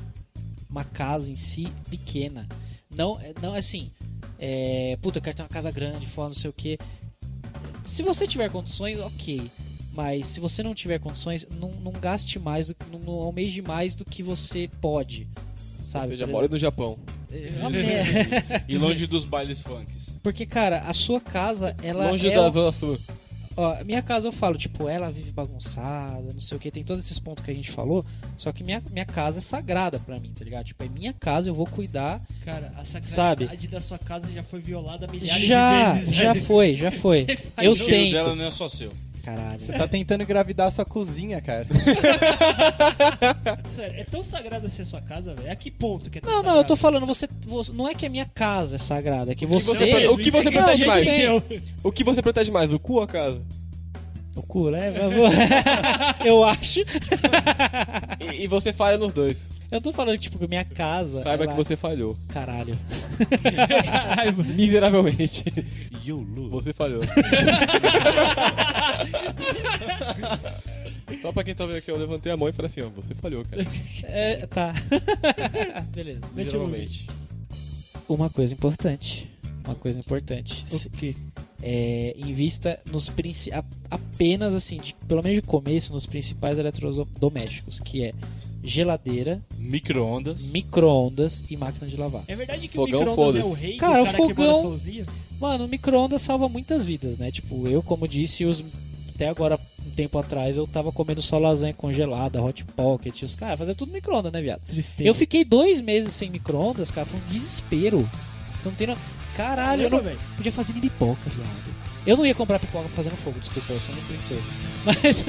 Speaker 3: uma casa em si pequena. Não, é- não assim, é, puta, eu quero ter uma casa grande, fora, não sei o que. Se você tiver condições, ok. Mas se você não tiver condições, não, não gaste mais, do- não, não almeje mais do que você pode. Sabe?
Speaker 4: Ou seja,
Speaker 3: Por
Speaker 4: mora
Speaker 3: exemplo-
Speaker 4: no Japão.
Speaker 3: É uma merda.
Speaker 2: E longe dos bailes funks.
Speaker 3: Porque, cara, a sua casa, ela
Speaker 4: Longe
Speaker 3: é
Speaker 4: da
Speaker 3: o-
Speaker 4: Zona Sul.
Speaker 3: Ó, a minha casa eu falo, tipo, ela vive bagunçada, não sei o que, tem todos esses pontos que a gente falou, só que minha, minha casa é sagrada pra mim, tá ligado? Tipo, é minha casa, eu vou cuidar.
Speaker 6: Cara, a sacralidade
Speaker 3: Sabe?
Speaker 6: da sua casa já foi violada milhares
Speaker 3: Já,
Speaker 6: de vezes. né?
Speaker 3: já foi, já foi.
Speaker 6: Você faz
Speaker 3: Eu
Speaker 6: isso.
Speaker 2: O cheiro
Speaker 3: tento.
Speaker 2: dela não é só seu.
Speaker 3: Caralho.
Speaker 5: Você tá tentando engravidar a sua cozinha, cara.
Speaker 6: Sério, é tão sagrado assim a sua casa, velho. A que ponto que é tão
Speaker 3: Não, não,
Speaker 6: sagrado?
Speaker 3: eu tô falando, você, você- não é que a minha casa é sagrada, é que
Speaker 4: O que
Speaker 3: você,
Speaker 4: você- o que você
Speaker 3: Não,
Speaker 4: protege
Speaker 3: tudo
Speaker 4: mais?
Speaker 3: bem.
Speaker 4: O que você protege mais, o cu ou a casa?
Speaker 3: O cu, né? Mas vou- Eu acho.
Speaker 4: E, e você falha nos dois.
Speaker 3: Eu tô falando, tipo, que minha casa.
Speaker 4: Saiba
Speaker 3: ela- é
Speaker 4: que você falhou.
Speaker 3: Caralho.
Speaker 4: Miseravelmente. Você falhou. Só pra quem tá vendo aqui, eu levantei a mão e falei assim, ó, você falhou, cara.
Speaker 3: É, tá. Beleza. Mete o vídeo.
Speaker 4: Literalmente.
Speaker 3: Uma coisa importante. Uma coisa importante. O quê? É, invista nos princi- a- apenas assim, de- pelo menos de começo, nos principais eletrodomésticos, que é geladeira,
Speaker 2: Micro-ondas.
Speaker 3: micro-ondas e máquina de lavar.
Speaker 6: É verdade que
Speaker 4: Fogão,
Speaker 6: o micro-ondas é o
Speaker 4: foda-se.
Speaker 6: rei do
Speaker 3: Cara,
Speaker 6: cara,
Speaker 3: o
Speaker 6: que mora
Speaker 3: fogão-
Speaker 6: sozinho?
Speaker 3: Mano, o micro-ondas salva muitas vidas, né? Tipo, eu, como disse, os- até agora, um tempo atrás, eu tava comendo só lasanha congelada, hot pocket, os caras faziam tudo micro-ondas, né, viado?
Speaker 6: Tristeza.
Speaker 3: Eu fiquei dois meses sem micro-ondas, cara, foi um desespero. Você não tem no... Caralho, eu não...
Speaker 6: Lembra, velho?
Speaker 3: Podia fazer pipoca, viado. Eu não ia comprar pipoca fazendo fogo, desculpa, eu sou um uma princesa. Mas,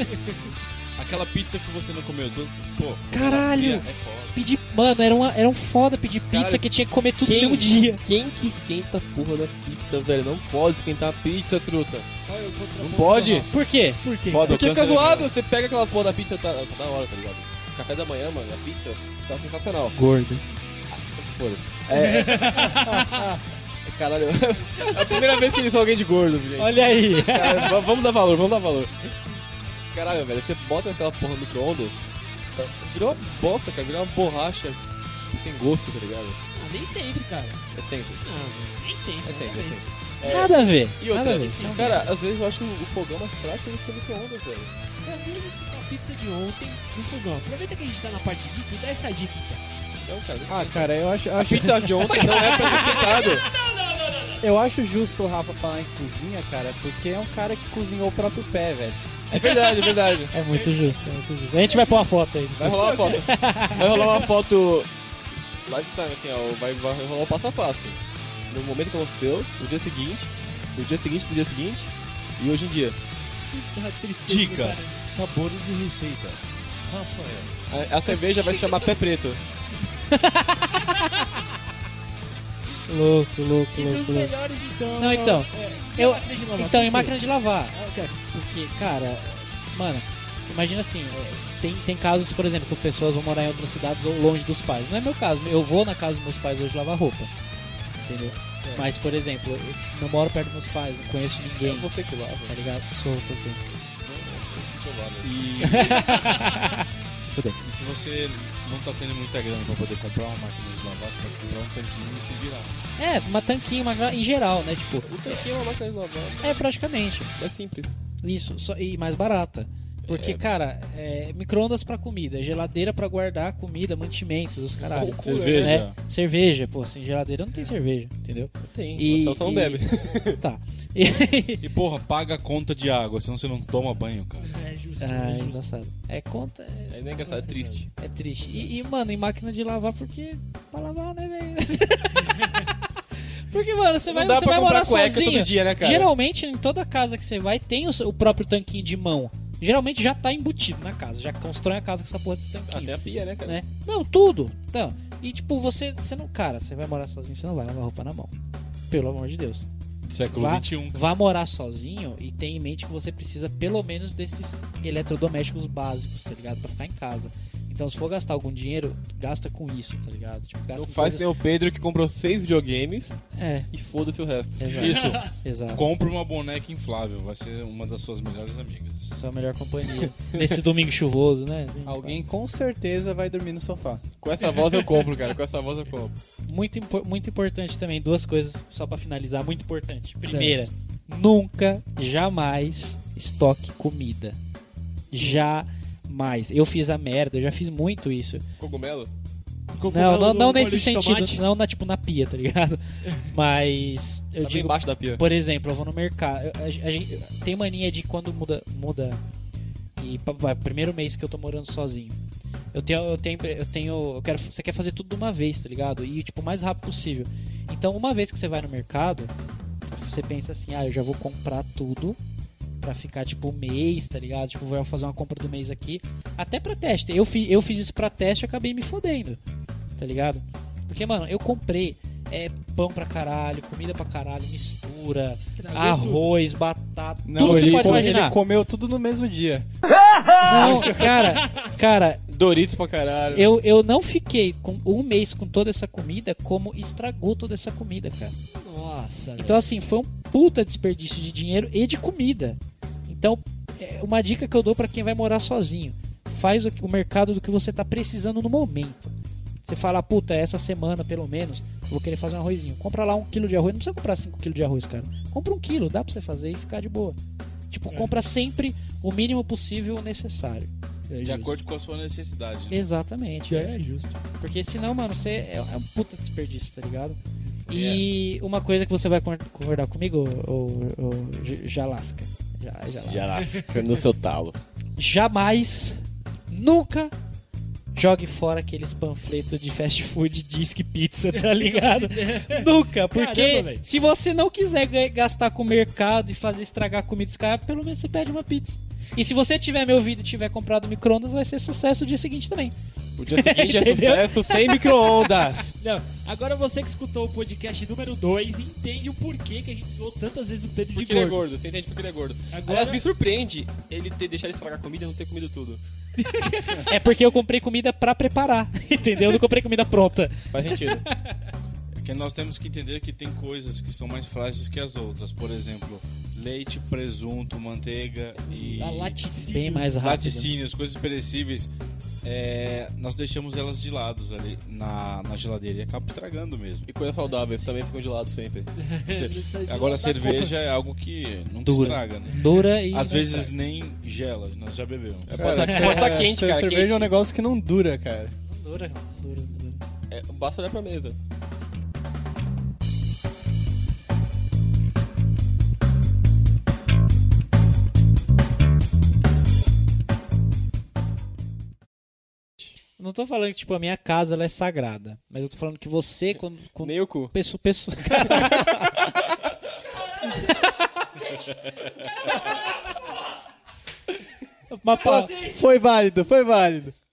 Speaker 2: Aquela pizza que você não comeu tudo. Pô,
Speaker 3: Caralho!
Speaker 2: É foda.
Speaker 3: pedir. Mano, era, uma, era um foda pedir pizza
Speaker 4: Caralho,
Speaker 3: que tinha que comer tudo
Speaker 4: quem-
Speaker 3: em um dia.
Speaker 4: Quem que esquenta a porra da pizza, velho? Não pode esquentar a pizza, truta.
Speaker 6: Olha, eu vou
Speaker 4: Não pode?
Speaker 3: Por quê?
Speaker 6: Por quê?
Speaker 2: Foda, o
Speaker 4: Porque fica
Speaker 2: câncer-
Speaker 4: zoado, você pega aquela porra da pizza, tá, tá da hora, tá ligado? Café da manhã, mano, a pizza tá sensacional.
Speaker 3: Gordo.
Speaker 4: Foda-se. É. Caralho, é a primeira vez que eles são alguém de gordo, gente. É,
Speaker 3: Olha aí.
Speaker 4: Cara, v- vamos dar valor, vamos dar valor. Caralho, velho, você bota aquela porra no micro-ondas, tá- Virou uma bosta, cara. Virou uma borracha sem gosto, tá ligado?
Speaker 6: Ah, nem sempre, cara.
Speaker 4: É sempre.
Speaker 6: Não, nem sempre.
Speaker 4: É sempre, é
Speaker 6: exatamente.
Speaker 4: sempre.
Speaker 6: É,
Speaker 3: Nada a ver.
Speaker 4: E outra,
Speaker 3: nada a ver.
Speaker 4: assim, cara, às vezes eu acho o fogão mais prático do que o micro-ondas, velho.
Speaker 6: Cara, mesmo que com É a pizza de ontem no fogão. Aproveita que a gente tá na parte de dica e dá essa dica, então.
Speaker 4: Não, É um cara.
Speaker 5: Ah, cara, eu acho.
Speaker 4: A
Speaker 5: acho...
Speaker 4: pizza de ontem não é pra ser picado.
Speaker 5: Eu acho justo o Rafa falar em cozinha, cara, porque é um cara que cozinhou o próprio pé, velho.
Speaker 4: É verdade, é verdade.
Speaker 3: É muito justo, é muito justo. A gente vai pôr uma foto aí.
Speaker 4: Vai rolar uma foto. Vai rolar uma foto lifetime, assim, ó. Vai, vai rolar o passo a passo. No momento que aconteceu, no dia seguinte, no dia seguinte, do dia seguinte, e hoje em dia.
Speaker 6: Tá
Speaker 2: Dicas, sabores e receitas. Rafael.
Speaker 4: A, a cerveja vai se chamar Pé Preto.
Speaker 3: Louco, louco,
Speaker 6: E dos
Speaker 3: louco, louco.
Speaker 6: melhores, então.
Speaker 3: Não, então.
Speaker 6: É,
Speaker 3: Eu,
Speaker 6: máquina de lavar,
Speaker 3: então,
Speaker 6: por
Speaker 3: em
Speaker 6: quê?
Speaker 3: máquina de lavar.
Speaker 4: Ah,
Speaker 3: eu quero- Porque, cara, mano, imagina assim, é, tem, tem casos, por exemplo, que pessoas vão morar em outras cidades ou longe dos pais. Não é meu caso, eu vou na casa dos meus pais hoje lavar roupa. Entendeu?
Speaker 4: Certo.
Speaker 3: Mas, por exemplo, eu não moro perto dos meus pais, não conheço ninguém.
Speaker 4: É você que lava.
Speaker 3: Tá ligado? Sou, sou, sou.
Speaker 2: E...
Speaker 3: Se fuder.
Speaker 2: E se você não tá tendo muita grana pra poder comprar uma máquina de lavar, você pode comprar um tanquinho e se virar.
Speaker 3: É, uma tanquinho, uma, gra- em geral, né? Tipo,
Speaker 4: O tanquinho é uma máquina de lavar.
Speaker 3: é praticamente.
Speaker 4: É simples.
Speaker 3: Isso, só- e mais barata. Porque, cara, é, micro-ondas pra comida, geladeira pra guardar comida, mantimentos, os caralho.
Speaker 4: Loucura, Cerveja. É.
Speaker 3: Né? Cerveja, pô, assim, geladeira não tem cerveja, entendeu?
Speaker 4: Tem,
Speaker 3: E-
Speaker 4: só- só não
Speaker 3: e-
Speaker 4: bebe.
Speaker 3: Tá.
Speaker 2: E porra, paga a conta de água, senão você não toma banho, cara.
Speaker 6: É justo.
Speaker 3: Ah,
Speaker 6: é
Speaker 3: é
Speaker 6: justo.
Speaker 3: engraçado. É conta. É,
Speaker 4: É, não é engraçado, é triste.
Speaker 3: é triste. E, e, mano, em máquina de lavar, porque. Pra lavar, né, velho? porque, mano, você
Speaker 4: Não
Speaker 3: vai,
Speaker 4: dá
Speaker 3: você
Speaker 4: pra
Speaker 3: vai
Speaker 4: comprar
Speaker 3: morar
Speaker 4: cueca
Speaker 3: sozinho.
Speaker 4: todo dia, né, cara?
Speaker 3: Geralmente, em toda casa que você vai, tem o, seu- o próprio tanquinho de mão. Geralmente já tá embutido na casa, já constrói a casa com essa porra desse tanquinho.
Speaker 4: Até a pia, né, cara?
Speaker 3: né? Não, tudo. Então, e tipo, você, você não, cara, você vai morar sozinho, você não vai lavar roupa na mão. Pelo amor de Deus.
Speaker 2: Século um.
Speaker 3: Vá,
Speaker 2: XXI.
Speaker 3: vá morar sozinho e tenha em mente que você precisa pelo menos desses eletrodomésticos básicos, tá ligado? Pra ficar em casa. Então, se for gastar algum dinheiro, gasta com isso, tá ligado? Tipo, gasta
Speaker 4: Não
Speaker 3: com
Speaker 4: faz que nem
Speaker 3: coisas...
Speaker 4: o Pedro que comprou seis videogames
Speaker 3: É,
Speaker 4: e foda-se o resto.
Speaker 3: exato.
Speaker 2: Isso.
Speaker 3: Exato.
Speaker 2: Compre uma boneca inflável, vai ser uma das suas melhores amigas.
Speaker 3: Sua melhor companhia. Nesse domingo chuvoso, né? Gente,
Speaker 5: Alguém com certeza vai dormir no sofá.
Speaker 4: Com essa voz eu compro, cara. Com essa voz eu compro.
Speaker 3: Muito, impo- muito importante também, duas coisas só pra finalizar, muito importante. Primeira, nunca, jamais estoque comida. Jamais. Eu fiz a merda, eu já fiz muito isso.
Speaker 4: Cogumelo?
Speaker 3: Não,
Speaker 6: Cogumelo
Speaker 3: não,
Speaker 6: no
Speaker 3: não
Speaker 6: molho
Speaker 3: nesse
Speaker 6: de tomate.
Speaker 3: sentido, não na, tipo na pia, tá ligado? Mas eu
Speaker 4: tá bem
Speaker 3: digo,
Speaker 4: embaixo da pia.
Speaker 3: por exemplo, eu vou no mercado, eu- a, a gente tem mania de quando muda muda e pa- vai, primeiro mês que eu tô morando sozinho. Eu tenho eu tenho eu tenho eu quero você quer fazer tudo de uma vez, tá ligado? E tipo o mais rápido possível. Então, uma vez que você vai no mercado, você pensa assim: "Ah, eu já vou comprar tudo pra ficar tipo um mês, tá ligado? Tipo, vou fazer uma compra do mês aqui, até pra teste. Eu fiz eu fiz isso pra teste, e acabei me fodendo. Tá ligado? Porque, mano, eu comprei é, pão pra caralho, comida pra caralho, mistura,
Speaker 6: Estragou
Speaker 3: Ah, arroz, batata,
Speaker 5: é Não,
Speaker 3: tudo que você
Speaker 5: ele
Speaker 3: pode
Speaker 5: co-
Speaker 3: imaginar.
Speaker 5: Ele comeu tudo no mesmo dia.
Speaker 3: Não, cara, cara,
Speaker 4: Doritos pra caralho.
Speaker 3: eu, eu não fiquei com um mês com toda essa comida como estragou toda essa comida, cara.
Speaker 6: tudo. Nossa,
Speaker 3: Então, assim, foi um puta desperdício de dinheiro e de comida. Então, é uma dica que eu dou pra quem vai morar sozinho: faz o, o mercado do que você tá precisando no momento. Você fala, puta, essa semana pelo menos eu vou querer fazer um arrozinho. Compra lá um quilo de arroz, não precisa comprar 5 quilos de arroz, cara. Compra um quilo, dá pra você fazer e ficar de boa. Tipo, compra sempre o mínimo possível necessário.
Speaker 2: De acordo com a sua necessidade. Né?
Speaker 3: Exatamente.
Speaker 6: velho. É justo.
Speaker 3: Porque senão, mano, você é é um puta desperdício, tá ligado?
Speaker 6: É.
Speaker 3: E uma coisa que você vai con- concordar comigo, o Jalasca. Ja- Jalasca.
Speaker 4: lasca no seu talo.
Speaker 3: Jamais, nunca jogue fora aqueles panfletos de fast food, disque pizza, tá ligado? nunca, porque
Speaker 6: Caramba, velho.
Speaker 3: se você não quiser ga- gastar com o mercado e fazer estragar a comida dos caras, pelo menos você pede uma pizza. E se você tiver meu vídeo e tiver comprado micro-ondas, vai ser sucesso o dia seguinte também.
Speaker 4: O dia seguinte é
Speaker 3: Entendeu?
Speaker 4: sucesso sem micro-ondas.
Speaker 6: Não, agora você que escutou o podcast número 2 entende o porquê que a gente falou tantas vezes o Pedro
Speaker 4: Porque
Speaker 6: de
Speaker 4: ele é
Speaker 6: gordo.
Speaker 4: gordo, você entende porque ele é gordo.
Speaker 6: Agora-
Speaker 4: Aliás, me surpreende ele ter deixado de estragar a comida e não ter comido tudo.
Speaker 3: É porque eu comprei comida pra preparar, entendeu? Eu não comprei comida pronta.
Speaker 4: Faz sentido.
Speaker 2: Porque nós temos É que entender que tem coisas que são mais frágeis que as outras. Por exemplo, leite, presunto, manteiga e
Speaker 6: A laticínio.
Speaker 3: Bem mais rápido.
Speaker 2: laticínios, coisas perecíveis. é, nós deixamos elas de lado ali na, na geladeira e acaba estragando mesmo.
Speaker 4: E coisas saudáveis também ficam de lado sempre.
Speaker 2: Agora a cerveja é algo que não
Speaker 3: tá Dura.
Speaker 2: estraga, né?
Speaker 3: Dura e
Speaker 2: Às
Speaker 3: não
Speaker 2: vezes nem gela, nós já bebemos.
Speaker 4: Cara, essa-
Speaker 5: tá
Speaker 4: essa cerveja é um negócio que não dura, cara.
Speaker 3: Dura, dura, dura.
Speaker 4: É, basta olhar pra mesa.
Speaker 3: Não tô falando que, tipo, a minha casa ela é sagrada. Mas eu tô falando que você, quando. quando
Speaker 4: Nem o cu.
Speaker 3: Pesso, pesso... Mas, pô,
Speaker 5: Foi válido, foi válido.